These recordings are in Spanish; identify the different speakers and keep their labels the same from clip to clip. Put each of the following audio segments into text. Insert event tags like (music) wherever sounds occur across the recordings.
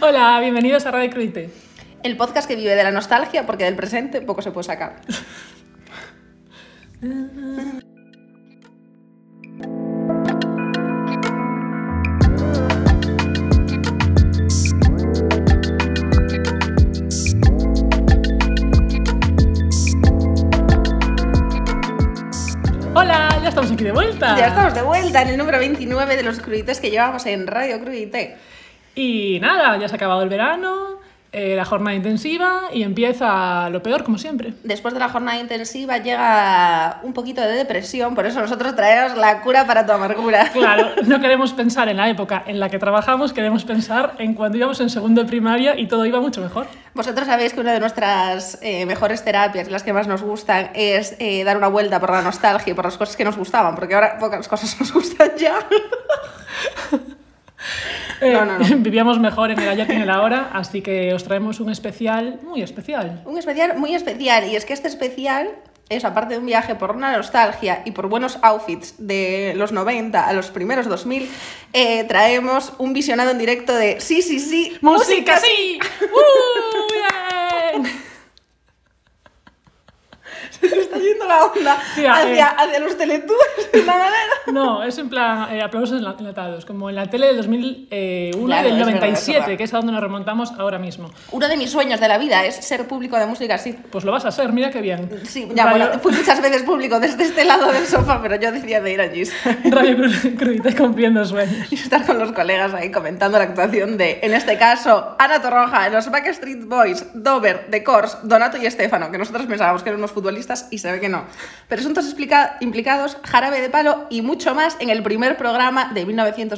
Speaker 1: Hola, bienvenidos a Radio Cruite.
Speaker 2: El podcast que vive de la nostalgia porque del presente poco se puede sacar.
Speaker 1: Hola, ya estamos aquí de vuelta.
Speaker 2: Ya estamos de vuelta en el número 29 de los cruites que llevamos en Radio Cruite.
Speaker 1: Y nada, ya se ha acabado el verano, eh, la jornada intensiva y empieza lo peor, como siempre.
Speaker 2: Después de la jornada intensiva llega un poquito de depresión, por eso nosotros traemos la cura para tu amargura.
Speaker 1: Claro, no queremos pensar en la época en la que trabajamos, queremos pensar en cuando íbamos en segundo de primaria y todo iba mucho mejor.
Speaker 2: (laughs) Vosotros sabéis que una de nuestras eh, mejores terapias, las que más nos gustan, es eh, dar una vuelta por la nostalgia y por las cosas que nos gustaban, porque ahora pocas cosas nos gustan ya.
Speaker 1: Eh,
Speaker 2: No, no, no.
Speaker 1: (laughs) Vivíamos mejor en el ayer que en el ahora, así que os traemos un especial muy especial.
Speaker 2: Un especial muy especial, y es que este especial es, aparte de un viaje por una nostalgia y por buenos outfits de los 90 a los primeros 2000, eh, traemos un visionado en directo de sí, sí, sí,
Speaker 1: ¡Música,
Speaker 2: (laughs)
Speaker 1: sí! ¡Uh, bien!
Speaker 2: Se está yendo la onda
Speaker 1: Tía,
Speaker 2: hacia,
Speaker 1: eh.
Speaker 2: hacia los teletubbies de una manera.
Speaker 1: No, es en plan eh, aplausos enla- enlatados, como en la tele del 2001
Speaker 2: Claro,
Speaker 1: del
Speaker 2: es verdad, es
Speaker 1: 97,
Speaker 2: verdad.
Speaker 1: que es a donde nos remontamos ahora mismo.
Speaker 2: Uno de mis sueños de la vida es ser público de música así.
Speaker 1: Pues lo vas a hacer, mira qué bien.
Speaker 2: Sí, ya,
Speaker 1: Radio- (laughs)
Speaker 2: bueno, fui muchas veces público desde este lado del sofá, pero yo decía de ir allí
Speaker 1: Radio Cru- Cruite cumpliendo sueños.
Speaker 2: y estar con los colegas ahí comentando la actuación de, en este caso, Ana Torroja, los Backstreet Boys, Dover, The Course, Donato y Estefano, que nosotros pensábamos que eran unos futbolistas y se ve que no. Pero son todos explica- implicados, jarabe de palo y mucho más en el primer programa de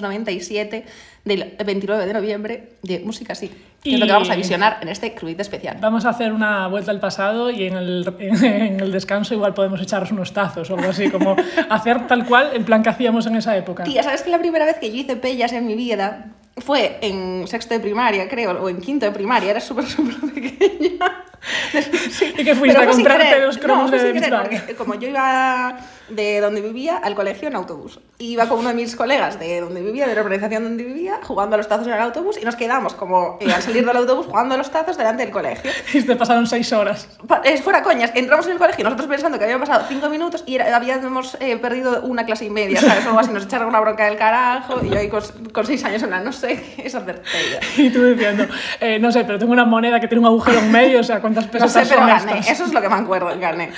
Speaker 2: 1997 del 29 de noviembre de Música Sí, que es lo
Speaker 1: Y-
Speaker 2: que vamos a visionar en este cruite especial.
Speaker 1: Vamos a hacer una vuelta al pasado y en el, (laughs) en el descanso igual podemos echaros unos tazos o algo así,
Speaker 2: (laughs)
Speaker 1: como hacer tal cual el plan que hacíamos en esa época.
Speaker 2: Tía, ¿sabes que la primera vez que yo hice pellas en mi vida fue en sexto de primaria, creo, o en quinto de primaria? Era súper, súper pequeña. Sí,
Speaker 1: ¿Y qué fuiste,
Speaker 2: pero
Speaker 1: a
Speaker 2: fue sin
Speaker 1: comprarte
Speaker 2: querer.
Speaker 1: los cromos
Speaker 2: No, fue
Speaker 1: de
Speaker 2: sin querer,
Speaker 1: Beach Bar?
Speaker 2: porque Como yo iba de donde vivía al colegio en autobús. Y iba con uno de mis colegas de donde vivía, de la organización donde vivía, jugando a los tazos en el autobús y nos quedamos como eh, al salir del autobús jugando a los tazos delante del colegio.
Speaker 1: Y te pasaron seis horas. (laughs)
Speaker 2: Pa- eh, Fuera coñas, entramos en el colegio y nosotros pensando que habían pasado cinco minutos y era- habíamos eh, perdido una clase y media, ¿sabes? O algo así, nos echaron una bronca del carajo y yo ahí con, con seis años en la no sé qué es hacer pellas.
Speaker 1: Y tú diciendo, eh, no sé, pero tengo una moneda que tiene un agujero en medio, o sea, ¿cuántas
Speaker 2: No
Speaker 1: pesetas
Speaker 2: sé, pero
Speaker 1: son
Speaker 2: gané,
Speaker 1: estas?
Speaker 2: eso es lo que me acuerdo, gané.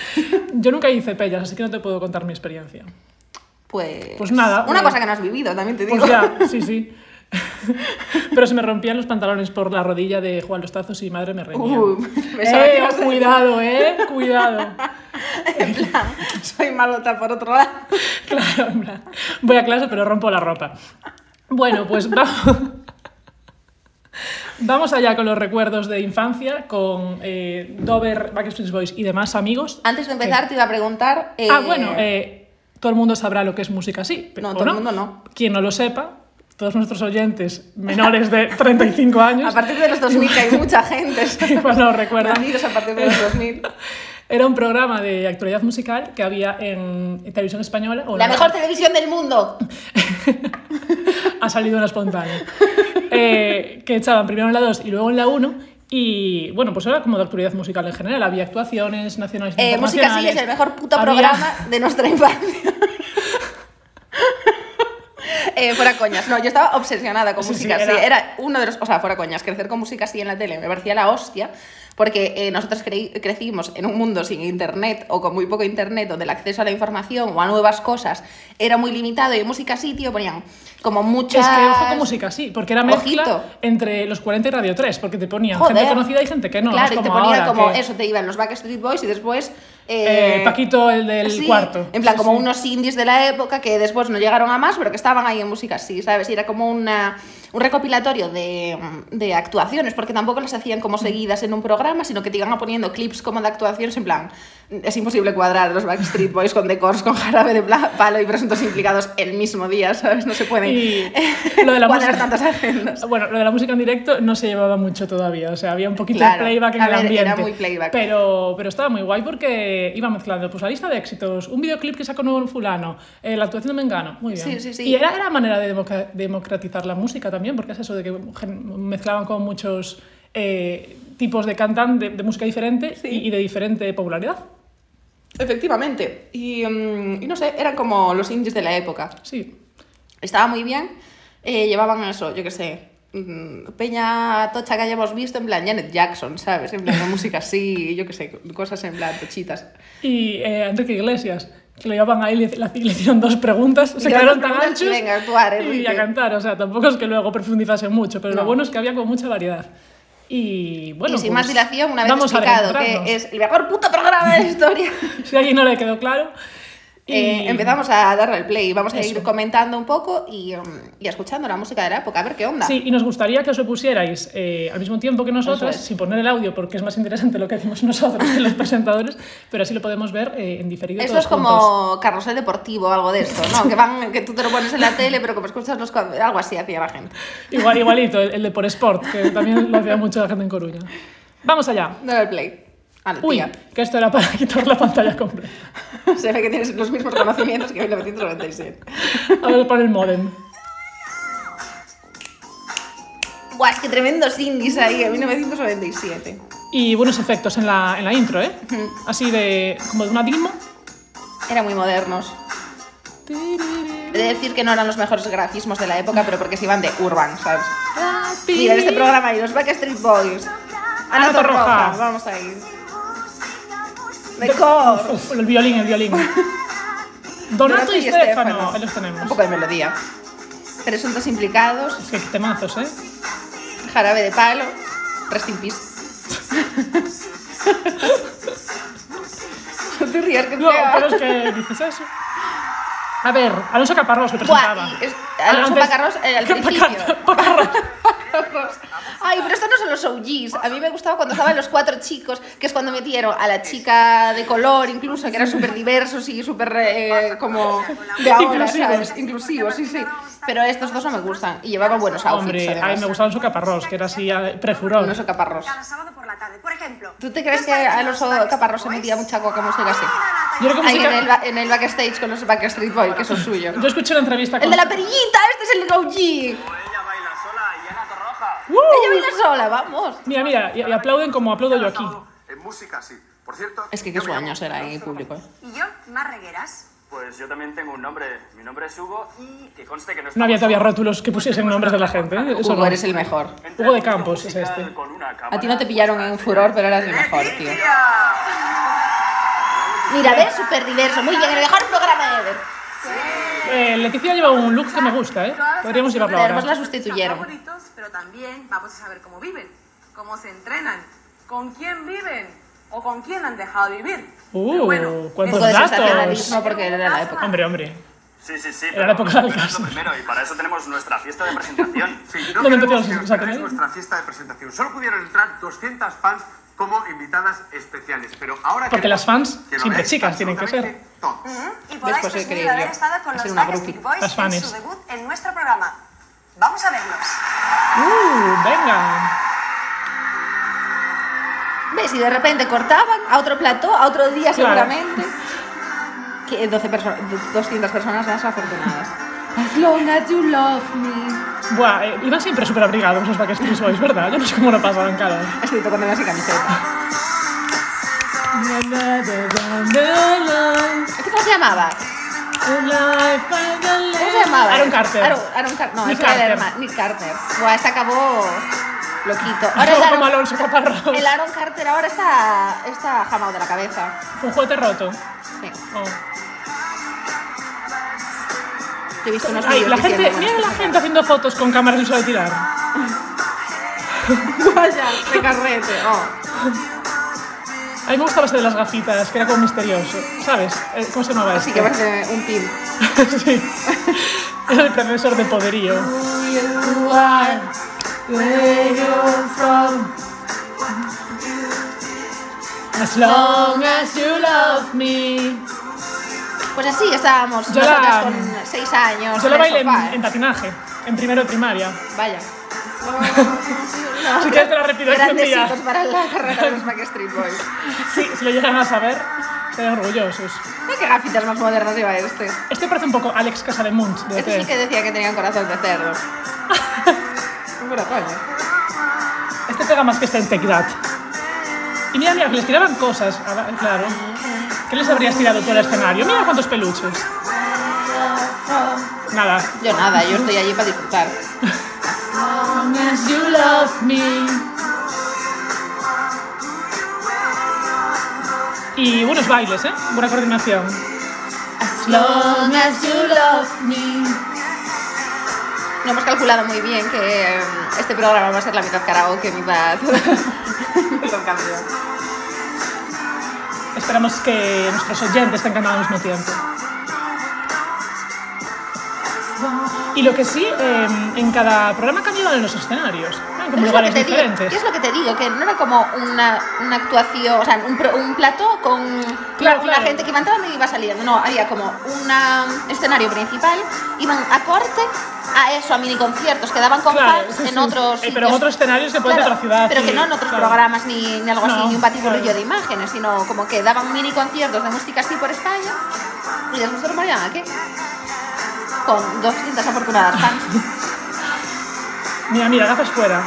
Speaker 1: Yo nunca hice pellas, así que no te puedo contar mi experiencia.
Speaker 2: Pues,
Speaker 1: Pues nada,
Speaker 2: Una
Speaker 1: eh,
Speaker 2: cosa que no has vivido, también te digo.
Speaker 1: Pues ya, sí, sí. (laughs) Pero se me rompían los pantalones por la rodilla de Juan los tazos y madre me reñía.
Speaker 2: Uh, (laughs) pensaba que
Speaker 1: eh,
Speaker 2: ibas a-
Speaker 1: cuidado, eh,
Speaker 2: (laughs)
Speaker 1: cuidado.
Speaker 2: en plan, (laughs) soy malota por otro lado.
Speaker 1: Claro, en plan, voy a clase pero rompo la ropa. Bueno, pues vamos. (laughs) Vamos allá con los recuerdos de infancia, con eh, Dover, Backstreet Boys y demás amigos.
Speaker 2: Antes de empezar te iba a preguntar... eh,
Speaker 1: Ah, bueno, eh, todo el mundo sabrá lo que es música así. pe-
Speaker 2: No,
Speaker 1: ¿o
Speaker 2: todo el mundo no.
Speaker 1: Quien no lo sepa, todos nuestros oyentes menores de (laughs) 35 años.
Speaker 2: A partir de los 2000 que hay mucha gente.
Speaker 1: (laughs)
Speaker 2: (laughs)
Speaker 1: Igual no lo recuerdan.
Speaker 2: Nacidos a partir de los 2000.
Speaker 1: Era un programa de actualidad musical que había en televisión española. o
Speaker 2: La
Speaker 1: no,
Speaker 2: mejor televisión del mundo.
Speaker 1: (laughs) Ha salido una espontánea. Eh, que echaban primero en la 2 y luego en la 1. Y bueno, pues era como de actualidad musical en general. Había actuaciones nacionales. e
Speaker 2: Eh, música sí
Speaker 1: internacionales.
Speaker 2: es el mejor puto
Speaker 1: Había-
Speaker 2: programa de nuestra infancia. (laughs) Eh, fuera coñas, no, yo estaba obsesionada con
Speaker 1: Sí,
Speaker 2: música
Speaker 1: sí,
Speaker 2: sí,
Speaker 1: era-
Speaker 2: era... uno de los, o sea, fuera coñas, crecer con música así en la tele me parecía la hostia, porque eh, nosotros creí- crecimos en un mundo sin internet o con muy poco internet, donde el acceso a la información o a nuevas cosas era muy limitado y en música sí, tío, ponían como muchas...
Speaker 1: Es que ojo con música, sí, porque era mezcla
Speaker 2: Ojito.
Speaker 1: entre los 40 y Radio 3, porque te ponían
Speaker 2: Joder.
Speaker 1: gente conocida y gente que no. no
Speaker 2: claro,
Speaker 1: es
Speaker 2: y te
Speaker 1: como
Speaker 2: ponía
Speaker 1: ahora,
Speaker 2: como
Speaker 1: que,
Speaker 2: eso, te iban los Backstreet Boys y después...
Speaker 1: eh,
Speaker 2: eh,
Speaker 1: Paquito, el del
Speaker 2: Sí,
Speaker 1: cuarto.
Speaker 2: En plan,
Speaker 1: Sí,
Speaker 2: como
Speaker 1: sí.
Speaker 2: unos indies de la época que después no llegaron a más, pero que estaban ahí en música así, ¿sabes? Y era como una, un recopilatorio de, de actuaciones, porque tampoco las hacían como seguidas en un programa, sino que te iban poniendo clips como de actuaciones, en plan, Es imposible cuadrar los Backstreet Boys con decors, con jarabe de pla- palo y presuntos implicados el mismo día, ¿sabes? No se pueden
Speaker 1: Y
Speaker 2: (laughs)
Speaker 1: lo de la
Speaker 2: cuadrar
Speaker 1: música-
Speaker 2: tantas agendas.
Speaker 1: Bueno, lo de la música en directo no se llevaba mucho todavía, o sea, había un poquito
Speaker 2: Claro,
Speaker 1: de playback en
Speaker 2: a
Speaker 1: el
Speaker 2: ver,
Speaker 1: ambiente.
Speaker 2: era muy playback.
Speaker 1: Pero, pero estaba muy guay porque iba mezclando pues, la lista de éxitos, un videoclip que sacó un fulano, eh, la actuación de Mengano, muy bien.
Speaker 2: Sí, sí, sí.
Speaker 1: Y era, era manera de democa- democratizar la música también, porque es eso de que gen- mezclaban con muchos eh, tipos de cantantes, de, de música diferente
Speaker 2: Sí.
Speaker 1: y, y de diferente popularidad.
Speaker 2: Efectivamente. Y, mm, y no sé, eran como los indies de la época.
Speaker 1: Sí.
Speaker 2: Estaba muy bien. eh, llevaban eso, yo qué sé. mm, Peña tocha que hayamos visto, en plan Janet Jackson, ¿sabes? En plan, una música así, yo qué sé, cosas en plan tochitas.
Speaker 1: Y eh, Enrique Iglesias, que lo llevaban ahí, le, le hicieron dos preguntas, se
Speaker 2: Grandes
Speaker 1: quedaron tan
Speaker 2: preguntas,
Speaker 1: anchos
Speaker 2: venga, actuar,
Speaker 1: y
Speaker 2: Enrique.
Speaker 1: a cantar. O sea, tampoco es que luego profundizasen mucho, pero
Speaker 2: No.
Speaker 1: lo bueno es que había como mucha variedad. Y bueno,
Speaker 2: y sin
Speaker 1: pues,
Speaker 2: más dilación, una vez
Speaker 1: vamos a
Speaker 2: explicado
Speaker 1: adentrarnos.
Speaker 2: que es el mejor puto programa de la historia,
Speaker 1: (laughs) Si a alguien no le quedó claro. (laughs) y-
Speaker 2: eh, empezamos a darle el play. Vamos a ir
Speaker 1: Eso.
Speaker 2: comentando un poco y, um, y escuchando la música de la época, a ver qué onda.
Speaker 1: Sí, y nos gustaría que os opusierais eh, al mismo tiempo que nosotros,
Speaker 2: Eso es.
Speaker 1: sin poner el audio, porque es más interesante lo que hacemos nosotros que los (laughs) presentadores, pero así lo podemos ver eh, en diferido.
Speaker 2: Esto
Speaker 1: todos
Speaker 2: es como
Speaker 1: juntos.
Speaker 2: carrusel deportivo o algo de esto, ¿no? que, van, que tú te lo pones en la tele, pero como escuchas los... co- Algo así hacía la gente.
Speaker 1: Igual, igualito, el, el de por sport, que también lo hacía mucho la gente en Coruña. Vamos allá.
Speaker 2: Dale el play. Al
Speaker 1: Uy,
Speaker 2: tía. (laughs)
Speaker 1: que esto era para (laughs) quitar la pantalla completa.
Speaker 2: Se ve que tienes los mismos conocimientos que en 1997.
Speaker 1: A ver, para el modem.
Speaker 2: Buah, es que tremendos indies ahí eh, en 1997.
Speaker 1: Y buenos efectos en la, en la intro, ¿eh? Así de. como de una dismo.
Speaker 2: Eran muy modernos. He de decir que no eran los mejores grafismos de la época, pero porque se iban de urban, ¿sabes? Mira, en este programa y los Backstreet Boys. Ana
Speaker 1: Ana Torroja.
Speaker 2: Torroja. Vamos ahí. De Cor.
Speaker 1: Uf, el violín, el
Speaker 2: (laughs)
Speaker 1: violín. Donato y Stefano, ahí los
Speaker 2: Un
Speaker 1: tenemos.
Speaker 2: poco de melodía. Presuntos implicados.
Speaker 1: Es que qué temazos, ¿eh?
Speaker 2: Jarabe de palo. Rest in peace. no te rías que
Speaker 1: No,
Speaker 2: te
Speaker 1: pero es que dices eso. A ver, Alonso Caparrós lo presentaba.
Speaker 2: Buah, y es- Alonso
Speaker 1: Antes-
Speaker 2: Pacarrós, eh, al principio.
Speaker 1: Pacarrós.
Speaker 2: Ay, pero estos no son los OGs. A mí me gustaba cuando estaban los cuatro chicos, que es cuando metieron a la chica de color, incluso, que eran súper diversos y súper eh, como de ahora,
Speaker 1: Inclusivos.
Speaker 2: ¿sabes? Inclusivos, sí, sí. Pero estos dos no me gustan y llevaban buenos outfits.
Speaker 1: Hombre, a mí
Speaker 2: además.
Speaker 1: me gustaba Alonso Caparrós, que era así eh, prefurón.
Speaker 2: No son caparros.
Speaker 3: Cada sábado por la tarde, por ejemplo.
Speaker 2: ¿Tú te crees que a los caparros se metía mucha coca música así?
Speaker 1: Yo creo que
Speaker 2: Ahí en
Speaker 1: música-
Speaker 2: el, ba- en el backstage con los Backstreet Boys, que son suyos.
Speaker 1: Yo escuché una entrevista con.
Speaker 2: El de la perillita, este es el OG.
Speaker 3: Ella baila sola y Ana Torroja.
Speaker 1: ¡Uh!
Speaker 2: Ella baila sola, vamos.
Speaker 1: Mira, mira, y, y aplauden como aplaudo yo aquí.
Speaker 4: En música, sí. Por cierto.
Speaker 2: Es que qué
Speaker 4: yo me llamo-
Speaker 2: sueño ser ahí público. ¿eh?
Speaker 3: Y yo, más regueras.
Speaker 4: Pues yo también tengo un nombre. Mi nombre es Hugo y que conste que no
Speaker 1: No había
Speaker 4: estamos
Speaker 1: todavía
Speaker 4: solos.
Speaker 1: rótulos que pusiesen nombres de la gente. ¿eh? Eso
Speaker 2: Hugo,
Speaker 1: no.
Speaker 2: eres el mejor.
Speaker 4: Entre
Speaker 1: Hugo de
Speaker 4: un grupo
Speaker 1: Campos es
Speaker 4: musical
Speaker 1: este.
Speaker 4: con una
Speaker 2: A ti
Speaker 4: cámara,
Speaker 2: no te pillaron en furor, pero eras el mejor, tío. Mira, ves, súper diverso. Muy bien, el mejor programa ever.
Speaker 1: Eh, Leticia lleva un look que me gusta, ¿eh? Podríamos llevarlo
Speaker 2: Pero además
Speaker 1: ahora.
Speaker 2: la sustituyeron.
Speaker 5: favoritos, pero también vamos a saber cómo viven, cómo se entrenan, con quién viven o con quién han dejado de vivir.
Speaker 1: Uh,
Speaker 5: Pero bueno,
Speaker 1: cuántos
Speaker 2: Poco de
Speaker 1: datos.
Speaker 2: sensacionalismo porque era la época.
Speaker 1: Hombre, hombre.
Speaker 4: Sí, sí, sí.
Speaker 1: Era la época del
Speaker 4: pero es
Speaker 1: caso.
Speaker 4: lo primero y para eso tenemos nuestra fiesta de presentación.
Speaker 1: (laughs)
Speaker 6: Sí, no
Speaker 1: ¿Dónde empezaron
Speaker 6: queremos que
Speaker 1: los
Speaker 6: os
Speaker 1: sacanes?
Speaker 6: perdáis nuestra fiesta de presentación. Solo pudieron entrar 200 fans como invitadas especiales, pero ahora
Speaker 1: Porque
Speaker 6: queremos
Speaker 1: las fans
Speaker 6: que lo
Speaker 1: siempre
Speaker 6: veáis
Speaker 1: chicas tienen que ser.
Speaker 6: absolutamente todos.
Speaker 3: Y podáis
Speaker 2: Después he
Speaker 3: presumir
Speaker 2: creído
Speaker 3: de haber
Speaker 2: yo.
Speaker 3: estado con
Speaker 2: Ha sido
Speaker 3: los
Speaker 2: una
Speaker 3: Backstreet
Speaker 2: groupie.
Speaker 1: Las
Speaker 3: Boys en
Speaker 1: fanes.
Speaker 3: su debut en nuestro programa. Vamos a verlos.
Speaker 1: Uh, venga.
Speaker 2: ¿Ves? Y de repente cortaban a otro plató, a otro día
Speaker 1: Claro.
Speaker 2: seguramente. Que 12 personas, 200 personas más afortunadas. As long as you love me.
Speaker 1: Buah, eh, iban siempre súper abrigados los Backstreet Boys, ¿verdad? Yo no sé cómo lo pasaban, claro.
Speaker 2: Estoy tocando así camiseta. ¿Este cómo se llamaba? ¿Cómo se llamaba?
Speaker 1: Aaron Carter.
Speaker 2: Aaron, Aaron Car- no,
Speaker 1: Nick
Speaker 2: ese era el
Speaker 1: Carter. (laughs)
Speaker 2: hermano- Nick Carter. Buah, se acabó loquito. Ahora el
Speaker 1: Ahora como
Speaker 2: Aaron,
Speaker 1: Alonso Caparrós.
Speaker 2: el Aaron Carter ahora está, está jamado de la cabeza.
Speaker 1: Fue un juguete roto.
Speaker 2: Sí.
Speaker 1: Oh.
Speaker 2: Yo he visto unos
Speaker 1: Ay,
Speaker 2: vídeos
Speaker 1: la gente,
Speaker 2: diciendo, bueno,
Speaker 1: mira
Speaker 2: esto
Speaker 1: la
Speaker 2: se
Speaker 1: gente haciendo fotos con cámaras de uso de tirar.
Speaker 2: (laughs) acaba. Vaya, de carrete. oh.
Speaker 1: A mí me gustaba ese de las gafitas, que era como misterioso, ¿sabes? Eh, ¿Cómo se llamaba
Speaker 2: Así que
Speaker 1: este?
Speaker 2: parece un pin.
Speaker 1: (laughs) sí. Era el profesor de poderío. As long as you love me.
Speaker 2: Pues así estábamos
Speaker 1: Yo la-
Speaker 2: nosotras con 6 años.
Speaker 1: Yo lo
Speaker 2: en el
Speaker 1: bailé en,
Speaker 2: sofá, ¿eh?
Speaker 1: en patinaje, en primero de primaria.
Speaker 2: Vaya.
Speaker 1: Si quieres te la repito algún
Speaker 2: Grandes
Speaker 1: día.
Speaker 2: hitos para la carrera de los Backstreet Boys.
Speaker 1: (laughs) Sí, si lo llegan a saber, estarían orgullosos.
Speaker 2: Mira qué gafitas más modernas lleva este.
Speaker 1: Este parece un poco Alex Casa de Munch, de
Speaker 2: Este es el
Speaker 1: OT.
Speaker 2: que decía que tenía un corazón
Speaker 1: (laughs)
Speaker 2: de cerdo. Un corazón. ¿eh?
Speaker 1: Este pega más que este en Take That. Y mira, mira, que les tiraban cosas, ahora, claro. ¿Qué les habrías tirado tú al escenario? Mira cuántos peluches. Nada.
Speaker 2: Yo nada, yo estoy allí para disfrutar.
Speaker 1: Y buenos bailes, ¿eh? Buena coordinación.
Speaker 2: No hemos calculado muy bien que eh, este programa va a ser la mitad karaoke, mitad. (laughs) con canción.
Speaker 1: Esperamos que nuestros oyentes estén cantando al mismo tiempo. Y lo que sí, eh, en cada programa cambiaban los escenarios, ¿no? como
Speaker 2: Pero es lo que
Speaker 1: lugares
Speaker 2: te digo-
Speaker 1: diferentes.
Speaker 2: es lo que te digo, que no era como una, una actuación, o sea, un, pro- un plató con
Speaker 1: Claro,
Speaker 2: una
Speaker 1: claro.
Speaker 2: gente que iba entrando y iba saliendo. No, había como una- un escenario principal, iban a corte a eso, a mini conciertos que daban con
Speaker 1: Claro,
Speaker 2: fans
Speaker 1: sí,
Speaker 2: en
Speaker 1: sí.
Speaker 2: otros.
Speaker 1: Eh,
Speaker 2: sitios.
Speaker 1: pero en otros escenarios que pueden
Speaker 2: Claro,
Speaker 1: de otra ciudad,
Speaker 2: Pero
Speaker 1: sí,
Speaker 2: que no en otros
Speaker 1: claro.
Speaker 2: programas ni, ni algo
Speaker 1: No,
Speaker 2: así, ni un batiburrillo
Speaker 1: claro.
Speaker 2: de imágenes, sino como que daban mini conciertos de música así por España y después se lo ponían aquí. Con 200 afortunadas fans. (laughs)
Speaker 1: Mira, mira, gafas fuera.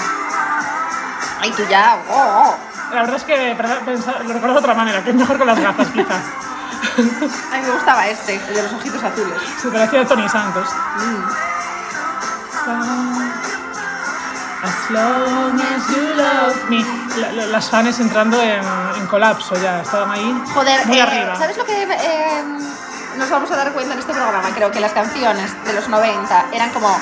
Speaker 2: Ay, tú ya, oh, oh.
Speaker 1: La verdad es que para pensar- lo recuerdo de otra manera, que es mejor con las gafas quizá.
Speaker 2: A mí me gustaba este, el de los ojitos azules.
Speaker 1: Se parecía a Tony Santos. As long as you love me. La- la- las fans entrando en, en colapso ya, estaban ahí
Speaker 2: Joder,
Speaker 1: muy
Speaker 2: eh,
Speaker 1: arriba.
Speaker 2: ¿sabes lo que eh, nos vamos a dar cuenta en este programa? Creo que las canciones de los 90 eran como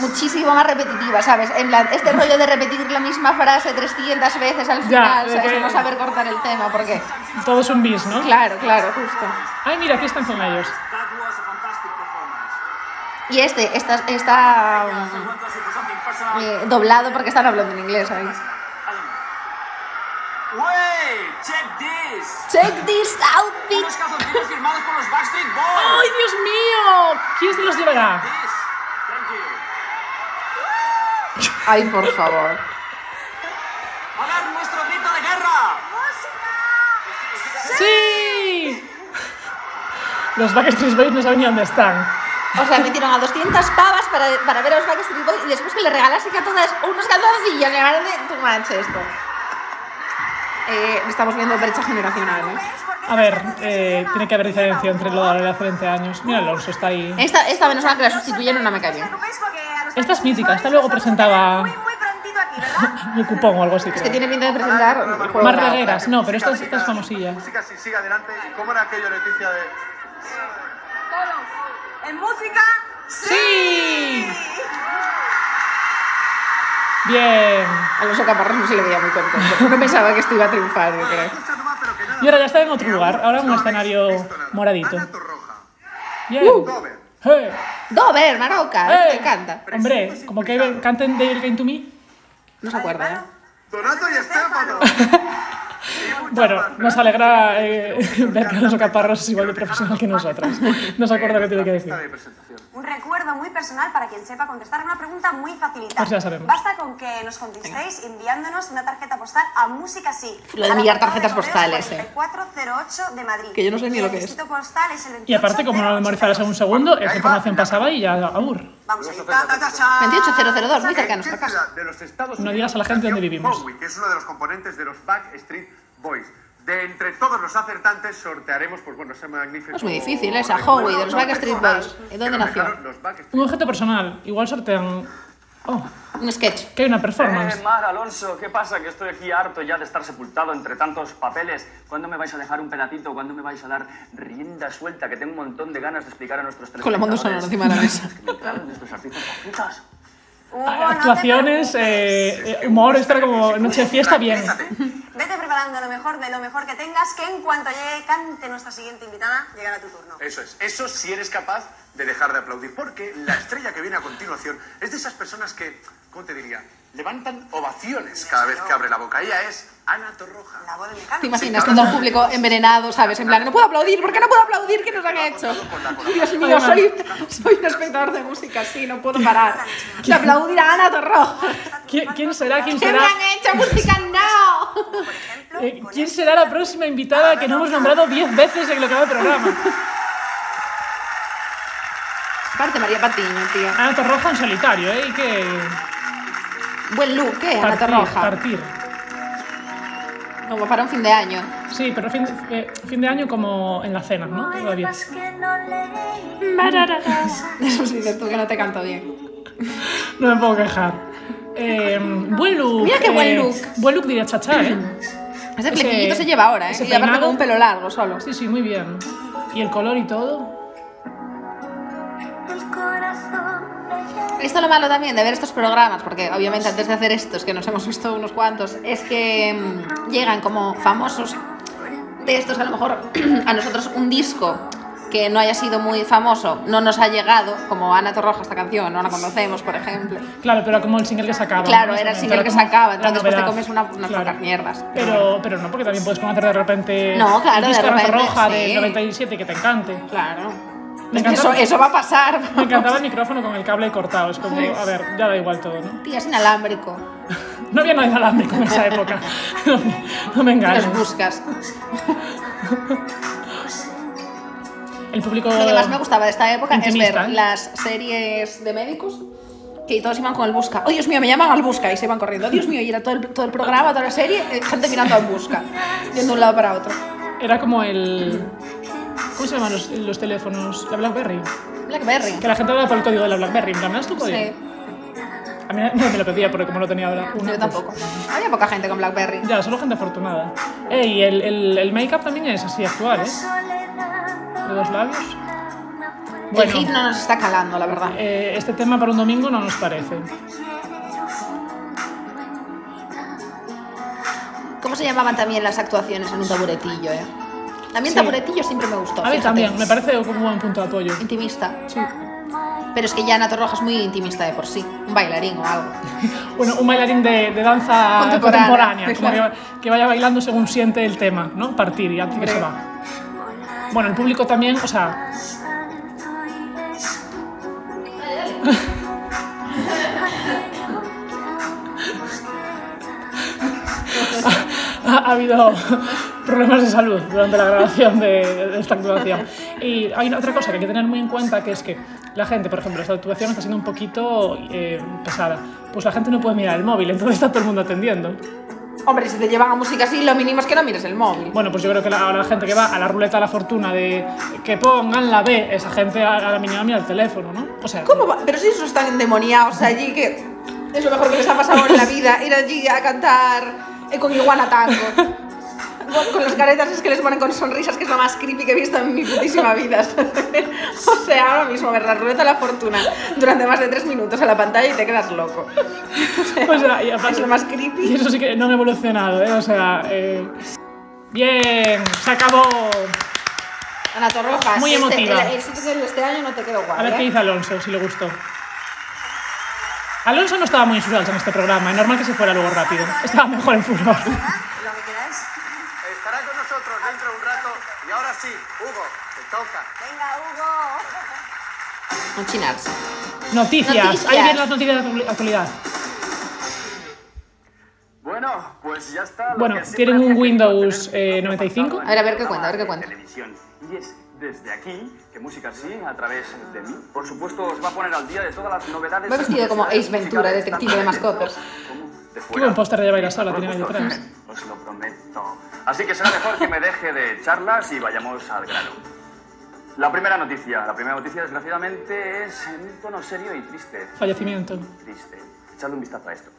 Speaker 2: muchísimo más repetitivas, ¿sabes? En plan, este rollo de repetir la misma frase 300 veces al final,
Speaker 1: de
Speaker 2: ¿sabes?
Speaker 1: que-
Speaker 2: No saber cortar el tema, porque...
Speaker 1: Todo es un bis, ¿no?
Speaker 2: Claro, claro, justo.
Speaker 1: Ay, mira, aquí están con ellos.
Speaker 4: That was a fantastic performance.
Speaker 2: Y este está, está um,
Speaker 4: Want to ask you for something personal?
Speaker 2: eh, doblado porque están hablando en inglés, ¿sabes?
Speaker 4: Wey, check this.
Speaker 2: Check this out, bitch.
Speaker 4: Unos calzoncillos firmados por los Backstreet Boys.
Speaker 1: ¡Ay, Dios mío! ¿Quién se los llevará?
Speaker 4: This. Thank you.
Speaker 2: Ay, por favor.
Speaker 4: A ver nuestro grito de guerra.
Speaker 1: ¡Sí! Los Backstreet Boys no saben ni dónde están.
Speaker 2: O sea, metieron a 200 pavas para, para ver a los Backstreet Boys y después que le regalase que a todas unos calzoncillos. Me parece too much esto. Eh, estamos viendo brecha generacional, ¿eh?
Speaker 1: A ver, eh, tiene que haber diferencia entre lo de ahora y hace 20 años. Mira, Alonso está ahí.
Speaker 2: Esta, esta menos mal que la sustituyeron, no me cae bien.
Speaker 1: Esta es mítica, esta luego presentaba-
Speaker 3: Muy, muy prontito aquí,
Speaker 1: (laughs)
Speaker 3: ¿verdad?
Speaker 1: Un cupón o algo así.
Speaker 2: Es
Speaker 1: creo.
Speaker 2: que Este tiene pinta de presentar un juego
Speaker 1: Mar
Speaker 2: bravo.
Speaker 1: Regueras, no, pero esta es,
Speaker 6: Música,
Speaker 1: esta es famosilla.
Speaker 6: Música, sí, sigue adelante. ¿Cómo era aquello, Leticia, de...?
Speaker 5: En música,
Speaker 1: ¡Sí! Bien.
Speaker 2: A los socaparros no se le veía muy contento. No pensaba que esto iba a triunfar, yo creo.
Speaker 1: Y ahora ya está en otro lugar, ahora en un escenario moradito.
Speaker 6: Ana Torroja,
Speaker 1: Bien.
Speaker 6: Dover,
Speaker 1: Hey,
Speaker 2: Dover, Maroca,
Speaker 1: hey.
Speaker 2: Uh. me encanta.
Speaker 1: Hombre, como que canten Devil Game to Me.
Speaker 2: No se acuerda, ¿eh?
Speaker 6: Donato y Estefano.
Speaker 1: Bueno, nos alegra eh, (laughs) ver que los socaparros es igual de profesional que nosotros. No se acuerda que tiene que decir.
Speaker 6: Lista de presentación.
Speaker 3: Un recuerdo muy personal para quien sepa contestar una pregunta muy facilita.
Speaker 1: Pues ya sabemos.
Speaker 3: Basta con que nos contestéis enviándonos una tarjeta postal a Música Sí.
Speaker 2: Lo de
Speaker 3: a la
Speaker 2: enviar
Speaker 3: portada
Speaker 2: tarjetas
Speaker 3: Correos
Speaker 2: postales, eh.
Speaker 3: 4408 de Madrid.
Speaker 2: Que yo no sé ni
Speaker 3: Y
Speaker 2: lo
Speaker 3: el
Speaker 2: que es.
Speaker 3: distrito postal es el
Speaker 1: Y aparte, como no lo
Speaker 3: 28082.
Speaker 1: memorizaras en un segundo, esa información pasaba y ya abur.
Speaker 3: Vamos allí. Ta, ta, ta, cha.
Speaker 2: 28002, muy Ah, cerca a
Speaker 6: ¿En qué
Speaker 2: nuestra casa.
Speaker 6: ciudad de los Estados
Speaker 1: No
Speaker 6: Unidos
Speaker 1: digas a la gente dónde
Speaker 6: nació
Speaker 1: vivimos.
Speaker 6: Bowie, que es uno de los componentes de los Backstreet Boys. De entre todos los acertantes sortearemos, pues bueno, ese magnífico...
Speaker 2: Es muy difícil esa,
Speaker 6: recuerdo
Speaker 2: Howie, de los Backstreet Boys.
Speaker 6: personal
Speaker 2: ¿Y dónde
Speaker 6: que nos
Speaker 2: nació?
Speaker 6: dejaron los Backstreet
Speaker 1: Un objeto personal. Igual sortean. Oh,
Speaker 2: Un sketch.
Speaker 1: que hay una
Speaker 4: Eh,
Speaker 1: performance.
Speaker 4: Mar Alonso, ¿qué pasa? Que estoy aquí harto ya de estar sepultado entre tantos papeles. ¿Cuándo me vais a dejar un pedacito? ¿Cuándo me vais a dar rienda suelta? Que tengo un montón de ganas de explicar a nuestros tres.
Speaker 2: Con la banda sonora encima de
Speaker 4: (laughs)
Speaker 2: la mesa.
Speaker 4: Que me entraron estos artistas papitas.
Speaker 3: Hugo, no te
Speaker 1: Actuaciones, eh, eh, humor, esto era como noche de fiesta, bien.
Speaker 3: preocupes. Vete preparando lo mejor de lo mejor que tengas, que en cuanto llegue, cante nuestra siguiente invitada, llegará tu turno.
Speaker 6: Eso es, eso si eres capaz de dejar de aplaudir, porque la estrella que viene a continuación es de esas personas que ¿cómo te diría? Levantan ovaciones cada vez que abre la boca. Ella es Ana Torroja.
Speaker 3: La voz de Mecano.
Speaker 2: Te imaginas con todo el público envenenado, ¿sabes? En plan, no puedo aplaudir, ¿por qué no puedo aplaudir? ¿Qué nos han hecho? Dios mío, soy, soy un espectador de música, sí, no puedo (laughs) parar. De aplaudir a Ana Torroja.
Speaker 1: ¿Qui- ¿Quién será? ¿Quién
Speaker 2: ¿Qué me
Speaker 1: será?
Speaker 2: han hecho? ¡Música no!
Speaker 3: Por ejemplo,
Speaker 1: Eh,
Speaker 3: con
Speaker 1: ¿Quién
Speaker 3: esto.
Speaker 1: será la próxima invitada que no hemos nombrado 10 veces en lo que va de programa?
Speaker 2: Parte María Patiño, tío.
Speaker 1: Ana Torroja en solitario, ¿eh? Y que
Speaker 2: Buen look, ¿eh? Ana
Speaker 1: partir,
Speaker 2: Torroja.
Speaker 1: partir.
Speaker 2: Como para un fin de año. (laughs)
Speaker 1: Sí, pero fin, eh, fin de año como en la cena, ¿no? Todavía.
Speaker 2: Eso sí, dices tú que no te canto bien.
Speaker 1: No me puedo quejar. Eh, buen look.
Speaker 2: Mira qué buen
Speaker 1: eh,
Speaker 2: look.
Speaker 1: Buen look diría Chacha, ¿eh?
Speaker 2: Ese
Speaker 1: Ese-
Speaker 2: flequillito se lleva ahora, ¿eh?
Speaker 1: ese
Speaker 2: Y aparte
Speaker 1: peinado.
Speaker 2: con un pelo largo solo.
Speaker 1: Sí, sí, muy bien. Y el color y todo.
Speaker 2: Esto lo malo también de ver estos programas, porque obviamente antes de hacer estos, que nos hemos visto unos cuantos, es que mm, llegan como famosos de estos, a lo mejor (clears throat) a nosotros un disco que no haya sido muy famoso, no nos ha llegado, como Ana Torroja, esta canción, no la conocemos, por ejemplo.
Speaker 1: Claro, pero como el single que sacaba.
Speaker 2: Claro,
Speaker 1: ¿no?
Speaker 2: era el
Speaker 1: Exactamente,
Speaker 2: single que
Speaker 1: como
Speaker 2: sacaba,
Speaker 1: la
Speaker 2: entonces después te
Speaker 1: novedad.
Speaker 2: comes una- unas
Speaker 1: Claro.
Speaker 2: pocas mierdas.
Speaker 1: Pero, pero no, porque también puedes conocer de repente
Speaker 2: No, claro,
Speaker 1: el
Speaker 2: de
Speaker 1: disco Ana
Speaker 2: repente,
Speaker 1: Torroja
Speaker 2: sí.
Speaker 1: del 97 que te encante.
Speaker 2: Claro.
Speaker 1: Me
Speaker 2: Es que eso,
Speaker 1: encantaba-
Speaker 2: eso va a pasar.
Speaker 1: Me encantaba el micrófono con el cable cortado. Es como, a ver, ya da igual todo, ¿no?
Speaker 2: Tío, es inalámbrico.
Speaker 1: No había nada inalámbrico en esa época. (laughs) No, me- no me engañes.
Speaker 2: Los buscas.
Speaker 1: El público.
Speaker 2: Lo que más me gustaba de esta época es
Speaker 1: Intimista,
Speaker 2: ver
Speaker 1: ¿eh?
Speaker 2: las series de médicos que todos iban con el busca. ¡Oh, Dios mío, me llaman al busca! Y se iban corriendo. ¡Oh, Dios mío, y era todo el, todo el programa, toda la serie, eh, gente mirando al busca. Yendo de un lado para otro.
Speaker 1: Era como el. ¿Cómo se llaman los, los teléfonos? La Blackberry.
Speaker 2: Blackberry.
Speaker 1: Que la gente hablaba por el código de la Blackberry. ¿En plan, ¿no es tu código?
Speaker 2: Sí,
Speaker 1: A mí no me lo pedía porque como lo tenía ahora. una, pues,
Speaker 2: yo tampoco. Había poca gente con Blackberry.
Speaker 1: Ya, solo gente afortunada. Ey, el, el, el make-up también es así actual, ¿eh? De los labios.
Speaker 2: El hit no nos está calando, la verdad.
Speaker 1: Eh, este tema para un domingo no nos parece.
Speaker 2: ¿Cómo se llamaban también las actuaciones en un taburetillo, eh? A mí el
Speaker 1: Sí.
Speaker 2: taburetillo siempre me gustó.
Speaker 1: A mí
Speaker 2: fíjate.
Speaker 1: también, me parece como un buen punto de apoyo.
Speaker 2: Intimista.
Speaker 1: Sí.
Speaker 2: Pero es que ya Ana Torroja es muy intimista de por sí. Un bailarín o algo.
Speaker 1: Bueno, un bailarín de, de danza
Speaker 2: Contemporánea.
Speaker 1: contemporánea,
Speaker 2: (laughs)
Speaker 1: como que, que vaya bailando según siente el tema, ¿no? Partir y antes que se va. Bueno, el público también, o sea, ha, ha habido problemas de salud durante la grabación de, de esta actuación. Y hay una- otra cosa que hay que tener muy en cuenta, que es que la gente, por ejemplo, esta actuación está siendo un poquito eh, pesada. Pues la gente no puede mirar el móvil, entonces está todo el mundo atendiendo.
Speaker 2: Hombre, si te llevan a música así, lo mínimo es que no mires el móvil.
Speaker 1: Bueno, pues yo creo que la, ahora la gente que va a la ruleta de la fortuna de que pongan la B, esa gente a, a la mínima mira el teléfono, ¿no? O sea,
Speaker 2: ¿Cómo va? Pero si esos están endemoniados allí, que es lo mejor que les ha pasado en la vida, ir allí a cantar eh, con iguana tango. Con- Con las caretas es que les ponen con sonrisas, que es lo más creepy que he visto en mi putísima vida. (laughs) o sea, ahora mismo ver la ruleta de la fortuna durante más de tres minutos a la pantalla y te quedas loco.
Speaker 1: (laughs) o sea, y aparte-
Speaker 2: (laughs) Es lo más
Speaker 1: y
Speaker 2: creepy.
Speaker 1: eso sí que no han evolucionado, ¿eh? O sea, eh, bien, se acabó.
Speaker 2: Ana Torrojas.
Speaker 1: Muy
Speaker 2: este-
Speaker 1: emotiva.
Speaker 2: el éxito de este año no te quedó guay.
Speaker 1: A ver
Speaker 2: ¿eh?
Speaker 1: qué dice Alonso, si le gustó. Alonso no estaba muy en sus salsa en este programa, es normal que se fuera luego rápido. Estaba mejor en
Speaker 2: (laughs)
Speaker 1: furor.
Speaker 3: Lo que queráis.
Speaker 6: Estará con nosotros dentro de un rato. Y ahora sí, Hugo, te toca.
Speaker 3: Venga, Hugo.
Speaker 2: Un chinarse.
Speaker 1: Noticias,
Speaker 2: Noticias.
Speaker 1: ahí vienen las noticias de actu- actualidad.
Speaker 4: Bueno, pues ya está. lo
Speaker 1: Bueno,
Speaker 4: que siempre
Speaker 1: tienen un
Speaker 4: había querido
Speaker 1: Windows,
Speaker 4: tener
Speaker 1: eh,
Speaker 4: nosotros
Speaker 1: 95.
Speaker 4: en
Speaker 2: A ver, a ver qué
Speaker 4: el
Speaker 2: cuenta, a ver qué
Speaker 4: programa de
Speaker 2: cuenta.
Speaker 4: televisión. Y es desde aquí que Música Sí, a través de mí, por supuesto, os va a poner al día de todas las novedades.
Speaker 2: Va vestido como Ace Ventura,
Speaker 4: musicales,
Speaker 2: detective
Speaker 4: tanto
Speaker 2: de mascotas.
Speaker 4: como de fuera.
Speaker 1: Qué buen póster de Baila Sola tienen ahí
Speaker 4: Por
Speaker 1: detrás.
Speaker 4: gusto, Os lo prometo. Así que será mejor que me deje de charlas y vayamos al grano. La primera noticia, la primera noticia desgraciadamente es en un tono serio y triste.
Speaker 1: Fallecimiento.
Speaker 4: Triste. Echadle un vistazo a esto.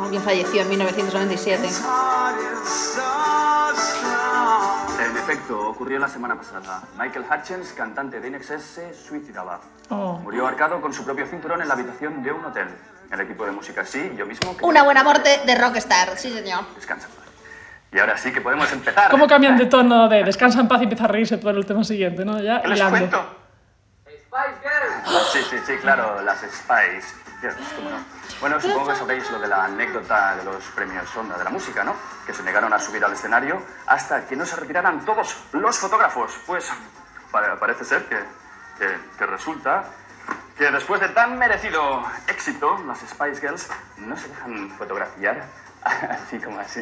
Speaker 2: Alguien falleció en 1997.
Speaker 4: En efecto, ocurrió la semana pasada. Michael Hutchins, cantante de INXS, se suicidaba.
Speaker 1: Oh.
Speaker 4: Murió ahorcado con su propio cinturón en la habitación de un hotel. El equipo de música sí, yo mismo... que-
Speaker 2: Una buena muerte de rockstar, sí señor.
Speaker 4: Descansa. en paz. Y ahora sí que podemos empezar.
Speaker 1: ¿Cómo cambian de tono de descansa en paz y empieza a reírse por el tema siguiente, no? Ya
Speaker 6: ¿Qué les
Speaker 1: hilando.
Speaker 6: cuento?
Speaker 5: Spice Girls.
Speaker 4: Sí, sí, sí, claro, las Spice. Dios, cómo no. Bueno, supongo que sabéis lo de la anécdota de los premios Onda de la música, ¿no? Que se negaron a subir al escenario hasta que no se retiraran todos los fotógrafos. Pues pa- parece ser que, que- que resulta que después de tan merecido éxito, las Spice Girls no se dejan fotografiar (laughs) así como así.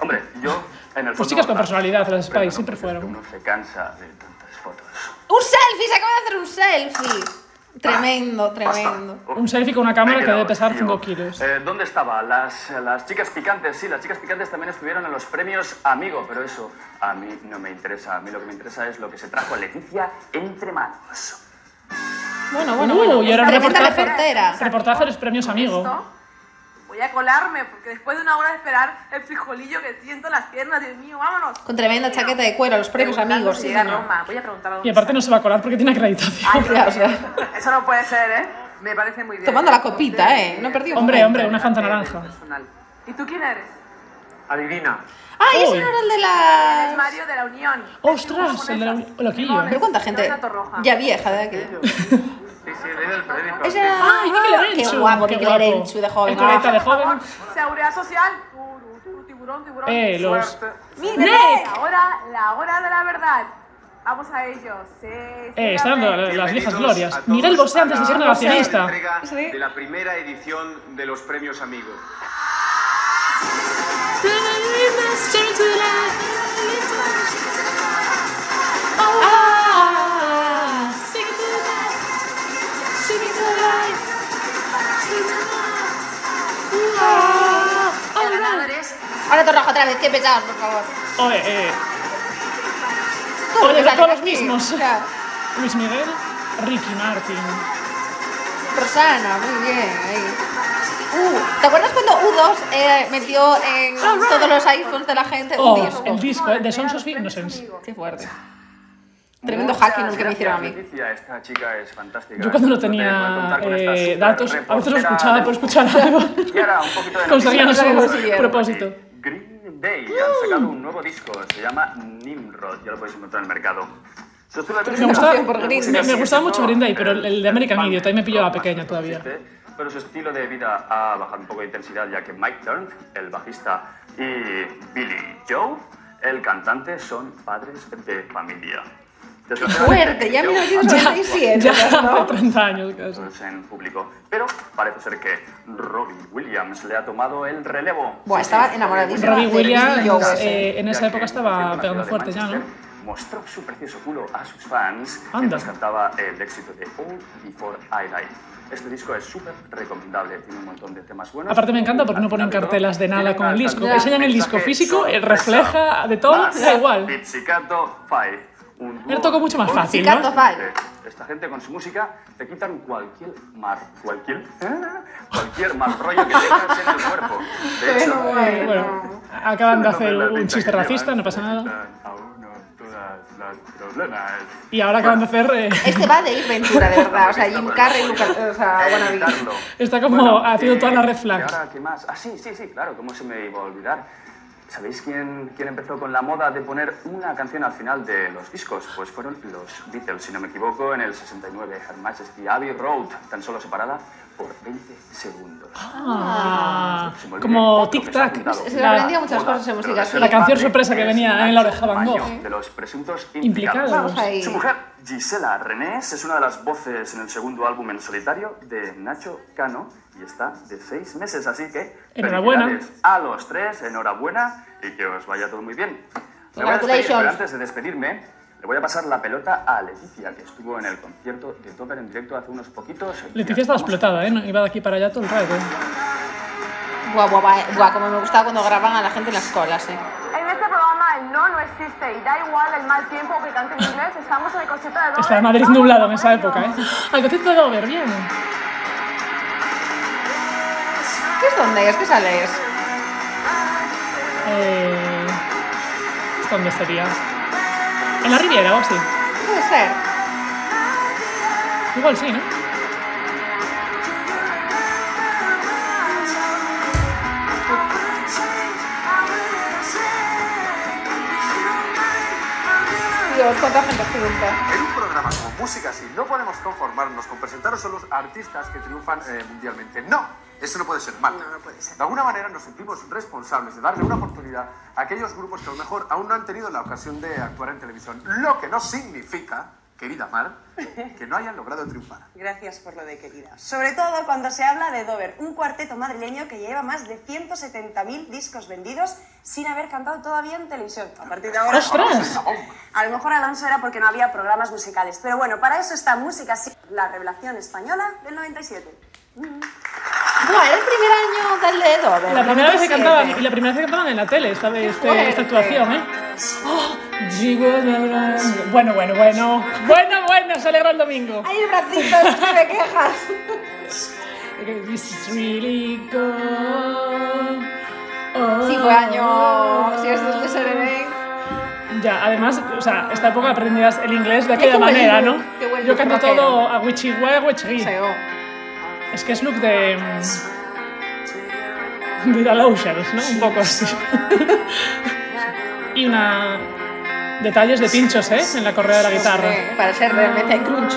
Speaker 4: Hombre, yo en el fondo...
Speaker 1: Pues chicas con
Speaker 4: ah,
Speaker 1: personalidad, las
Speaker 4: pero
Speaker 1: Spice,
Speaker 4: no,
Speaker 1: siempre
Speaker 4: porque es que
Speaker 1: fueron.
Speaker 4: Uno se cansa de tantas fotos.
Speaker 2: ¡Un selfie! ¡Se acaba de hacer un selfie!
Speaker 1: Ah,
Speaker 2: Tremendo, tremendo.
Speaker 4: Basta. Uf,
Speaker 1: Un selfie con una cámara
Speaker 4: me he
Speaker 1: que debe
Speaker 4: quedado
Speaker 1: pesar
Speaker 4: vacío.
Speaker 1: 5 kilos.
Speaker 4: Eh, ¿Dónde estaba? Las, las chicas picantes, sí, las chicas picantes también estuvieron en los premios Amigo, pero eso a mí no me interesa. A mí lo que me interesa es lo que se trajo Leticia entre manos.
Speaker 2: Bueno,
Speaker 1: Uh,
Speaker 2: bueno, bueno.
Speaker 1: y ahora un
Speaker 2: Tremenda
Speaker 1: reportaje.
Speaker 2: reportera.
Speaker 1: Reportaje de los premios
Speaker 5: Con
Speaker 1: Amigo.
Speaker 5: esto Voy a colarme, porque después de una hora de esperar el frijolillo que siento en las piernas, Dios mío, vámonos.
Speaker 2: Con tremenda chaqueta de cuero, los premios
Speaker 5: Preguntando
Speaker 2: amigos,
Speaker 5: si
Speaker 2: sí,
Speaker 5: llega a
Speaker 2: señor.
Speaker 5: Roma. Voy a preguntar a dónde
Speaker 1: Y aparte no
Speaker 5: está.
Speaker 1: se va a colar porque tiene acreditación.
Speaker 2: (laughs)
Speaker 5: Ay,
Speaker 2: Ya, o sea.
Speaker 5: Eso no puede ser, ¿eh? Me parece muy bien.
Speaker 2: Tomando la copita, ¿eh? No he perdido un
Speaker 1: Hombre,
Speaker 2: momento.
Speaker 1: hombre, una fanta naranja.
Speaker 5: ¿Y tú quién eres?
Speaker 6: Adivina.
Speaker 2: ¡Ah, y ese
Speaker 1: Uy.
Speaker 2: no era el de
Speaker 5: Eres
Speaker 2: la...!
Speaker 5: Mario de la Unión.
Speaker 1: ¡Ostras! El de la loquillo.
Speaker 2: Pero cuánta gente ya vieja de aquí.
Speaker 6: Sí, sí, leí el periódico.
Speaker 2: Ese era...
Speaker 1: ¡Ah, y Mikel Erenchu!
Speaker 2: ¡Qué guapo,
Speaker 1: qué
Speaker 2: Mikel
Speaker 1: guapo.
Speaker 2: Erenchu de joven! Ah.
Speaker 1: El coleta de
Speaker 5: Por
Speaker 1: joven.
Speaker 5: favor, Seguridad social. Turu, turu, Tiburón, tiburón.
Speaker 1: Eh, los...
Speaker 6: Suerte.
Speaker 2: ¡Mire!
Speaker 5: Ahora, la hora de la verdad. Vamos a ello. Sí, sí,
Speaker 1: Eh, está dando
Speaker 5: a ver.
Speaker 1: la- las viejas
Speaker 6: Bienvenidos a
Speaker 1: glorias.
Speaker 6: todos
Speaker 1: Miguel Bosé
Speaker 6: a
Speaker 1: antes de ser
Speaker 6: la
Speaker 1: negacionista.
Speaker 6: entrega
Speaker 2: Sí.
Speaker 6: de la primera edición de los premios amigos.
Speaker 3: El ganador es
Speaker 2: Ahora Torroja otra vez, qué pesados, por favor.
Speaker 1: Oye, eh,
Speaker 2: Todos
Speaker 1: Oye,
Speaker 2: me salen
Speaker 1: todos los
Speaker 2: aquí.
Speaker 1: mismos.
Speaker 2: O sea,
Speaker 1: Luis Miguel, Ricky Martin.
Speaker 2: Rosana, muy bien. ahí. Uh, ¿Te acuerdas cuando U2 eh, metió en todos los iPhones de la gente un
Speaker 1: Oh,
Speaker 2: disco?
Speaker 1: el disco, eh, de Sons of
Speaker 5: Premios
Speaker 1: Innocence.
Speaker 5: Amigos.
Speaker 2: Qué fuerte. Tremendo
Speaker 4: Muchas
Speaker 2: hacking que me hicieron a mí.
Speaker 4: gracias, Leticia, esta chica es fantástica.
Speaker 1: Yo cuando no
Speaker 4: Te voy a
Speaker 1: tenía
Speaker 4: contar con esta
Speaker 1: eh,
Speaker 4: super
Speaker 1: datos, a veces lo
Speaker 4: reportera
Speaker 1: escuchaba
Speaker 4: del-
Speaker 1: por escuchar algo.
Speaker 4: Y (laughs) ahora un poquito de
Speaker 1: Conseguía no
Speaker 4: noticias.
Speaker 1: sé
Speaker 2: Lo consiguieron.
Speaker 1: propósito.
Speaker 4: Green Day han sacado un nuevo disco, se llama Nimrod, ya lo podéis encontrar en el mercado.
Speaker 1: Me gustaba,
Speaker 2: Por Green Day.
Speaker 1: me, me gustaba mucho Green Day, pero el, el de American Idiot ahí me pillaba pequeña todavía.
Speaker 4: Pero su estilo de vida ha bajado un poco de intensidad, ya que Mike Turn, el bajista, y Billy Joe, el cantante, son padres de familia.
Speaker 2: Fuerte, ya
Speaker 4: Billy Joe ha
Speaker 2: 1997.
Speaker 1: Ya
Speaker 2: ¿no?
Speaker 1: hace 30 años casi.
Speaker 4: Pues en público. Pero parece ser que Robbie Williams le ha tomado el relevo.
Speaker 2: Buah, estaba enamoradísima.
Speaker 1: Robbie
Speaker 2: Del
Speaker 1: Williams
Speaker 2: Billy Joe,
Speaker 1: eh, en
Speaker 4: Ya
Speaker 1: esa
Speaker 4: que,
Speaker 1: época
Speaker 4: por cierto,
Speaker 1: estaba
Speaker 4: la
Speaker 1: pegando
Speaker 4: ciudad de
Speaker 1: fuerte ya, ¿no?
Speaker 4: Manchester eh, Mostró su precioso culo a sus fans
Speaker 1: Anda.
Speaker 4: mientras cantaba el éxito de All Before I Die. Este disco es súper recomendable, tiene un montón de temas buenos.
Speaker 1: Aparte me encanta porque no ponen
Speaker 4: Al final
Speaker 1: cartelas de
Speaker 4: todo,
Speaker 1: nada
Speaker 4: tiene
Speaker 1: con el
Speaker 4: una
Speaker 1: disco.
Speaker 4: canción
Speaker 1: Enseñan el disco
Speaker 4: mensaje
Speaker 1: físico, eh,
Speaker 4: sorpresa.
Speaker 1: refleja de todo,
Speaker 4: Más
Speaker 1: da igual.
Speaker 4: Pizzicato Five. Un
Speaker 1: Era
Speaker 4: dúo
Speaker 1: todo mucho más
Speaker 4: con- Eh,
Speaker 1: fácil, ¿no?
Speaker 2: Pizzicato Five.
Speaker 4: Esta gente con su música te quitan cualquier mar, cualquier, (laughs) cualquier mal rollo que tengas en el cuerpo. De hecho,
Speaker 1: Eh, Bueno, acaban de hacer
Speaker 4: no ven la
Speaker 1: un
Speaker 4: pinta
Speaker 1: chiste
Speaker 4: que
Speaker 1: racista,
Speaker 4: llevan,
Speaker 1: no pasa nada.
Speaker 4: necesitan A uno todas las problemas.
Speaker 1: Y ahora acaban de hacer... eh,
Speaker 2: Este va de ir ventura, de verdad. O sea, Jim Carrey, eh, Lucas, o sea, wannabe.
Speaker 4: Evitarlo.
Speaker 1: Está como haciendo
Speaker 4: eh,
Speaker 1: todas las red
Speaker 4: ¿y
Speaker 1: flags.
Speaker 4: ahora qué más? Ah, sí, sí, sí, claro, ¿cómo se me iba a olvidar? ¿Sabéis quién, quién empezó con la moda de poner una canción al final de los discos? Pues fueron los Beatles, si no me equivoco, en el 69, Her Majesty Abbey Road, tan solo separada por 20 segundos.
Speaker 1: ah,
Speaker 4: Se me olvidó.
Speaker 1: como
Speaker 4: Otro que se ha
Speaker 1: tic-tac.
Speaker 4: apuntado.
Speaker 2: Se le aprendía muchas cosas en música. sí.
Speaker 1: La canción sorpresa que venía en la oreja Van Gogh.
Speaker 4: De los presuntos
Speaker 1: Implicados.
Speaker 4: implicados.
Speaker 2: Vamos ahí.
Speaker 4: Su mujer, Gisela Renés, es una de las voces en el segundo álbum en solitario de Nacho Cano y está de seis meses, así que
Speaker 1: Enhorabuena.
Speaker 4: felicidades a los tres, enhorabuena y que os vaya todo muy bien. Me voy a
Speaker 2: Congratulations.
Speaker 4: despedir, pero antes de despedirme, le voy a pasar la pelota a Leticia, que estuvo en el concierto de Topper en directo hace unos poquitos.
Speaker 1: Leticia estaba explotada, ¿eh? No, Iba de aquí para allá todo el rato.
Speaker 2: Guau, guau, guau, guau, como me gustaba cuando graban a la gente en las colas, eh.
Speaker 5: En este programa el no no existe y da igual el mal tiempo que cante en inglés. Estamos en el concierto de Dover.
Speaker 1: Estaba Madrid
Speaker 5: Vamos
Speaker 1: nublado
Speaker 5: a
Speaker 1: en
Speaker 5: por
Speaker 1: esa
Speaker 5: ello.
Speaker 1: época, ¿eh? Al concierto de Dover, bien.
Speaker 2: ¿Qué es donde es? ¿Qué sales?
Speaker 1: Eh, ¿Dónde sería? En la Riviera o así.
Speaker 2: Puede ser.
Speaker 1: Igual sí, ¿no?
Speaker 2: Dios, cuánta gente junta.
Speaker 6: En un programa como música así. No podemos conformarnos con presentaros a los artistas que triunfan eh, mundialmente. No, eso no puede ser mal.
Speaker 5: No, no puede ser.
Speaker 6: De alguna manera nos sentimos responsables de darle una oportunidad a aquellos grupos que a lo mejor aún no han tenido la ocasión de actuar en televisión. Lo que no significa, querida
Speaker 5: (laughs)
Speaker 6: Mar, que no hayan logrado triunfar.
Speaker 5: Gracias por lo de querida.
Speaker 3: Sobre todo cuando se habla de Dover, un cuarteto madrileño que lleva más de 170.000 discos vendidos sin haber cantado todavía en televisión. A partir de ahora,
Speaker 1: ¡Ostras!
Speaker 3: a lo mejor Alonso era porque no había programas musicales, pero bueno, para eso está Música Sí, la revelación española del 97.
Speaker 2: Bueno, era el primer año del de Dover.
Speaker 1: La primera vez que
Speaker 2: 97.
Speaker 1: cantaban, y la primera vez que cantaban en la tele, esta, vez, este-
Speaker 2: fuerte.
Speaker 1: esta actuación, ¿eh? Oh, Digo, la- la- bueno, bueno, bueno. Bueno, bueno, se alegra el domingo.
Speaker 2: Ay, el bracito, es que me quejas.
Speaker 1: This is really good. Oh.
Speaker 2: Sí, fue año. Si es el de Serene.
Speaker 1: Ya, además, o sea, esta época aprendías el inglés de aquella
Speaker 2: qué bueno,
Speaker 1: manera, ¿no?
Speaker 2: qué bueno,
Speaker 1: Yo canto
Speaker 2: rockero.
Speaker 1: todo a wichi wa, a wichi.
Speaker 2: Sego.
Speaker 1: Es que es look de. mm, de The Lousers, ¿no? Un poco así. y una. detalles de pinchos, ¿eh? En la correa de la guitarra.
Speaker 2: Eh, Para ser realmente crunch.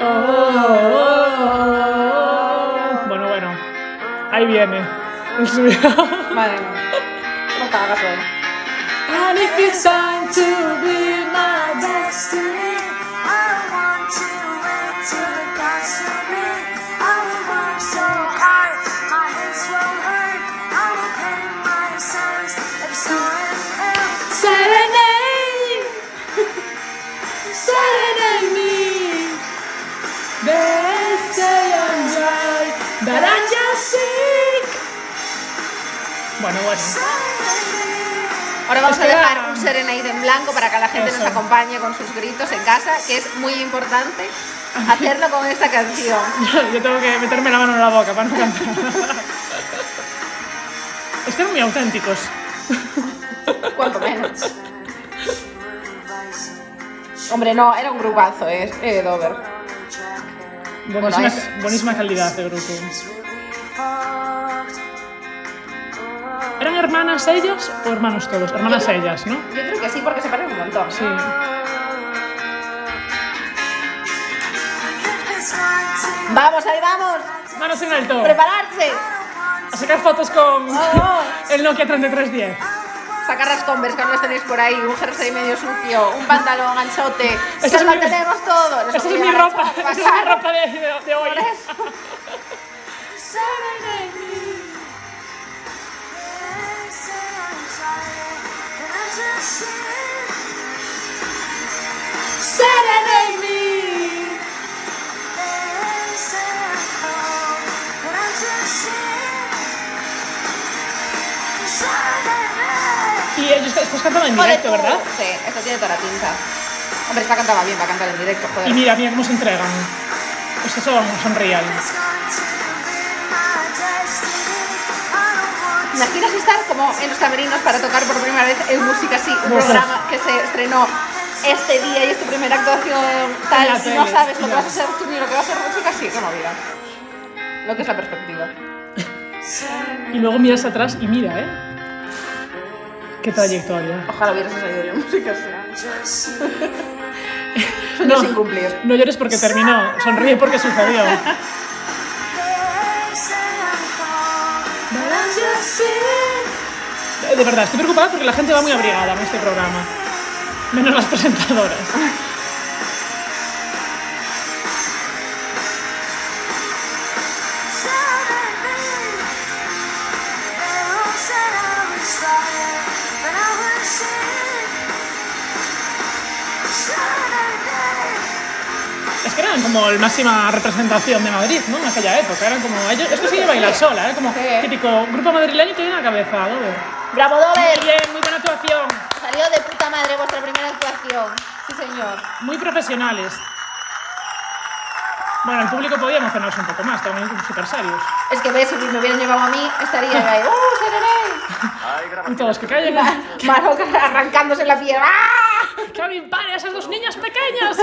Speaker 1: Oh, oh, oh. Bueno, bueno. Ahí (laughs) viene. El subidón.
Speaker 2: Madre mía. No cagas hoy.
Speaker 1: And if it's time to be my destiny, serenade, serenade me. They say I'm right, but I'm just sick. Bueno, bueno.
Speaker 2: Ahora vamos a
Speaker 1: Espera.
Speaker 2: dejar un Serenade en blanco para que la gente
Speaker 1: Eso.
Speaker 2: nos acompañe con sus gritos en casa, que es muy importante hacerlo con esta canción.
Speaker 1: Yo tengo que meterme la mano en la boca para no cantar. Es que eran muy auténticos.
Speaker 2: Cuanto menos. Hombre, no, era un grupazo, eh, eh, Dover.
Speaker 1: Buenísima,
Speaker 2: es-
Speaker 1: buenísima calidad de grupo. ¿Eran hermanas ellas o hermanos todos? Hermanas ellas, ¿no?
Speaker 2: Yo creo que sí, porque se parecen un montón.
Speaker 1: Sí.
Speaker 2: ¡Vamos, ahí vamos!
Speaker 1: Manos en alto. (laughs)
Speaker 2: ¡Prepararse!
Speaker 1: A sacar fotos con
Speaker 2: ¡Vamos!
Speaker 1: el Nokia 3310.
Speaker 2: Sacar las converse que no las tenéis por ahí, un jersey medio sucio, un pantalón anchote.
Speaker 1: Eso
Speaker 2: ¡Ya
Speaker 1: es
Speaker 2: lo
Speaker 1: mi-
Speaker 2: tenemos todo! Nos
Speaker 1: Esa es mi
Speaker 2: obligan a
Speaker 1: ropa.
Speaker 2: chapa,
Speaker 1: Esa es mi
Speaker 2: claro.
Speaker 1: ropa de, de- de hoy.
Speaker 2: Por eso.
Speaker 1: Y ellos estás cantando en directo,
Speaker 2: Joder, tú.
Speaker 1: ¿verdad?
Speaker 2: Sí, esto tiene toda la pinta. Hombre, esta cantaba bien, va a cantar en directo, joder.
Speaker 1: Y mira, mira cómo se entregan. Estos son, son real.
Speaker 2: Imaginas estar como en los camerinos para tocar por primera vez en música así, un
Speaker 1: Ostras.
Speaker 2: programa que se estrenó este día y es tu primera actuación
Speaker 1: En la
Speaker 2: tal, y no
Speaker 1: tele,
Speaker 2: sabes lo que
Speaker 1: ya.
Speaker 2: vas a hacer tú ni lo que vas a hacer música así, qué movida. Lo que es la perspectiva.
Speaker 1: Y luego miras atrás y mira, ¿eh? Qué trayectoria.
Speaker 2: Ojalá hubieras salido yo en música así. Sueños
Speaker 1: No.
Speaker 2: sin cumplir.
Speaker 1: No llores porque terminó, sonríe porque sucedió. Eh, De verdad, estoy preocupada porque la gente va muy abrigada en este programa. Menos las presentadoras. Es que eran como la máxima representación de Madrid, ¿no? En aquella época. Eran como ellos. Esto sigue bailar sola, ¿eh? Como
Speaker 2: Sí.
Speaker 1: típico grupo madrileño que viene a la cabeza, ¿no? Muy
Speaker 2: ¡Bravo, Dover!
Speaker 1: bien, muy buena actuación.
Speaker 2: Salió de puta madre vuestra primera actuación. Sí, señor.
Speaker 1: Muy profesionales. Bueno, el público podía emocionarse un poco más, estaban súper serios.
Speaker 2: Es que ves, si me hubieran llevado a mí, estaría (laughs) ahí. ¡Uh, Sereré!
Speaker 6: Hay
Speaker 1: Y
Speaker 6: grabaciones
Speaker 1: todos que callen. (laughs)
Speaker 2: Mano arrancándose la piel. ¡Ah!
Speaker 1: ¡Que alguien pare a esas dos niñas pequeñas!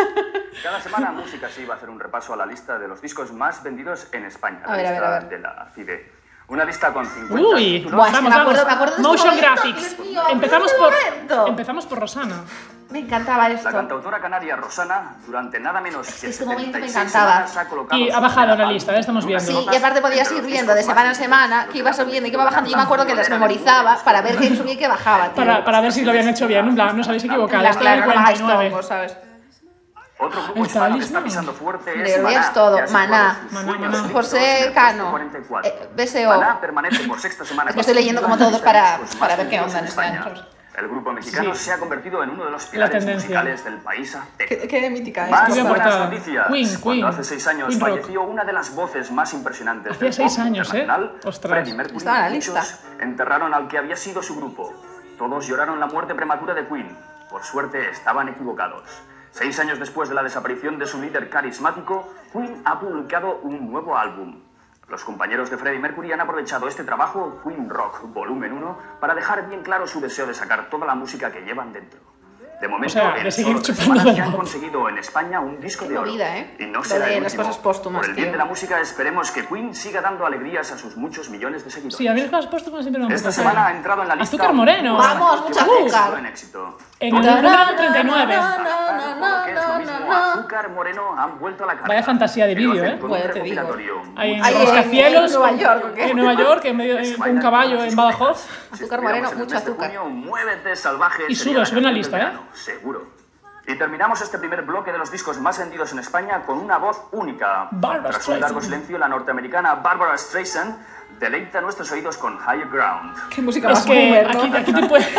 Speaker 4: Cada semana Música Sí va a hacer un repaso a la lista de los discos más vendidos en España,
Speaker 2: A
Speaker 4: la
Speaker 2: ver, a ver,
Speaker 4: lista
Speaker 2: a ver.
Speaker 4: de la FIDE. Una lista con 50
Speaker 1: Uy,
Speaker 4: títulos.
Speaker 2: Buah, es que
Speaker 1: vamos,
Speaker 2: me
Speaker 1: vamos.
Speaker 2: acuerdo- me acuerdo de este
Speaker 1: Motion
Speaker 2: momento,
Speaker 1: graphics.
Speaker 2: Dios mío,
Speaker 1: empezamos
Speaker 2: acuerdo de este
Speaker 1: por
Speaker 2: momento.
Speaker 1: empezamos por Rosana.
Speaker 2: Me encantaba
Speaker 4: La
Speaker 2: esto.
Speaker 4: cantautora canaria Rosana, durante nada menos
Speaker 2: Es que
Speaker 4: que
Speaker 2: este momento me
Speaker 4: 76
Speaker 2: encantaba.
Speaker 4: semanas, ha colocado
Speaker 1: Y ha
Speaker 4: su
Speaker 1: bajado
Speaker 4: primera
Speaker 1: la lista,
Speaker 4: banda.
Speaker 1: estamos viendo.
Speaker 2: Sí, ¿eh? y aparte podías ir viendo de semana a semana que iba subiendo y que iba bajando. Yo me acuerdo que las memorizaba para ver qué subía y qué bajaba, tío.
Speaker 1: Para, para ver si lo habían hecho bien, en plan, no os habéis equivocado.
Speaker 2: Claro,
Speaker 1: Está en el
Speaker 2: claro, no me hagáis
Speaker 1: 49.
Speaker 2: tongo, ¿sabes?
Speaker 4: Otro grupo
Speaker 1: El
Speaker 4: hispano que
Speaker 1: talismán.
Speaker 4: está pisando fuerte
Speaker 2: De
Speaker 4: es
Speaker 2: Ríos
Speaker 4: Maná,
Speaker 2: todo,
Speaker 4: que ha
Speaker 2: Maná.
Speaker 4: situado sus
Speaker 1: Maná,
Speaker 4: puños
Speaker 1: Maná.
Speaker 4: directos
Speaker 2: José
Speaker 4: en el puesto
Speaker 2: Cano,
Speaker 4: 44.
Speaker 2: eh, BSO.
Speaker 4: Maná permanece por sexta semana
Speaker 2: Es que estoy leyendo como
Speaker 4: consecutiva
Speaker 2: todos
Speaker 4: en
Speaker 2: para-
Speaker 4: los discos
Speaker 2: para
Speaker 4: más
Speaker 2: ver qué
Speaker 4: vendidos
Speaker 2: onda en
Speaker 4: en
Speaker 2: este
Speaker 4: España.
Speaker 2: año.
Speaker 4: El grupo mexicano
Speaker 1: Sí.
Speaker 4: se ha convertido en uno de los pilares
Speaker 1: tendencia.
Speaker 4: musicales del país azteca.
Speaker 2: Qué, qué mítica
Speaker 4: Más
Speaker 1: Estoy
Speaker 2: es.
Speaker 1: en
Speaker 4: buenas
Speaker 1: portada.
Speaker 4: noticias.
Speaker 1: Queen, Queen.
Speaker 4: Cuando hace seis años
Speaker 1: Queen rock.
Speaker 4: falleció una de las voces más impresionantes
Speaker 1: Hacía
Speaker 4: del
Speaker 1: seis
Speaker 4: pop
Speaker 1: años, ¿eh?
Speaker 4: internacional,
Speaker 1: Ostras.
Speaker 4: Freddie Mercury.
Speaker 2: Estaba en la
Speaker 4: Muchos
Speaker 2: lista.
Speaker 4: enterraron al que había sido su grupo. Todos lloraron la muerte prematura de Queen. Por suerte, estaban equivocados. Seis años después de la desaparición de su líder carismático, Queen ha publicado un nuevo álbum. Los compañeros de Freddie Mercury han aprovechado este trabajo, Queen Rock Volumen 1, para dejar bien claro su deseo de sacar toda la música que llevan dentro. De momento,
Speaker 1: sea, de
Speaker 4: en
Speaker 1: seguir
Speaker 4: solo tres
Speaker 1: chupando
Speaker 4: semanas ya
Speaker 1: la
Speaker 4: han
Speaker 1: voz.
Speaker 4: conseguido en España un disco
Speaker 2: Qué
Speaker 4: de oro.
Speaker 2: movida, ¿eh?
Speaker 4: Y no
Speaker 2: Lo
Speaker 4: será
Speaker 2: de
Speaker 4: el
Speaker 2: las
Speaker 4: último.
Speaker 2: cosas póstumas,
Speaker 4: Por el bien
Speaker 2: tío.
Speaker 4: de la música esperemos que Queen siga dando alegrías a sus muchos millones de seguidores.
Speaker 1: Sí, a mí las cosas póstumas siempre me han
Speaker 4: Esta
Speaker 1: gustado.
Speaker 4: semana ha entrado en la lista...
Speaker 1: Azúcar Moreno.
Speaker 2: Vamos, mucha
Speaker 4: Lleva
Speaker 2: azúcar.
Speaker 4: éxito en éxito.
Speaker 1: En el número 39.
Speaker 2: Na, na,
Speaker 4: Por lo que es lo
Speaker 2: na,
Speaker 4: mismo,
Speaker 2: na, na.
Speaker 4: Azúcar Moreno han vuelto a la carga.
Speaker 1: Vaya fantasía de
Speaker 4: Y lo
Speaker 1: vídeo,
Speaker 4: hacen
Speaker 1: ¿eh?
Speaker 4: con
Speaker 2: Bueno,
Speaker 4: un
Speaker 2: te digo.
Speaker 4: recopilatorio
Speaker 1: Ahí en
Speaker 4: muy
Speaker 2: Ahí en-
Speaker 1: rascacielos.
Speaker 2: en Nueva York, ¿o qué?
Speaker 1: En Nueva York, en medio, en- con un caballo en Badajoz.
Speaker 4: Si
Speaker 2: Azúcar moreno,
Speaker 4: estuviéramos en el
Speaker 2: mucho
Speaker 4: mes de
Speaker 2: azúcar.
Speaker 4: junio, muévete, salvaje.
Speaker 1: Y
Speaker 4: sería
Speaker 1: sube, sube en la
Speaker 4: canción
Speaker 1: lista,
Speaker 4: del
Speaker 1: ¿eh?
Speaker 4: verano, Seguro. Y terminamos este primer bloque de los discos más vendidos en España con una voz única.
Speaker 1: Barbra
Speaker 4: Tras un largo
Speaker 1: Streisand.
Speaker 4: silencio, la norteamericana Barbara Streisand deleita nuestros oídos con Higher Ground.
Speaker 2: (laughs) Qué música
Speaker 1: Es
Speaker 2: más
Speaker 1: que
Speaker 2: boomer, ¿no?
Speaker 1: aquí, aquí te puedes,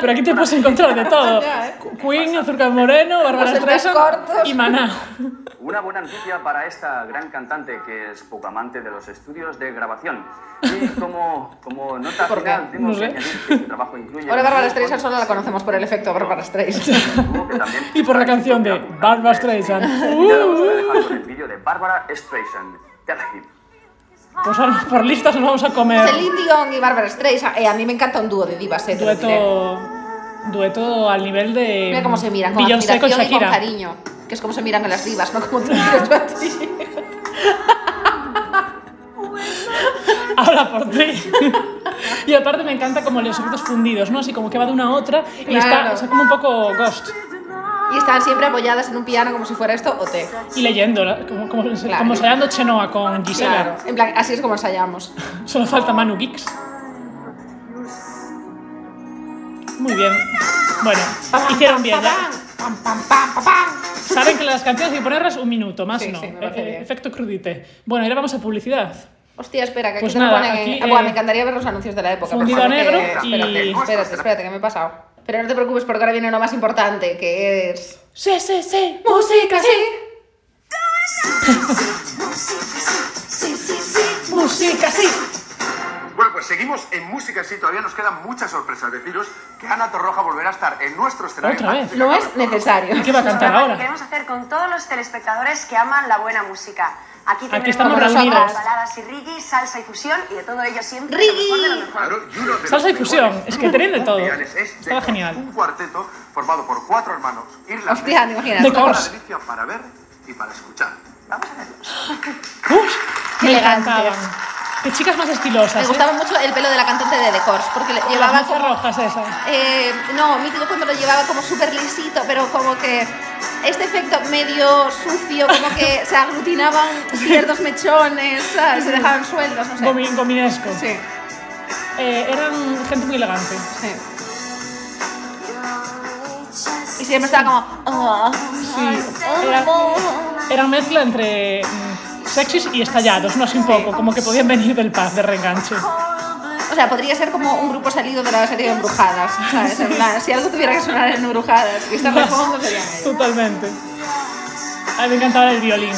Speaker 1: pero aquí te puedes encontrar de todo.
Speaker 2: (laughs) Ya, ¿eh?
Speaker 1: Queen, Azúcar Moreno, Bárbara
Speaker 2: Los celtas
Speaker 1: Streisand
Speaker 2: cortos.
Speaker 1: y Maná.
Speaker 4: Una buena noticia para esta gran cantante que es poco amante de los estudios de grabación. Y como, como nota
Speaker 2: ¿Por qué?
Speaker 4: final, tengo
Speaker 1: No
Speaker 4: que
Speaker 1: sé.
Speaker 4: añadir que su trabajo incluye...
Speaker 2: Ahora Bárbara Streisand solo la conocemos por el efecto Bárbara
Speaker 1: (laughs)
Speaker 2: Streisand.
Speaker 1: Y por la canción de Barbra Streisand. Uh.
Speaker 4: Ya lo vamos a dejar con el vídeo de Barbara Streisand. Tell him.
Speaker 1: Pues ahora por listas nos vamos a comer.
Speaker 2: Celine Dion y Bárbara Streisand. Eh, a mí me encanta un dúo de divas, eh, te lo diré.
Speaker 1: Dueto, dueto al nivel de.
Speaker 2: Mira cómo se miran, con
Speaker 1: Beyoncé con
Speaker 2: admiración y con
Speaker 1: Shakira. (laughs)
Speaker 2: cariño. Que es como se miran a las divas, no como tú miras yo a ti.
Speaker 1: Habla por ti. (laughs) y aparte me encanta como los efectos fundidos, ¿no? Así como que va de una a otra y está,
Speaker 2: Claro.
Speaker 1: está como un poco ghost.
Speaker 2: Y están siempre apoyadas en un piano como si fuera esto o te.
Speaker 1: Y leyendo, ¿no? como, como,
Speaker 2: Claro.
Speaker 1: como ensayando Chenoa con Gisela.
Speaker 2: Claro. En plan, así es como ensayamos.
Speaker 1: Solo falta Manu Geeks. Muy bien. Bueno, hicieron bien, ¿eh? ¿ya?
Speaker 2: Pam, pam, pam, pam, pam.
Speaker 1: Saben que las canciones hay que ponerlas un minuto, más
Speaker 2: Sí,
Speaker 1: no.
Speaker 2: sí, me parece
Speaker 1: Eh, eh,
Speaker 2: bien.
Speaker 1: efecto crudite. Bueno, y ahora vamos a publicidad.
Speaker 2: Hostia, espera, que aquí
Speaker 1: Pues
Speaker 2: te lo
Speaker 1: nada,
Speaker 2: ponen en-
Speaker 1: aquí,
Speaker 2: Ah, buah,
Speaker 1: eh,
Speaker 2: me encantaría ver los anuncios de la época.
Speaker 1: fundido
Speaker 2: pero
Speaker 1: a
Speaker 2: creo que-
Speaker 1: negro y-
Speaker 2: Espérate, espérate, espérate, que me he pasado. Pero no te preocupes porque ahora viene lo más importante, que es...
Speaker 1: Sí, sí, sí.
Speaker 2: ¡Música, sí!
Speaker 1: Música, sí.
Speaker 6: Bueno, pues seguimos en música, sí, todavía nos quedan muchas sorpresas. Deciros que Ana Torroja volverá a estar en nuestro escenario.
Speaker 1: Otra
Speaker 6: antes
Speaker 1: vez.
Speaker 6: de que
Speaker 2: No
Speaker 6: acabe el
Speaker 2: es
Speaker 6: programa.
Speaker 2: necesario.
Speaker 1: ¿Qué va a cantar
Speaker 3: programa que
Speaker 1: ahora?
Speaker 3: queremos hacer con todos los telespectadores que aman la buena música. Aquí, tendremos
Speaker 1: estamos
Speaker 3: rock,
Speaker 1: reunidos.
Speaker 3: baladas y reggae, salsa y fusión y de todo ello siempre
Speaker 2: Reggae.
Speaker 3: lo mejor de lo mejor.
Speaker 6: Claro, y uno de
Speaker 1: Salsa
Speaker 6: los
Speaker 1: y fusión,
Speaker 6: mejores
Speaker 1: es que tenían de todo.
Speaker 6: mundiales es The
Speaker 1: Estaba
Speaker 6: Corrs,
Speaker 1: genial.
Speaker 6: Un cuarteto formado por cuatro hermanos irlandeses.
Speaker 2: Hostia, ¿te imaginas?
Speaker 1: The
Speaker 6: Una
Speaker 1: Corrs.
Speaker 6: delicia para ver y para escuchar. Vamos a verlos.
Speaker 1: Uf,
Speaker 2: Qué
Speaker 1: me
Speaker 2: elegantes.
Speaker 1: encantaban. Qué chicas más estilosas.
Speaker 2: Me
Speaker 1: ¿eh?
Speaker 2: gustaba mucho el pelo de la cantante de Decors, porque le-
Speaker 1: Con las
Speaker 2: llevaba
Speaker 1: manchas
Speaker 2: como...
Speaker 1: rojas esas.
Speaker 2: Eh, no, mítico cuando lo llevaba como súper lisito, pero como que este efecto medio sucio, como (laughs) que se aglutinaban ciertos mechones, ¿sabes? se dejaban sueltos, no sé.
Speaker 1: Gomi- Gominesco.
Speaker 2: Sí,
Speaker 1: Eh, eran gente muy elegante.
Speaker 2: sí. Y siempre estaba como... "Oh,
Speaker 1: Sí. Era, era mezcla entre mm, sexys y estallados, no así un poco, como que podían venir del paz, de reenganche.
Speaker 2: O sea, podría ser como un grupo salido de la serie de Embrujadas, ¿sabes? En plan, si algo tuviera que sonar en Embrujadas y estar de fondo sería ellos.
Speaker 1: Totalmente. A mí me encantaba el violín.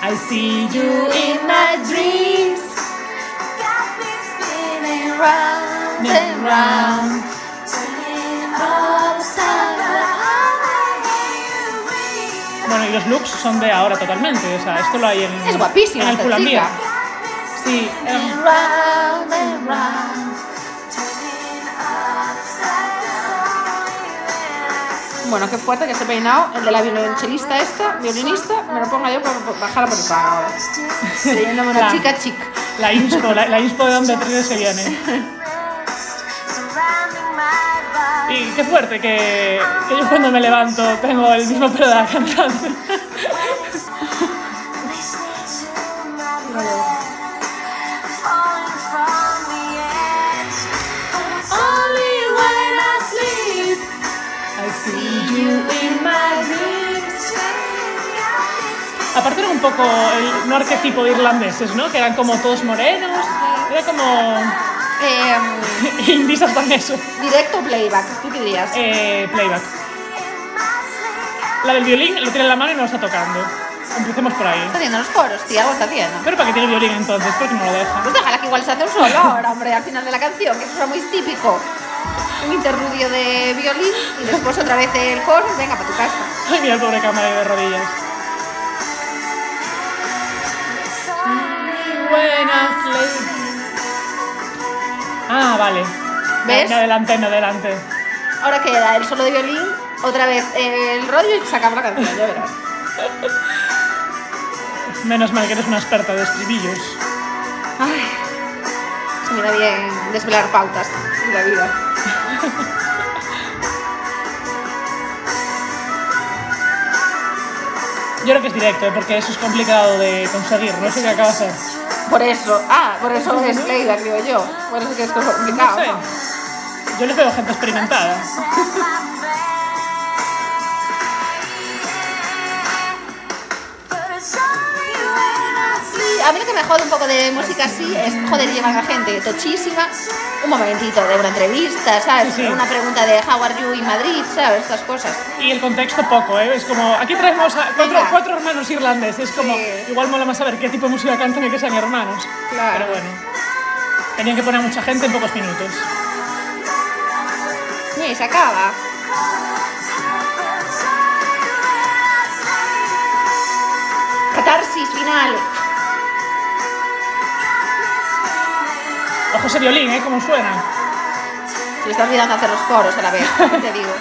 Speaker 1: I see you in my dreams. And round. Bueno, y los looks son de ahora totalmente. O sea, esto lo hay en,
Speaker 2: Es guapísima
Speaker 1: en el
Speaker 2: esta
Speaker 1: Pull&Bear.
Speaker 2: chica.
Speaker 1: Sí, eran-
Speaker 2: Round and round. Bueno, qué fuerte que se ha peinado el de la violonchelista esta, violinista, me lo ponga yo para para bajar a por el pan ahora. Leyéndome una
Speaker 1: Claro.
Speaker 2: chica chic.
Speaker 1: La inspo, la, la inspo de donde Trives se viene. Y qué fuerte que, que yo cuando me levanto tengo el mismo pelo de la cantante. Aparte era un poco el no arquetipo de irlandeses, ¿no? Que eran como todos morenos, era como (laughs)
Speaker 2: Em,
Speaker 1: indies hasta en eso.
Speaker 2: directo o playback, ¿tú qué dirías?
Speaker 1: Eh, playback. La del violín lo tiene en la mano y no lo está tocando. Empecemos por ahí.
Speaker 2: Está haciendo los coros, tía, algo está haciendo.
Speaker 1: Pero ¿para qué tiene violín entonces? ¿Por qué no lo deja? (laughs)
Speaker 2: Pues déjala que igual se hace un solo ahora, hombre, al final de la canción, que eso era muy típico. Un interrudio de violín y después otra vez el coro y venga para tu casa.
Speaker 1: Ay, mira el pobre camarero de rodillas. Ah, vale.
Speaker 2: ¿Ves?
Speaker 1: Adelante, adelante.
Speaker 2: Ahora queda el solo de violín, otra vez el rollo y se acaba la canción, ya verás.
Speaker 1: Menos mal que eres una experta de estribillos.
Speaker 2: Ay, se me da bien desvelar pautas de la vida.
Speaker 1: Yo creo que es directo, ¿eh? porque eso es complicado de conseguir. No sé qué acaba de ser.
Speaker 2: Por eso, ah, por eso es playback, digo yo. Por eso que es complicado.
Speaker 1: No sé.
Speaker 2: ¿no?
Speaker 1: Yo les veo gente experimentada.
Speaker 2: Sí, a mí lo que me jode un poco de música así es, joder, llevan a gente tochísima un momentito de una entrevista, ¿sabes?
Speaker 1: Sí, sí.
Speaker 2: Una pregunta de How are you in Madrid, ¿sabes? Estas cosas.
Speaker 1: Y el contexto poco, ¿eh? Es como, aquí traemos a cuatro,
Speaker 2: Venga.
Speaker 1: cuatro hermanos irlandeses. Es como,
Speaker 2: Sí.
Speaker 1: igual mola más saber qué tipo de música cantan y que sean hermanos.
Speaker 2: Claro.
Speaker 1: Pero bueno. Tenían que poner a mucha gente en pocos minutos.
Speaker 2: Mira, y se acaba. Catarsis final.
Speaker 1: Ojo ese violín, ¿eh? Como suena.
Speaker 2: Se le está olvidando hacer los coros a la
Speaker 1: (laughs)
Speaker 2: vez, te digo.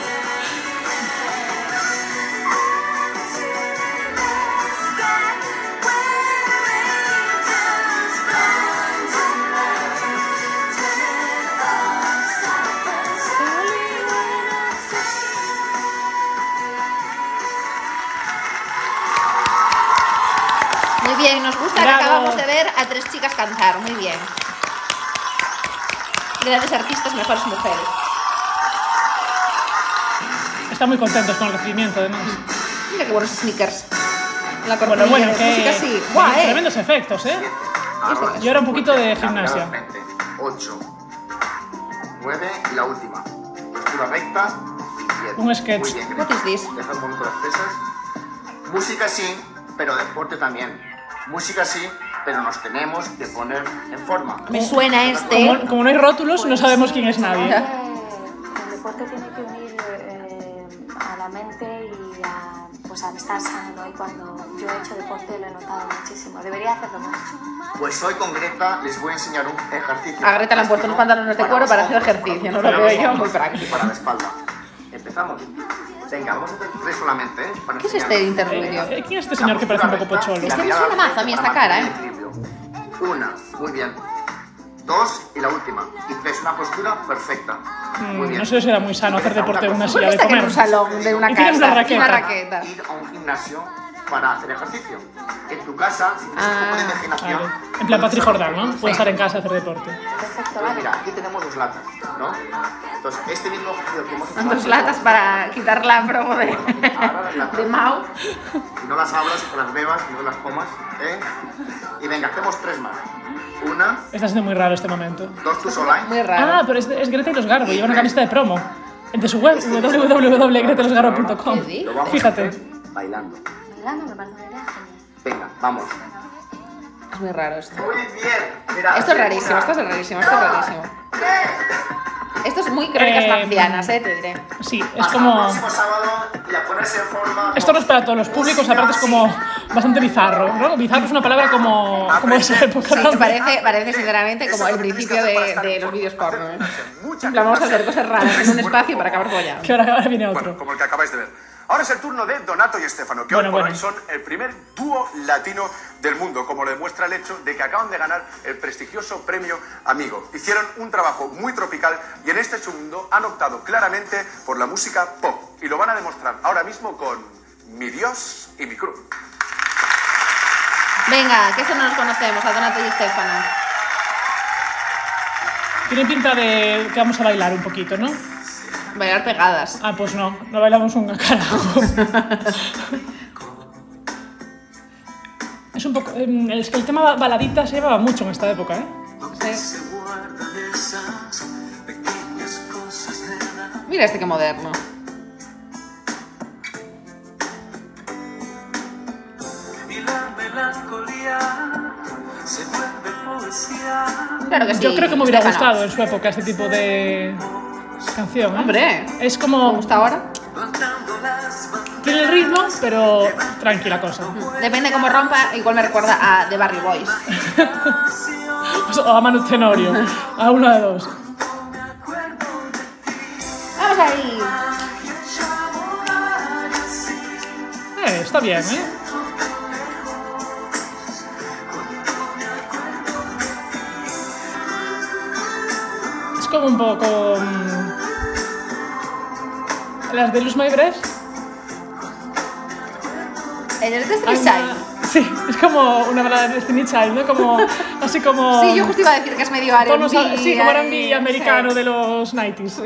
Speaker 2: Muy bien, nos gusta
Speaker 1: Bravo.
Speaker 2: que acabamos de ver a tres chicas cantar, muy bien. Grandes artistas, mejores mujeres.
Speaker 1: Están muy contentos con el recibimiento, además.
Speaker 2: Mm. Mira qué buenos sneakers. La cortinilla
Speaker 1: Bueno, bueno,
Speaker 2: de
Speaker 1: que...
Speaker 2: música sí. Guau, eh.
Speaker 1: Tremendos efectos, ¿eh?
Speaker 6: Ahora,
Speaker 1: Yo era un poquito de gimnasia.
Speaker 6: 8, 9 y la última. Postura recta y 10.
Speaker 1: Un sketch.
Speaker 6: Muy bien,
Speaker 2: What
Speaker 6: Greta.
Speaker 2: is this?
Speaker 6: Deja un poquito las pesas. Música sí, pero deporte también. Música sí, pero nos tenemos que poner en forma.
Speaker 2: Me suena este.
Speaker 1: Como, como no hay rótulos, Pues no sabemos quién es nadie.
Speaker 7: Pues, El deporte tiene que unir eh, a la mente y a, pues, al estar sano. ¿no? Y cuando yo he hecho deporte lo he notado muchísimo. Debería hacerlo más.
Speaker 6: Pues hoy con Greta les voy a enseñar un ejercicio.
Speaker 2: A Greta le han puesto unos pantalones de cuero para hacer
Speaker 6: nosotros,
Speaker 2: ejercicio, no
Speaker 6: para
Speaker 2: lo veo yo,
Speaker 6: nosotros,
Speaker 2: muy práctico.
Speaker 6: Para la espalda. Empezamos. Venga, vamos a hacer tres solamente, ¿eh? Para
Speaker 2: ¿Qué es
Speaker 6: enseñarnos.
Speaker 2: este intermedio?
Speaker 1: Eh, ¿Quién es este señor que parece un poco pocholo?
Speaker 2: Es que me suena mazo a mí esta cara, ¿eh?
Speaker 6: Una, muy bien. Dos y la última. Y tres, una postura perfecta. Muy bien.
Speaker 1: Hmm, No sé si era muy sano hacer deporte en una
Speaker 2: ¿Por
Speaker 1: silla
Speaker 2: qué
Speaker 1: de
Speaker 2: está aquí en
Speaker 1: comer.
Speaker 2: un salón de una
Speaker 1: Y tienes
Speaker 2: casa?
Speaker 1: una
Speaker 2: Una
Speaker 1: raqueta.
Speaker 2: raqueta.
Speaker 6: Ir a un gimnasio para hacer ejercicio. En tu casa, si tienes
Speaker 2: Ah,
Speaker 6: un poco de imaginación...
Speaker 1: Claro. En plan Patrick Jordan, ¿no? Puede estar en casa a hacer deporte.
Speaker 7: Perfecto,
Speaker 6: Pues
Speaker 7: vale.
Speaker 6: mira, aquí tenemos dos latas, ¿no? Entonces, este mismo ejercicio que hemos hecho
Speaker 2: Son dos
Speaker 6: antes,
Speaker 2: latas para quitar la promo de,
Speaker 6: Ahora las latas.
Speaker 2: de Mau.
Speaker 6: No las abras, no las bebas, no las comas, ¿eh? Y venga, hacemos tres más. Una,
Speaker 1: Está siendo muy raro este momento.
Speaker 6: dos tú sola. ¿eh?
Speaker 2: Muy
Speaker 1: Ah,
Speaker 2: raro.
Speaker 1: pero es, es Greta y los Garbo, lleva una camiseta de promo. De su web, www.gretalosgarbo.com.
Speaker 2: ¿Qué dices?
Speaker 6: Lo vamos a
Speaker 1: Fíjate.
Speaker 6: hacer Bailando.
Speaker 7: Bailando me parece una idea genial.
Speaker 6: Venga, vamos.
Speaker 2: Es muy raro esto.
Speaker 6: Muy bien. Mira,
Speaker 2: Esto es rarísimo, esto es rarísimo, esto es rarísimo. Esto es muy crónicas
Speaker 1: Eh,
Speaker 2: marcianas, eh, te diré.
Speaker 1: Sí, es
Speaker 6: Hasta el
Speaker 1: como.
Speaker 6: próximo sábado y a ponerse en forma.
Speaker 1: Esto no es para todos los públicos, aparte es como bastante bizarro, ¿no? Bizarro es una palabra como, como de esa época.
Speaker 2: Sí,
Speaker 1: ¿no?
Speaker 2: parece, parece sinceramente
Speaker 6: Eso
Speaker 2: como
Speaker 6: es
Speaker 2: el
Speaker 6: lo que tienes que
Speaker 2: principio
Speaker 6: hacer
Speaker 2: de,
Speaker 6: para estar
Speaker 2: de los
Speaker 6: informado,
Speaker 2: vídeos
Speaker 6: hacer-
Speaker 2: porno. ¿eh?
Speaker 6: hacer mucha
Speaker 2: En plan, vamos a hacer
Speaker 6: clase.
Speaker 2: cosas raras (laughs) en un
Speaker 6: Bueno,
Speaker 2: espacio para
Speaker 6: como-
Speaker 2: acabar follando.
Speaker 1: Que ahora, ahora viene otro.
Speaker 6: Bueno, como el que acabáis de ver. Ahora es el turno de Donato y Estefano, que
Speaker 1: Bueno,
Speaker 6: hoy por
Speaker 1: bueno.
Speaker 6: hoy son el primer dúo latino del mundo, como lo demuestra el hecho de que acaban de ganar el prestigioso premio Amigo. Hicieron un trabajo muy tropical y en este segundo han optado claramente por la música pop. Y lo van a demostrar ahora mismo con Mi Dios y mi Cruz.
Speaker 2: Venga, que eso no nos conocemos, a Donato y Estefano.
Speaker 1: Tiene pinta de que vamos a bailar un poquito, ¿no?
Speaker 2: Bailar pegadas.
Speaker 1: Ah, pues no, no bailamos un
Speaker 2: (laughs)
Speaker 1: carajo. es un poco. em, Es que el tema baladita se llevaba mucho en esta época, ¿eh?
Speaker 2: Mira este que moderno. Claro que sí.
Speaker 1: Yo creo que me hubiera
Speaker 2: Estefano.
Speaker 1: gustado en su época este tipo de canción. ¿eh?
Speaker 2: Hombre.
Speaker 1: Es
Speaker 2: ¿Me
Speaker 1: como.
Speaker 2: gusta ahora?
Speaker 1: Tiene el ritmo, pero tranquila cosa.
Speaker 2: Depende cómo rompa, igual me recuerda a The Barry Boys.
Speaker 1: O a Manu Tenorio. A una de dos.
Speaker 2: Vamos ahí.
Speaker 1: Eh, está bien, ¿eh? Es como un poco... mm, Las de Luz My Breath.
Speaker 2: El de Destiny
Speaker 1: hay una-
Speaker 2: Child.
Speaker 1: Sí, es como una balada de Destiny Child, ¿no? Como, así como...
Speaker 2: (laughs) Sí, yo justo iba a decir que es medio R&B.
Speaker 1: tonos a- sí, como R&B
Speaker 2: ahí,
Speaker 1: americano
Speaker 2: sí.
Speaker 1: de los 90s.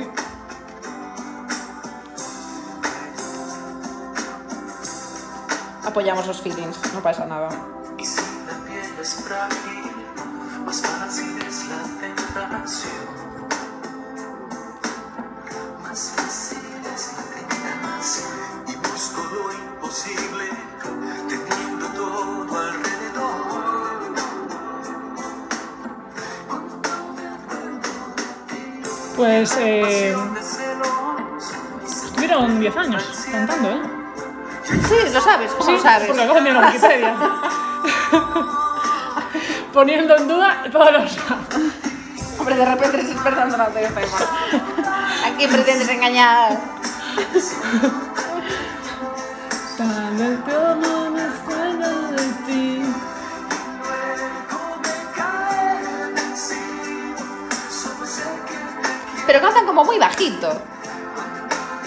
Speaker 2: Apoyamos los feelings, no pasa nada.
Speaker 1: Pues... Eh, estuvieron 10 años cantando, ¿eh?
Speaker 2: Sí, lo sabes, ¿cómo
Speaker 1: Sí,
Speaker 2: lo sabes?
Speaker 1: porque acabo de mirar la (laughs) Wikipedia. Poniendo en duda todos los datos.
Speaker 2: Hombre, de repente eres experta en Donato y Estefano. ¿A quién pretendes engañar?
Speaker 1: Tan enfermo me suena de ti.
Speaker 2: Pero cantan como muy bajito.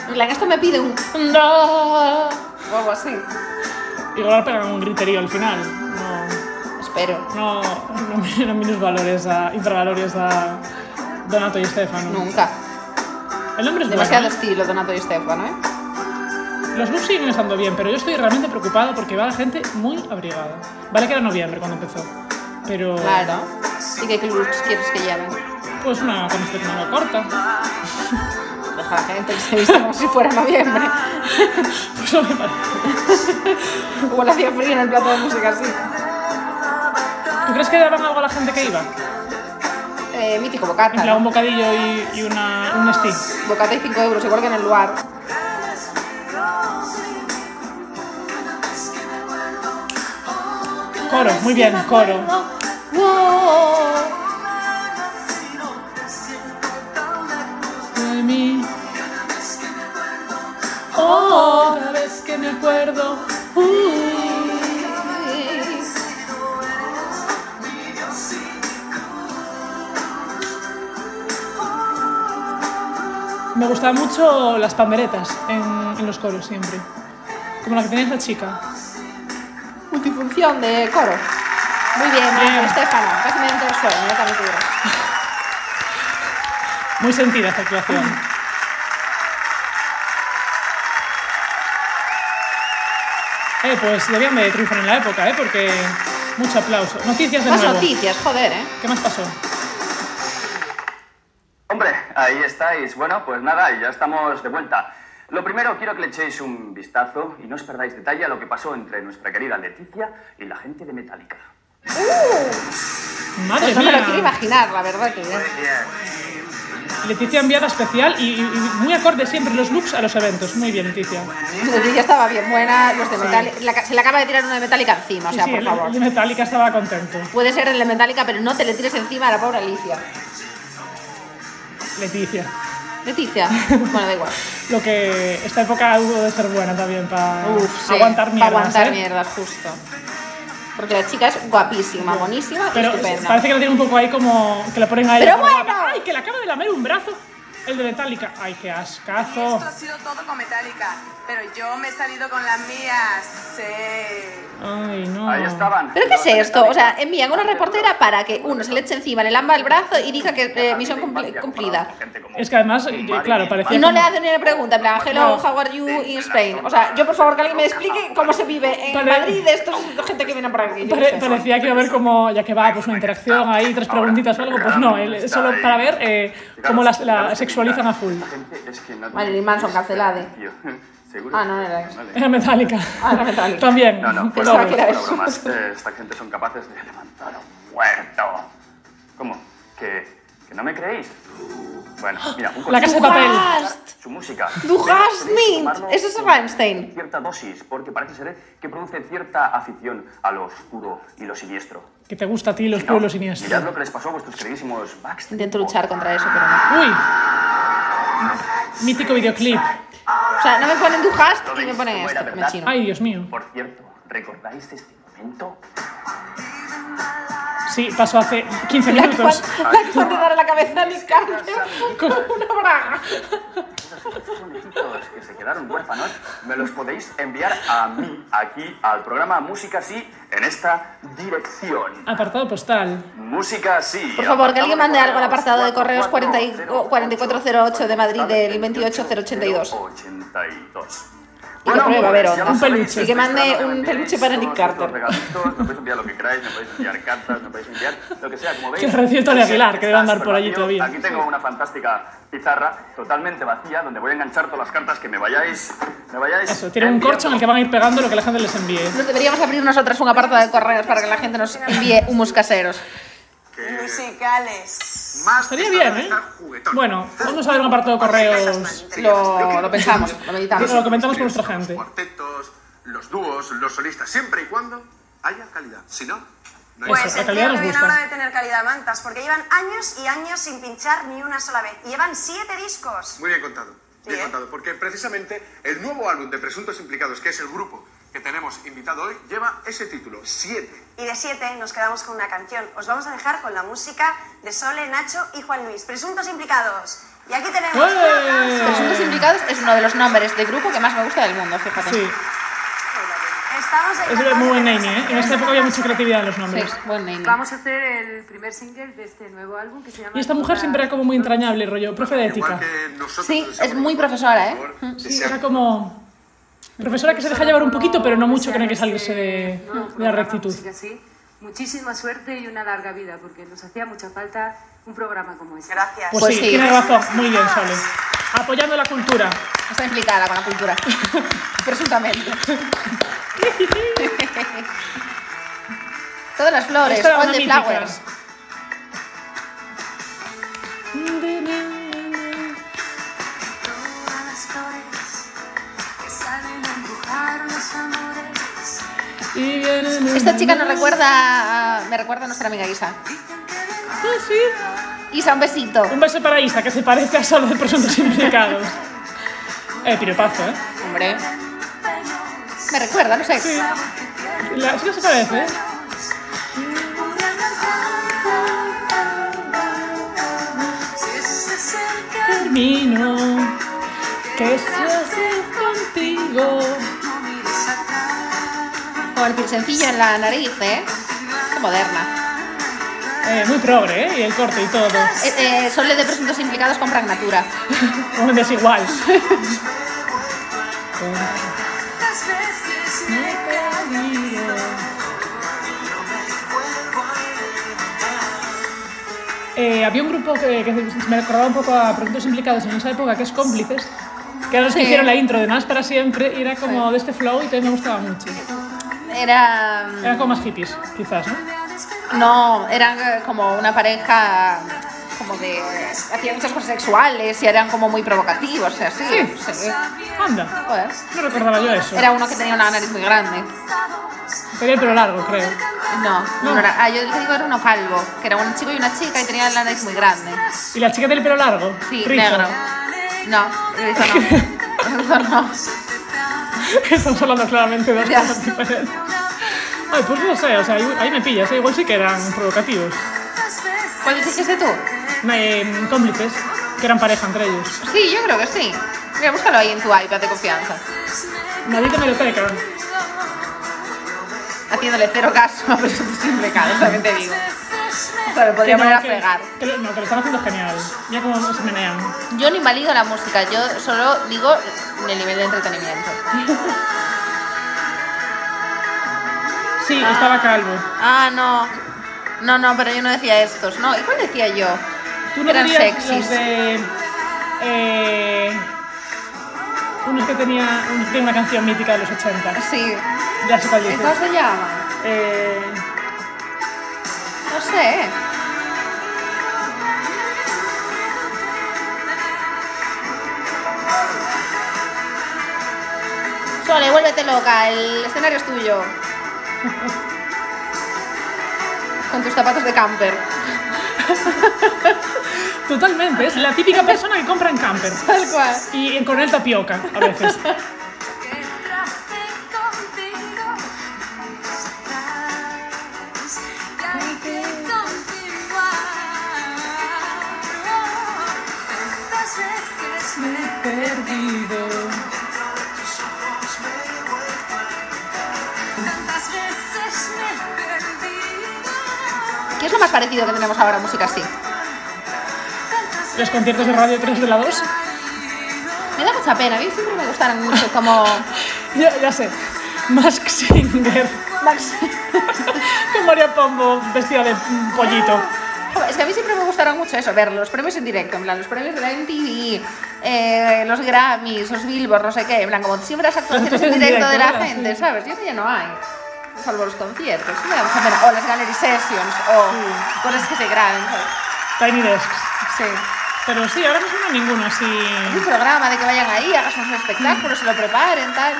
Speaker 2: En plan, esto me pide un...
Speaker 1: No.
Speaker 2: o algo así.
Speaker 1: Igual pegan un griterío al final. No,
Speaker 2: Espero.
Speaker 1: no, no, me- no minusvalores a, infravalores a Donato y Estefano.
Speaker 2: Nunca.
Speaker 1: El nombre es
Speaker 2: Demasiado
Speaker 1: bueno. ¿eh?
Speaker 2: estilo Donato y Estefano, ¿eh?
Speaker 1: Los looks siguen estando bien, pero yo estoy realmente preocupada porque va la gente muy abrigada. Vale que era noviembre cuando empezó, pero
Speaker 2: Claro. ¿Y qué clubs quieres que lleven?
Speaker 1: pues una camiseta manga corta.
Speaker 2: Deja a la gente que se vista como si fuera noviembre.
Speaker 1: Pues no me parece.
Speaker 2: Igual hacía frío en el plato de música así.
Speaker 1: ¿Tú crees que daban algo a la gente que iba?
Speaker 2: Eh, mítico
Speaker 1: En
Speaker 2: bocata.
Speaker 1: plan, un
Speaker 2: ¿no?
Speaker 1: bocadillo y, y una, un stick.
Speaker 2: Bocata y 5 euros, igual que en el lugar.
Speaker 1: Coro, muy bien, coro. De mí. Otra vez que me acuerdo. Uy. Me gustaban mucho las panderetas en, en los coros siempre. Como la que tenía esa chica.
Speaker 2: Multifunción de coro. Muy bien,
Speaker 1: Bien.
Speaker 2: bien. Estefano. Casi me entero solo, no te mentira.
Speaker 1: Muy sentida esta actuación.
Speaker 2: (laughs)
Speaker 1: Eh, pues debían de triunfar en la época, ¿eh? Porque mucho aplauso. Noticias de
Speaker 2: Más
Speaker 1: nuevo.
Speaker 2: noticias, joder, ¿eh?
Speaker 1: ¿Qué más pasó?
Speaker 4: Hombre, ahí estáis. Bueno, pues nada, ya estamos de vuelta. Lo primero, quiero que le echéis un vistazo y no os perdáis detalle a lo que pasó entre nuestra querida Leticia y la gente de Metallica.
Speaker 1: Madre
Speaker 2: Pues no me
Speaker 1: mía.
Speaker 2: ¿eh? lo quiero imaginar, la verdad que...
Speaker 4: bien.
Speaker 1: Leticia enviada especial y, y- y muy acorde siempre los looks a los eventos. Muy bien, Leticia.
Speaker 2: Leticia estaba bien buena, los de Metallica. la ca- se le acaba de tirar una de Metallica encima, o sea,
Speaker 1: sí,
Speaker 2: por
Speaker 1: el-
Speaker 2: favor.
Speaker 1: el de Metallica estaba contento.
Speaker 2: Puede ser el de Metallica, pero no te le tires encima a la pobre Alicia.
Speaker 1: Leticia. (laughs)
Speaker 2: Leticia. Bueno, da igual.
Speaker 1: Lo que esta época hubo de ser buena también para
Speaker 2: Uf, sí,
Speaker 1: aguantar
Speaker 2: pa'
Speaker 1: mierdas.
Speaker 2: aguantar
Speaker 1: ¿eh?
Speaker 2: mierdas, justo. Porque la chica es guapísima, buenísima
Speaker 1: Pero
Speaker 2: y estupenda.
Speaker 1: parece que la tienen un poco ahí como que la ponen ahí.
Speaker 2: ¡Pero
Speaker 1: como,
Speaker 2: bueno!
Speaker 1: ¡Ay, que le acaba de lamer un brazo! El de Metallica. ¡Ay, qué
Speaker 5: Y
Speaker 1: ascazo!
Speaker 5: esto ha sido todo con Metallica, pero yo me he salido con las mías. Sí.
Speaker 1: ¡Ay, no!
Speaker 4: Ahí estaban.
Speaker 2: Mm. ¿Pero qué es
Speaker 4: Los
Speaker 2: esto? O sea,
Speaker 4: británicos.
Speaker 2: envían una reportera para que uno se le eche encima, le lamba el brazo y diga que eh, misión cumpli- cumplida.
Speaker 1: Es que además, y- claro, parecía
Speaker 2: Y no
Speaker 1: como-
Speaker 2: le hacen ni una pregunta, en plan, hello, how are you in Spain? O sea, yo por favor que alguien me explique cómo se vive en
Speaker 1: Pare-
Speaker 2: Madrid de estos gente que viene por aquí. yo no
Speaker 1: Pare-
Speaker 2: sé.
Speaker 1: parecía que iba a haber como, ya que va, pues una interacción ahí, tres preguntitas o algo, pues no, él- solo para ver eh, cómo las- la sexualizan a full.
Speaker 2: Marilyn Manson, cancelade.
Speaker 4: (laughs)
Speaker 2: Ah, no, era eso.
Speaker 1: Era Metallica.
Speaker 2: Ah, era Metallica.
Speaker 1: También. (laughs)
Speaker 4: No, no, pues
Speaker 2: Pensaba
Speaker 4: no,
Speaker 2: que era
Speaker 4: fuera
Speaker 2: eso.
Speaker 4: bromas. (laughs) Eh, Esta gente son capaces de levantar a un muerto. ¿Cómo? ¿Que, que no me creéis? Bueno, mira, un
Speaker 1: La casa de papel.
Speaker 2: Duhast.
Speaker 4: Su música.
Speaker 2: Duhast
Speaker 4: Tenéis que
Speaker 2: Mint.
Speaker 4: tomarlo
Speaker 2: Eso es
Speaker 4: con
Speaker 2: Rammstein.
Speaker 4: Cierta dosis, porque parece ser eh, que produce cierta afición a lo oscuro y lo siniestro.
Speaker 1: Que te gusta a ti los
Speaker 4: No,
Speaker 1: pueblos
Speaker 4: Mirad
Speaker 1: siniestros.
Speaker 4: lo que les pasó a vuestros queridísimos Baxter.
Speaker 2: Intento luchar contra eso, pero no.
Speaker 1: Uy. Mítico videoclip.
Speaker 2: O sea, no me ponen Duhast y me ponen esto. Me chino.
Speaker 1: Ay, Dios mío.
Speaker 4: Por cierto, ¿recordáis este momento?
Speaker 1: Sí, pasó hace 15
Speaker 2: La que
Speaker 1: minutos.
Speaker 2: cuando la que cuando dar a la cabeza a Nick Carter con una braga.
Speaker 4: Esos muñequitos que se quedaron huérfanos, me los podéis enviar a mí, aquí, al programa Música Sí, en esta dirección.
Speaker 1: Apartado postal.
Speaker 4: Música Sí.
Speaker 2: Por favor, que alguien mande algo al apartado de correos 40 y- 4408 de Madrid del 28082.
Speaker 4: 82.
Speaker 2: Y que pruebe, a ver,
Speaker 4: pues ya lo
Speaker 2: un
Speaker 4: sabéis,
Speaker 2: peluche. Y que mande
Speaker 4: estáis
Speaker 2: un
Speaker 4: tratando de
Speaker 2: peluche para
Speaker 4: enviar
Speaker 2: Nick
Speaker 4: todos estos
Speaker 2: Carter.
Speaker 4: regalitos, Me podéis enviar lo que queráis, me podéis enviar cartas, me podéis enviar lo que sea, como veis.
Speaker 1: Que recito de Aguilar, que debe
Speaker 4: está
Speaker 1: andar por allí
Speaker 4: supervacío.
Speaker 1: todavía.
Speaker 4: Aquí tengo una fantástica pizarra totalmente vacía donde voy a enganchar todas las cartas que me vayáis. Me vayáis
Speaker 1: Eso, tienen un corcho en el que van a ir pegando lo que la gente les envíe.
Speaker 2: Nos deberíamos abrir nosotras un apartado de correos para que la gente nos envíe humos caseros.
Speaker 3: Musicales.
Speaker 8: Más
Speaker 1: Estaría bien,
Speaker 8: testado
Speaker 1: ¿eh?
Speaker 8: estar juguetón.
Speaker 1: Bueno, vamos a ver un apartado de correos.
Speaker 2: Lo, lo pensamos, lo meditamos.
Speaker 1: Lo comentamos con nuestra gente.
Speaker 8: Los cuartetos, los dúos, los solistas, siempre y cuando haya calidad. Si no, no hay
Speaker 1: Eso,
Speaker 3: Pues
Speaker 1: la
Speaker 3: el
Speaker 1: calidad
Speaker 3: tío
Speaker 1: nos
Speaker 3: que viene
Speaker 1: gusta.
Speaker 3: ahora de tener calidad mantas, porque llevan años y años sin pinchar ni una sola vez. Y llevan siete discos.
Speaker 8: Muy bien contado, bien
Speaker 3: ¿eh?
Speaker 8: contado, porque precisamente el nuevo álbum de Presuntos Implicados, que es el grupo que tenemos invitado hoy, lleva ese título, 7.
Speaker 3: Y de siete nos quedamos con una canción. Os vamos a dejar con la música de Sole, Nacho y Juan Luis. Presuntos implicados. Y aquí tenemos...
Speaker 1: ¡Ué!
Speaker 2: Presuntos implicados es uno de los nombres de grupo que más me gusta del mundo, fíjate.
Speaker 1: Sí,
Speaker 3: Estamos
Speaker 1: es muy buen naming, ¿eh? En esta época había mucha creatividad en los nombres.
Speaker 2: Sí, buen name.
Speaker 5: Vamos a hacer el primer single de este nuevo álbum que se llama.
Speaker 1: Y esta mujer siempre era como muy entrañable, rollo, profe de ética.
Speaker 8: Igual que nosotros.
Speaker 2: Sí,
Speaker 8: les
Speaker 2: es muy
Speaker 8: abrimos,
Speaker 2: profesora, ¿eh?
Speaker 8: por favor, que
Speaker 1: Sí,
Speaker 8: sea-
Speaker 1: era como... Profesora que se deja llevar un poquito, pero no mucho que no hay que salirse de, de la rectitud.
Speaker 5: Sí. Muchísima suerte y una larga vida, porque nos hacía mucha falta un programa como este.
Speaker 3: Gracias.
Speaker 1: Pues,
Speaker 2: Pues
Speaker 1: sí,
Speaker 2: sí.
Speaker 1: tienes razón. Muy bien, Sole. Apoyando la cultura.
Speaker 2: Está implicada con la (laughs) cultura. (laughs) Presuntamente. Todas las flores,
Speaker 1: Esta era
Speaker 2: all
Speaker 1: una
Speaker 2: the
Speaker 1: mítica.
Speaker 2: flowers.
Speaker 9: Todas las flores que salen a empujar los amores
Speaker 1: Y vienen en-
Speaker 2: Esta chica nos recuerda, a- me recuerda a nuestra amiga Isa.
Speaker 1: Sí, sí.
Speaker 2: Isa, un besito.
Speaker 1: Un beso para Isa, que se parece a Sole de Presuntos
Speaker 2: (laughs)
Speaker 1: Implicados. Eh, piropazo, ¿eh?
Speaker 2: Hombre. Me recuerda, no sé.
Speaker 1: Sí. La, sí que se parece, ¿eh?
Speaker 9: una naranja si se acerca
Speaker 1: Termino. ¿Qué se hace contigo?
Speaker 9: no mires atrás
Speaker 2: Con el sencillo en la nariz, ¿eh? Qué moderna.
Speaker 1: Eh, muy progre, ¿eh? Y el corte y todo.
Speaker 2: Eh, eh, Sole de presuntos implicados compran Natura.
Speaker 1: Como en desigual.
Speaker 9: las veces me he caído
Speaker 1: Eh, había un grupo que, que me recordaba un poco a Productos Implicados en esa época, que es Cómplices, que eran los que
Speaker 2: Sí.
Speaker 1: hicieron la intro de Más para siempre, y era como de este flow y también me gustaba mucho.
Speaker 2: Era. mm,
Speaker 1: Eran como más hippies, quizás, ¿no?
Speaker 2: No, eran eh, como una pareja como de. Hacían muchas cosas sexuales y eran como muy provocativos y así.
Speaker 1: Sí.
Speaker 2: Sí.
Speaker 1: Anda,
Speaker 2: Joder.
Speaker 1: no recordaba yo eso.
Speaker 2: Era uno que tenía una nariz muy grande.
Speaker 1: Tenía el pelo largo, creo.
Speaker 2: No, no, no era. Ah, yo te digo era uno calvo, que era un chico y una chica y tenían la nariz muy grande.
Speaker 1: ¿Y la chica del pelo largo?
Speaker 2: Sí,
Speaker 1: Rizo.
Speaker 2: negro. No, rizo
Speaker 1: (laughs)
Speaker 2: no. Rizo no.
Speaker 1: Estamos hablando claramente de dos
Speaker 2: Ya.
Speaker 1: cosas diferentes. Ay, pues no sé, o sea, ahí, ahí me pillas, eh, igual sí que eran provocativos.
Speaker 2: ¿Cuál dijiste tú?
Speaker 1: Eh, cómplices, que eran pareja entre ellos.
Speaker 2: Sí, yo creo que sí. Mira, búscalo ahí en tu iPad de confianza.
Speaker 1: Maldita meroteca.
Speaker 2: Haciéndole cero caso a eso siempre caso, también te digo. O sea, me podría
Speaker 1: Que no,
Speaker 2: poner a
Speaker 1: que-
Speaker 2: fregar.
Speaker 1: que lo- no, que lo están haciendo genial. Ya como se menean.
Speaker 2: Yo ni valido la música, yo solo digo el nivel de entretenimiento.
Speaker 1: Sí, estaba calvo.
Speaker 2: Ah, no. No, no, pero yo no decía estos. No, ¿y cuál decía yo?
Speaker 1: ¿Tú
Speaker 2: Que
Speaker 1: no
Speaker 2: eran
Speaker 1: tenías
Speaker 2: sexys.
Speaker 1: los de... Eh, unos que tenía, unos que tenían una canción mítica de los 80.
Speaker 2: Sí.
Speaker 1: Ya sé cuál
Speaker 2: ¿Y
Speaker 1: dices.
Speaker 2: ¿Cómo se llama?
Speaker 1: Eh,
Speaker 2: No sé. Sole, vuélvete loca, el escenario es tuyo. Con tus zapatos de camper.
Speaker 1: totalmente, es la típica persona que compra en camper.
Speaker 2: Tal cual.
Speaker 1: Y con el tapioca, a veces.
Speaker 2: ¿Qué es lo más parecido que tenemos ahora a música así?
Speaker 1: Los conciertos de Radio 3 de la 2.
Speaker 2: Me da mucha pena, a mí siempre me gustaron mucho como...
Speaker 1: Ya, ya sé. Mask Singer. (laughs) Con María Pombo vestida de mm, pollito.
Speaker 2: Joder, Es que a mí siempre me gustaron mucho eso, ver los premios en directo, en plan, los premios de la MTV, eh, los Grammys, los Billboard, no sé qué, en plan, como siempre las actuaciones en
Speaker 1: actuaciones en
Speaker 2: directo de la
Speaker 1: directo, ¿verdad?
Speaker 2: gente,
Speaker 1: Sí.
Speaker 2: ¿sabes? Y eso ya no hay, salvo los conciertos, sí, me da mucha pena. o las gallery sessions, o
Speaker 1: Sí.
Speaker 2: cosas que se graben, ¿sabes?
Speaker 1: Tiny Desks.
Speaker 2: Sí.
Speaker 1: Pero sí, ahora mismo no hay ninguno así.
Speaker 2: Un programa de que vayan ahí, hagas un espectáculo, se lo preparen, tal.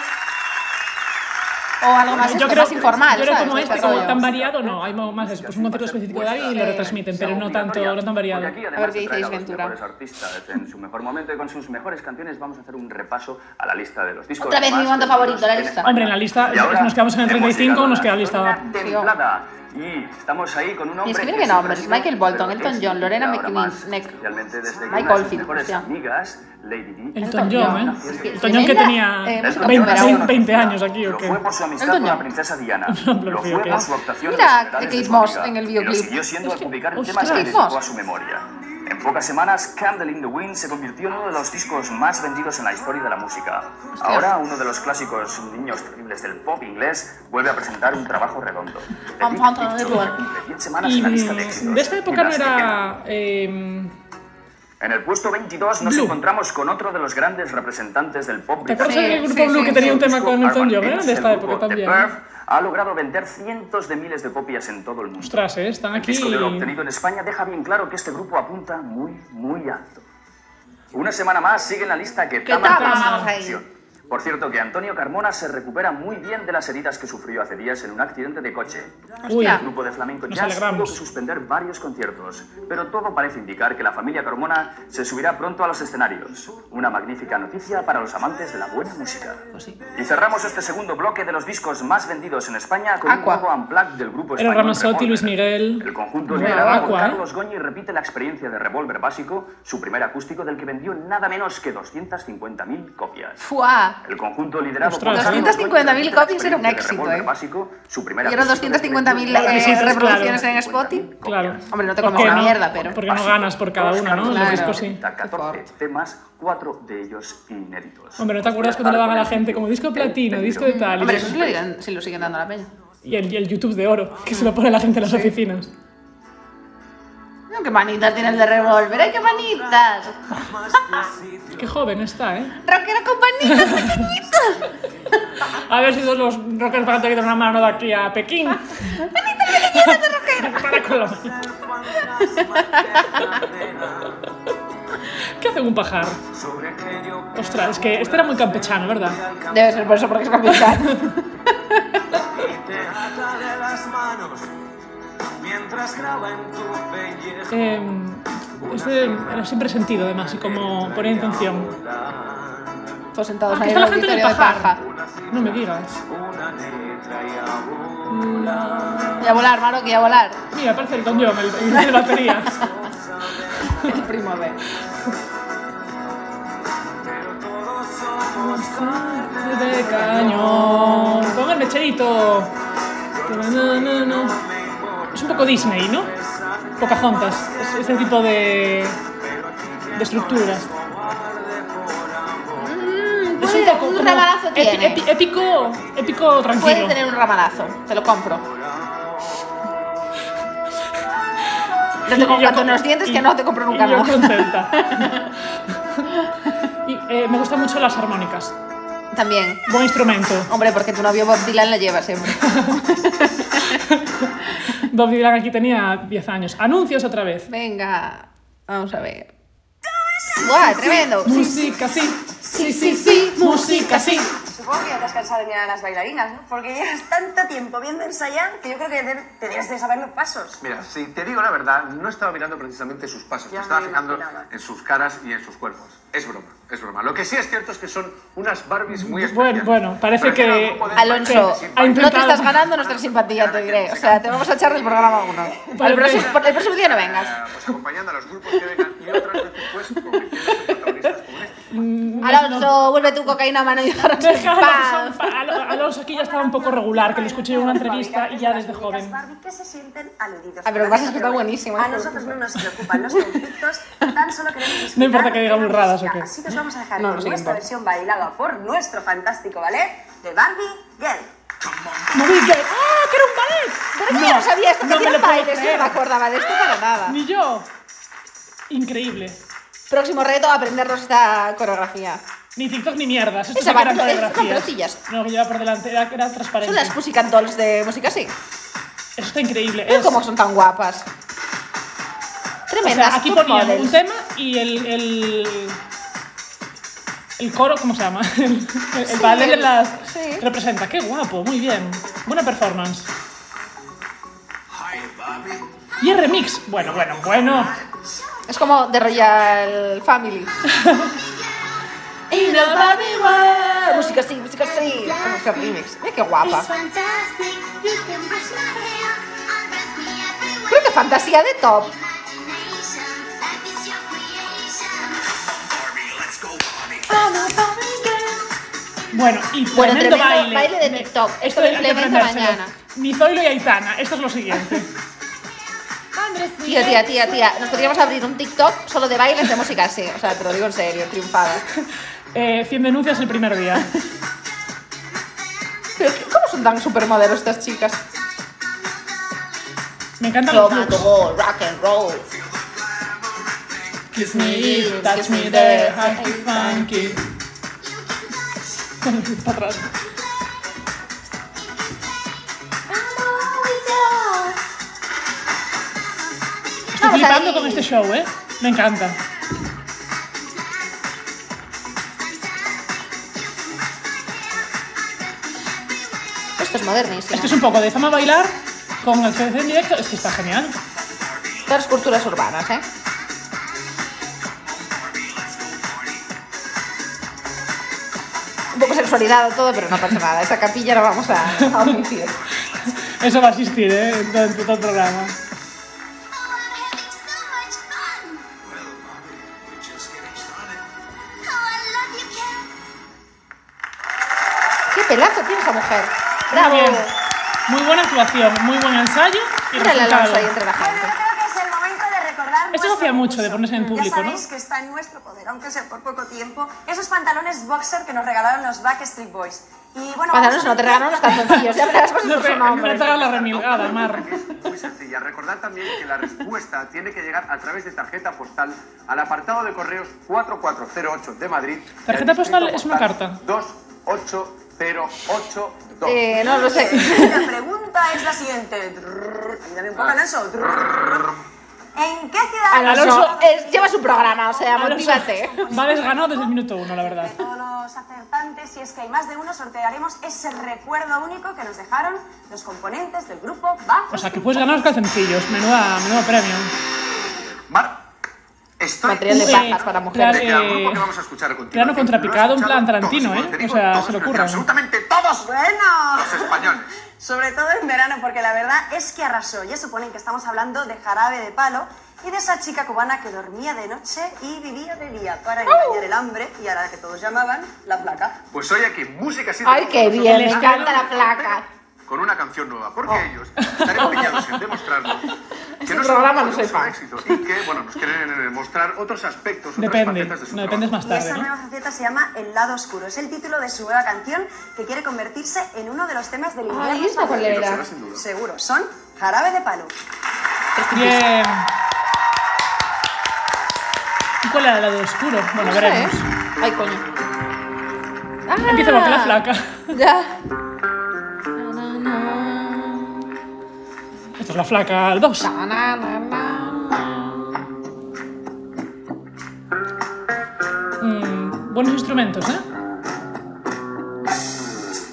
Speaker 2: O algo más, esto, más informal,
Speaker 1: yo creo
Speaker 2: ¿sabes?
Speaker 1: como
Speaker 2: De
Speaker 1: este,
Speaker 2: este
Speaker 1: como
Speaker 2: rollo.
Speaker 1: tan variado, no. Hay mo- más eso, pues un concierto específico de David y lo retransmiten, pero no tanto, no tan variado.
Speaker 4: Porque aquí,
Speaker 2: A ver
Speaker 4: además
Speaker 2: qué
Speaker 4: de traer
Speaker 2: dice
Speaker 4: a los
Speaker 2: Ventura.
Speaker 4: mejores artistas en su mejor momento y con sus mejores canciones, vamos a hacer un repaso a la lista de los discos.
Speaker 2: Otra vez mi
Speaker 4: más
Speaker 2: momento
Speaker 4: vendidos
Speaker 2: favorito, la
Speaker 4: en
Speaker 2: lista.
Speaker 4: España.
Speaker 1: Hombre, en la lista,
Speaker 4: Y ahora
Speaker 1: nos quedamos en el
Speaker 4: hemos
Speaker 1: 35,
Speaker 4: llegado a
Speaker 1: nos
Speaker 4: la
Speaker 1: queda lista.
Speaker 4: columna templada. Y estamos ahí con un hombre.
Speaker 2: es que mira
Speaker 4: que
Speaker 2: qué nombres,
Speaker 4: siempre ha sido,
Speaker 2: Michael Bolton,
Speaker 4: pero
Speaker 2: Elton
Speaker 4: es
Speaker 2: John, Lorena
Speaker 4: ahora
Speaker 2: McKinney,
Speaker 4: más,
Speaker 2: Nick-
Speaker 4: Especialmente desde
Speaker 2: Mike
Speaker 4: que una de sus
Speaker 2: Oldfield,
Speaker 4: mejores
Speaker 2: hostia.
Speaker 4: amigas, Lady Di,
Speaker 1: Elton
Speaker 2: Elton
Speaker 1: John,
Speaker 2: John.
Speaker 1: ¿eh?
Speaker 2: Sí,
Speaker 1: Elton John que
Speaker 2: tremenda,
Speaker 1: tenía
Speaker 2: eh, música
Speaker 1: 20,
Speaker 2: número uno.
Speaker 1: 20 años aquí, ¿o
Speaker 4: Lo
Speaker 1: qué?
Speaker 4: fue por su amistad
Speaker 2: Elton
Speaker 4: con la
Speaker 2: John.
Speaker 4: princesa
Speaker 1: (laughs)
Speaker 4: Diana.
Speaker 1: No, pero
Speaker 4: Lo
Speaker 1: fío,
Speaker 4: fue
Speaker 1: ¿qué?
Speaker 4: por su actuación
Speaker 2: Mira,
Speaker 4: en los funerales
Speaker 2: Kate
Speaker 4: de su
Speaker 2: Moss
Speaker 4: amiga,
Speaker 2: en el
Speaker 4: y
Speaker 2: videoclip.
Speaker 4: Lo siguió siendo
Speaker 1: Es
Speaker 4: al
Speaker 1: que-
Speaker 4: publicar
Speaker 1: ostras,
Speaker 4: temas que
Speaker 2: Kate
Speaker 4: dedicó
Speaker 2: Moss.
Speaker 4: a su memoria. En pocas semanas, Candle in the Wind se convirtió en uno de los discos más vendidos en la historia de la música. Ahora, uno de los clásicos niños terribles del pop inglés vuelve a presentar un trabajo redondo. The Big
Speaker 2: Encuentro de
Speaker 4: Picture
Speaker 2: lugar.
Speaker 4: cumple 10 semanas
Speaker 1: Y
Speaker 4: en la lista de
Speaker 1: mm,
Speaker 4: éxitos.
Speaker 1: de esta época no
Speaker 4: Y las que quedan.
Speaker 1: era. eh,
Speaker 4: En el puesto 22 nos
Speaker 1: Blue.
Speaker 4: encontramos con otro de los grandes representantes del pop
Speaker 1: ¿Te acuerdas
Speaker 4: británico.
Speaker 1: del grupo Blue que tenía un tema con Elton John? Era de esta
Speaker 4: El grupo
Speaker 1: época
Speaker 4: The
Speaker 1: también.
Speaker 4: Verve Ha logrado vender cientos de miles de copias en todo el mundo.
Speaker 1: Ostras, eh, están
Speaker 4: El
Speaker 1: aquí.
Speaker 4: disco de oro obtenido en España deja bien claro que este grupo apunta muy, muy alto. Una semana más sigue en la lista que
Speaker 2: Ketama,
Speaker 4: Tama tras
Speaker 2: vamos ahí.
Speaker 4: canción. Por cierto, que Antonio Carmona se recupera muy bien de las heridas que sufrió hace días en un accidente de coche.
Speaker 1: Uy,
Speaker 4: El grupo de flamenco
Speaker 1: Nos
Speaker 4: jazz tuvo
Speaker 1: alegramos.
Speaker 4: que suspender varios conciertos, pero todo parece indicar que la familia Carmona se subirá pronto a los escenarios. Una magnífica noticia para los amantes de la buena música. Y cerramos este segundo bloque de los discos más vendidos en España con
Speaker 2: Aqua.
Speaker 4: un nuevo unplugged del grupo
Speaker 1: Era
Speaker 4: español
Speaker 1: Ramazzotti,
Speaker 4: Revolver.
Speaker 1: Luis Miguel.
Speaker 4: El conjunto
Speaker 1: Bueno,
Speaker 4: liderado por
Speaker 1: Aqua, ¿eh?
Speaker 4: Carlos Goñi repite la experiencia de Revolver Básico, su primer acústico del que vendió nada menos que 250.000 copias.
Speaker 2: ¡Fua!
Speaker 4: El conjunto liderado
Speaker 1: Ostras,
Speaker 4: por Carlos
Speaker 2: 250.000
Speaker 4: Goñi,
Speaker 2: copias era un
Speaker 4: de
Speaker 2: éxito,
Speaker 4: Revolver
Speaker 2: eh.
Speaker 4: Básico, su primer
Speaker 2: Y eran
Speaker 4: acústico del que vendió
Speaker 2: 250.000
Speaker 1: eh,
Speaker 4: nada menos que
Speaker 1: reproducciones
Speaker 2: en
Speaker 4: 250.000
Speaker 2: Spotify.
Speaker 4: copias.
Speaker 1: Claro.
Speaker 2: Hombre, no te
Speaker 1: ¿Por
Speaker 2: comes
Speaker 1: qué
Speaker 2: una mierda, pero-
Speaker 1: Porque no ganas por cada una, ¿no? Los
Speaker 2: Claro.
Speaker 1: discos sí.
Speaker 4: 14 temas, cuatro de ellos inéditos.
Speaker 1: Hombre, ¿no te acuerdas cuando le daban a la gente como disco de platino, disco de tal?
Speaker 2: Hombre, eso sí lo, digan- sí lo siguen dando a la peña.
Speaker 1: Y el, y el YouTube de oro, que se lo pone la gente en las oficinas.
Speaker 2: No, qué manitas tiene el de revólver, ay, qué manitas.
Speaker 1: Qué joven está, ¿eh?
Speaker 2: Rockero con manitas pequeñitas.
Speaker 1: A ver si todos los rockers van a tener una mano de aquí a Pekín.
Speaker 2: Manitas pequeñitas de rockero.
Speaker 1: Para con la mano. ¿Qué hace un pajar? Ostras, es que este era muy campechano, ¿verdad?
Speaker 2: Debe ser por eso porque es capitán.
Speaker 1: Eh, este era siempre sentido, además, y como ponía intención.
Speaker 2: Todos sentados
Speaker 1: Aquí
Speaker 2: ahí
Speaker 1: Ah, está
Speaker 2: en
Speaker 1: la gente
Speaker 2: el
Speaker 1: del
Speaker 2: auditorio de
Speaker 1: pajar.
Speaker 2: paja.
Speaker 1: No me digas.
Speaker 2: Y a volar, Maro, que a volar.
Speaker 1: Mira, aparece el conjón, el, el de batería.
Speaker 2: El primo
Speaker 1: Mm,
Speaker 2: de.
Speaker 1: de cañón. Con el mecherito. Es un poco Disney, ¿no? Pocahontas. Es ese tipo de. de estructuras.
Speaker 2: Mm,
Speaker 1: Es
Speaker 2: puede-
Speaker 1: un poco
Speaker 2: un
Speaker 1: como
Speaker 2: ramalazo
Speaker 1: epi-
Speaker 2: tiene.
Speaker 1: epi- épico, épico
Speaker 2: Puede
Speaker 1: tranquilo.
Speaker 2: tener un ramalazo, te lo compro. No te
Speaker 1: Y (laughs) yo
Speaker 2: compro
Speaker 1: con-
Speaker 2: unos dientes
Speaker 1: y-
Speaker 2: que no te compro nunca
Speaker 1: y yo
Speaker 2: más.
Speaker 1: contenta. y, eh, me gustan mucho las armónicas.
Speaker 2: (laughs) También.
Speaker 1: Buen instrumento.
Speaker 2: Hombre, porque tu novio Bob Dylan la lleva siempre.
Speaker 1: Bob Dylan aquí tenía 10 años. Anuncios otra vez.
Speaker 2: Venga, vamos a ver. ¡Guau, tremendo!
Speaker 1: Música sí, sí, sí, sí, música sí.
Speaker 3: Supongo que ya te has cansado de mirar a las bailarinas, ¿no? Porque llevas tanto tiempo viendo ensayar que yo creo que de- te debes de saber los pasos.
Speaker 4: Mira, si te digo la verdad, no estaba mirando precisamente sus pasos,
Speaker 3: Ya
Speaker 4: me estaba
Speaker 3: me
Speaker 4: fijando
Speaker 3: imaginaba.
Speaker 4: en sus caras y en sus cuerpos. Es broma, es broma. Lo que sí es cierto es que son unas Barbies muy
Speaker 1: Bueno,
Speaker 4: especiales.
Speaker 1: bueno, parece
Speaker 4: Pertenecen
Speaker 1: que-
Speaker 4: al grupo de
Speaker 2: Alonso,
Speaker 4: Barbies
Speaker 1: ha
Speaker 2: no te
Speaker 1: intentado-
Speaker 2: estás ganando nuestra simpatía, te diré. O sea, te vamos a echar del programa uno.
Speaker 1: Vale,
Speaker 2: El próximo,
Speaker 1: venga.
Speaker 2: el próximo día no vengas.
Speaker 4: Ah, Pues acompañando a los grupos que vengan y otras veces pues convirtiéndose en protagonistas como este.
Speaker 2: Alonso, vuelve tu cocaína a mano y
Speaker 1: (laughs)
Speaker 2: déjanos en
Speaker 1: Déjalo,
Speaker 2: paz.
Speaker 1: Alonso, Alonso aquí ya estaba un poco regular, que lo escuché en una entrevista y ya desde joven.
Speaker 3: Barbie que se sienten aludidos.
Speaker 2: Ah, pero lo que pasa es que está buenísimo, ¿eh?
Speaker 3: A
Speaker 2: hijo de
Speaker 3: nosotros
Speaker 2: puta.
Speaker 3: no nos preocupan los conflictos, tan solo queremos disfrutar
Speaker 1: No importa que
Speaker 3: de
Speaker 1: diga
Speaker 3: la
Speaker 1: burradas
Speaker 3: música.
Speaker 1: o qué.
Speaker 3: Así que os vamos a dejar
Speaker 2: No,
Speaker 3: con
Speaker 2: no sé qué
Speaker 3: nuestra
Speaker 2: importa.
Speaker 3: versión bailada por nuestro fantástico ballet de Barbie Girl.
Speaker 1: No vi que- ¡Ah, que era un
Speaker 2: Pero
Speaker 1: ballet!
Speaker 2: que yo no sabía esto, que
Speaker 1: no me
Speaker 2: hacían
Speaker 1: lo puedo
Speaker 2: bailes, yo no me
Speaker 1: creer.
Speaker 2: acordaba de esto para nada.
Speaker 1: Ni yo. Increíble.
Speaker 2: Próximo reto, aprendernos esta coreografía.
Speaker 1: Ni TikTok ni mierdas. Esto
Speaker 2: Esa
Speaker 1: sí que eran
Speaker 2: parte- esas eran
Speaker 1: coreografías.
Speaker 2: pelotillas.
Speaker 1: No, que lleva por delante, era, era transparente.
Speaker 2: Son las Pussycat Dolls de música, sí.
Speaker 1: Eso está increíble.
Speaker 2: Mira
Speaker 1: es-
Speaker 2: cómo son tan guapas.
Speaker 1: o
Speaker 2: Tremendas.
Speaker 1: sea, aquí
Speaker 2: top
Speaker 1: ponían
Speaker 2: models.
Speaker 1: un tema y el... el el coro, ¿cómo se llama? (laughs) El, el
Speaker 2: Sí,
Speaker 1: ballet de
Speaker 2: el-
Speaker 1: las
Speaker 2: sí.
Speaker 1: representa. ¡Qué guapo! Muy bien. Buena performance. Y el remix. Bueno, bueno, bueno.
Speaker 2: Es como The Royal (laughs) Family. In a Barbie world. Música sí, música sí. Música remix. Mira qué guapa. Creo que fantasía de
Speaker 7: Oh,
Speaker 2: top.
Speaker 1: Bueno, y
Speaker 2: Bueno,
Speaker 1: tremendo,
Speaker 2: tremendo
Speaker 1: baile.
Speaker 2: baile de TikTok. Esto lo
Speaker 1: hay que
Speaker 2: implemento
Speaker 1: aprendérselo.
Speaker 2: mañana.
Speaker 1: Ni Zoilo y Aitana. Esto es lo
Speaker 2: (laughs)
Speaker 1: siguiente.
Speaker 2: Tío, tía, tía, tía. Nos podríamos abrir un TikTok solo de bailes de música sí. O sea, te lo digo en serio, triunfada.
Speaker 1: Eh, 100 denuncias el primer día.
Speaker 2: Pero, ¿qué- ¿cómo son tan supermodelos estas chicas?
Speaker 1: Me encantan los
Speaker 2: Toma, to
Speaker 1: looks.
Speaker 2: go, rock and roll.
Speaker 1: Kiss me here, touch me there, hunky funky. Para atrás. Estoy
Speaker 2: Vamos
Speaker 1: flipando
Speaker 2: ahí.
Speaker 1: con este show, ¿eh? Me encanta.
Speaker 2: Esto es modernísimo.
Speaker 1: Esto es un poco de fama bailar con el CDC en directo. Es que está genial.
Speaker 2: Todas culturas urbanas, ¿eh? Un poco sexualizado todo, pero no pasa nada. Esa capilla la vamos a, a omitir.
Speaker 1: Eso va a asistir, ¿eh? En todo, en todo el programa.
Speaker 2: ¡Qué pelazo tiene esa mujer! ¡Bravo!
Speaker 1: Muy bien. Muy buena actuación, muy buen ensayo y
Speaker 2: Mira el Alonso ahí
Speaker 1: resultado.
Speaker 2: entre la
Speaker 3: Bueno, yo
Speaker 2: gente.
Speaker 3: creo que es el momento de recordar.
Speaker 1: Esto se
Speaker 3: nuestro
Speaker 1: hacía mucho,
Speaker 3: concurso.
Speaker 1: de ponerse en público,
Speaker 3: Ya sabéis
Speaker 1: ¿no?
Speaker 3: que está en nuestro poder, aunque sea por poco tiempo, esos pantalones boxer que nos regalaron los Backstreet Boys. Y bueno,
Speaker 2: Pantalones
Speaker 3: vamos a
Speaker 2: no te
Speaker 3: ver-
Speaker 2: regalaron los calzoncillos, ya verás cosas
Speaker 1: No
Speaker 2: por
Speaker 1: te-
Speaker 2: su
Speaker 1: no
Speaker 2: nombre.
Speaker 1: te hagas la remilgada, Mar.
Speaker 4: Pues sencilla. Recordad también que la respuesta tiene que llegar a través de tarjeta postal al apartado de correos 4408 de Madrid. y al
Speaker 1: Tarjeta postal
Speaker 4: distrito
Speaker 1: es una
Speaker 4: postal
Speaker 1: carta.
Speaker 4: 28082.
Speaker 2: Eh, no lo sé.
Speaker 1: (laughs)
Speaker 3: La pregunta es la siguiente. Trrr, Ayúdame un poco, Alonso. Trrr. ¿En qué ciudad?
Speaker 2: Alonso
Speaker 1: Alonso
Speaker 2: es- lleva su programa, o sea,
Speaker 1: Alonso,
Speaker 2: motívate.
Speaker 1: Va desganado desde el minuto uno, la verdad.
Speaker 3: De todos los acertantes, si es que hay más de uno, sortearemos ese recuerdo único que nos dejaron los componentes del grupo Bajo.
Speaker 1: O sea, que puedes ganar los calzoncillos. Menuda, menudo premio.
Speaker 4: Mar, estoy
Speaker 2: Material de
Speaker 1: Sí,
Speaker 2: pajas para mujeres.
Speaker 4: de que al
Speaker 1: eh,
Speaker 4: grupo que vamos a escuchar a continuación.
Speaker 1: plano contrapicado, en
Speaker 4: lo ha
Speaker 1: plan
Speaker 4: escuchado
Speaker 1: Tarantino, ¿eh?
Speaker 4: todos, te digo,
Speaker 1: O sea,
Speaker 4: todos,
Speaker 1: se le
Speaker 4: pero
Speaker 1: ocurra.
Speaker 4: Absolutamente todos
Speaker 3: Bueno,
Speaker 4: los españoles.
Speaker 3: sobre todo en verano, porque la verdad es que arrasó. Ya suponen que estamos hablando de Jarabe de Palo y de esa chica cubana que dormía de noche y vivía de día para engañar el hambre y a la que todos llamaban la placa.
Speaker 4: Pues hoy aquí, música así.
Speaker 2: Ay, qué bien, me
Speaker 1: Les
Speaker 2: encanta
Speaker 1: gano.
Speaker 2: la placa.
Speaker 4: Con una canción nueva,
Speaker 1: Oh.
Speaker 4: porque ellos están empeñados
Speaker 1: (laughs)
Speaker 4: en demostrarnos que
Speaker 2: Este programa
Speaker 4: son
Speaker 2: no soy
Speaker 4: un
Speaker 2: fan.
Speaker 4: éxito y que, bueno, nos quieren eh, mostrar otros aspectos, otras
Speaker 1: Depende.
Speaker 4: facetas de su
Speaker 1: No,
Speaker 4: trabajo.
Speaker 1: dependes más
Speaker 3: Y
Speaker 1: tarde,
Speaker 3: esa
Speaker 1: ¿no?
Speaker 3: nueva faceta se llama El lado oscuro. Es el título de su nueva canción que quiere convertirse en uno de los temas del invierno.
Speaker 2: Ay, ¿esto cuál
Speaker 3: español.
Speaker 2: era?
Speaker 4: Sin duda.
Speaker 3: Seguro, son Jarabe de Palo.
Speaker 2: Este
Speaker 1: Bien. ¿Y cuál era la de oscuro? Bueno,
Speaker 2: No sé. ¿eh?
Speaker 1: veremos.
Speaker 2: Ay, coño. Ah,
Speaker 1: Empieza con la flaca.
Speaker 2: Ya.
Speaker 1: Esto es la flaca al 2.
Speaker 2: Na, na, na, na.
Speaker 1: buenos instrumentos, ¿eh?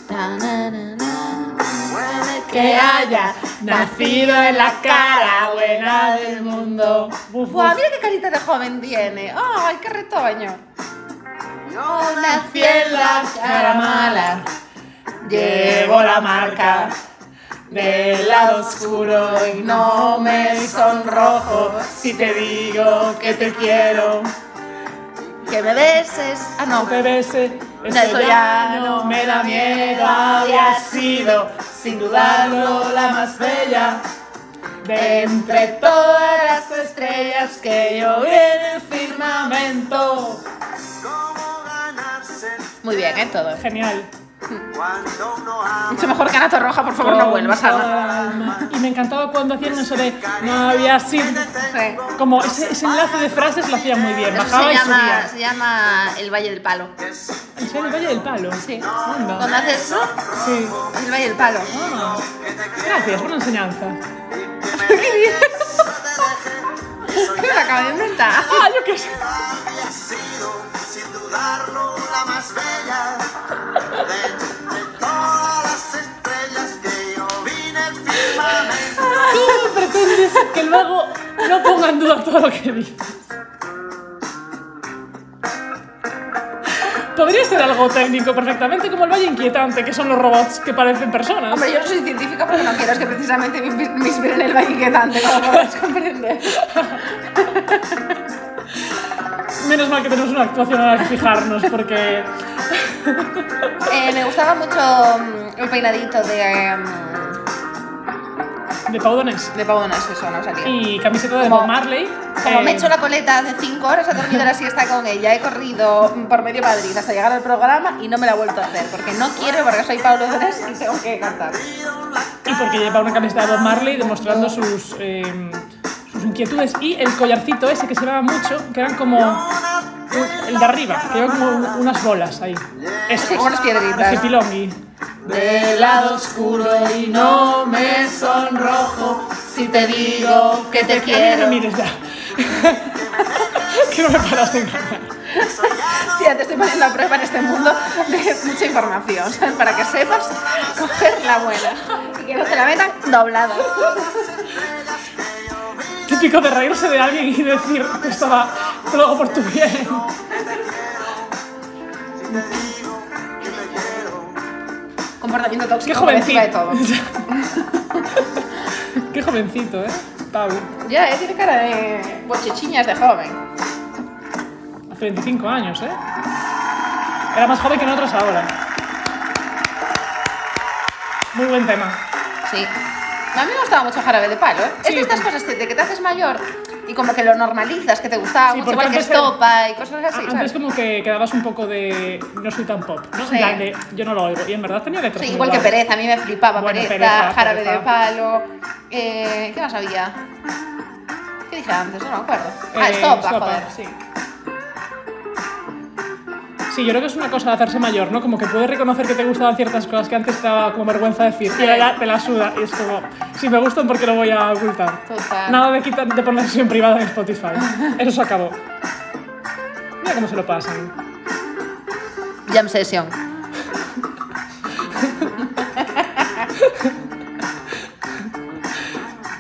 Speaker 2: Na, na, na, na. Puede que haya nacido en la cara buena del mundo.
Speaker 1: Buf, buf.
Speaker 2: Buah, mira qué carita de joven tiene. Ay, qué retoño. Yo nací en la cara mala. Llevo la marca del lado oscuro y no me sonrojo si te digo que te quiero. Que me beses. Ah, no,
Speaker 1: te beses,
Speaker 2: eso ya no me da miedo. Había sido, sin dudarlo, la más bella de entre todas las estrellas que yo vi en el firmamento. Muy bien, ¿eh? Todo.
Speaker 1: Genial.
Speaker 2: Mucho mejor que Anato Roja, por favor, no vuelvas, Ana.
Speaker 1: a Y me encantaba cuando hacían eso de no había sido.
Speaker 2: Sí.
Speaker 1: Como ese, ese enlace de frases lo hacían muy bien.
Speaker 2: Eso
Speaker 1: Bajaba
Speaker 2: se
Speaker 1: y
Speaker 2: llama,
Speaker 1: subía.
Speaker 2: se llama El Valle del Palo.
Speaker 1: ¿En serio? ¿El Valle del Palo?
Speaker 2: Sí.
Speaker 1: Anda.
Speaker 2: Cuando haces eso,
Speaker 1: Sí.
Speaker 2: El Valle del Palo. (laughs)
Speaker 1: Ah. Gracias, buena enseñanza.
Speaker 2: (laughs) ¡Qué bien! Me lo acabo de inventar.
Speaker 1: Ah, yo qué sé. ¿Cómo pretendes que el mago no ponga en duda todo lo que dices? Podría ser algo técnico perfectamente, como el valle inquietante, que son los robots que parecen personas.
Speaker 2: Hombre, yo no soy científica porque no quiero, es que precisamente me inspi- me inspire en el valle inquietante, como podrás comprender.
Speaker 1: Menos mal que tenemos una actuación a la que fijarnos, porque
Speaker 2: Eh, me gustaba mucho mm, el peinadito de. mm,
Speaker 1: de paudones.
Speaker 2: de pavonas, eso no salía.
Speaker 1: Y camiseta de
Speaker 2: Como-
Speaker 1: Bob Marley.
Speaker 2: Como
Speaker 1: eh,
Speaker 2: me he hecho la coleta hace 5 horas, he dormido la siesta con ella, he corrido por medio Madrid hasta llegar al programa y no me la he vuelto a hacer, porque no quiero, porque soy Pablo Donés y tengo que cantar.
Speaker 1: Y porque lleva una camiseta de Bob Marley demostrando sus, eh, sus inquietudes. Y el collarcito ese que se llevaba mucho, que eran como. un- el de arriba, que lleva como un- unas bolas ahí. Eso.
Speaker 2: Sí, como unas piedritas.
Speaker 1: De pilongui.
Speaker 2: Del lado oscuro y no me sonrojo si te digo que te
Speaker 1: A mí no me mires ya. (laughs) que no me paras de engañar.
Speaker 2: Tía, te estoy poniendo a prueba en este mundo de mucha información, (laughs) ¿sabes? Para que sepas coger la buena y que no te la metan doblada.
Speaker 1: Típico de reírse de alguien y decir que estaba te lo hago por tu bien.
Speaker 2: Comportamiento
Speaker 1: Qué
Speaker 2: tóxico por
Speaker 1: jovencito.
Speaker 2: encima de todo.
Speaker 1: (laughs) Qué jovencito, ¿eh? Pablo.
Speaker 2: Ya, eh, tiene cara de bochechiñas de joven.
Speaker 1: Hace 25 años, ¿eh? Era más joven que nosotros ahora. Muy buen tema.
Speaker 2: Sí. A mí me gustaba mucho Jarabe de Palo, ¿eh? Es
Speaker 1: Sí.
Speaker 2: de estas cosas de que te haces mayor y como que lo normalizas, que te gustaba
Speaker 1: Sí,
Speaker 2: mucho,
Speaker 1: porque
Speaker 2: igual que
Speaker 1: antes era-
Speaker 2: estopa y cosas así,
Speaker 1: A-
Speaker 2: ¿sabes?
Speaker 1: Antes como que quedabas un poco de no soy tan pop, ¿no?
Speaker 2: Sí.
Speaker 1: En plan de, yo no lo oigo. Y en verdad tenía letras
Speaker 2: Sí,
Speaker 1: muy
Speaker 2: igual que
Speaker 1: guays.
Speaker 2: Pereza, a mí me flipaba
Speaker 1: Bueno,
Speaker 2: pereza,
Speaker 1: Pereza,
Speaker 2: Jarabe
Speaker 1: Pereza.
Speaker 2: de Palo. Eh, ¿Qué más había? ¿Qué dije antes? No me acuerdo. Ah,
Speaker 1: Eh,
Speaker 2: stop,
Speaker 1: estopa,
Speaker 2: joder.
Speaker 1: Sí. Sí, yo creo que es una cosa de hacerse mayor, ¿no? Como que puedes reconocer que te gustaban ciertas cosas que antes te daba como vergüenza decir. Y ahora te la suda. Y es como, si me gustan, ¿por qué lo voy a ocultar?
Speaker 2: Total.
Speaker 1: Nada de, quitar, de ponerse en privado en Spotify. Eso se acabó. Mira cómo se lo pasan.
Speaker 2: Jam session.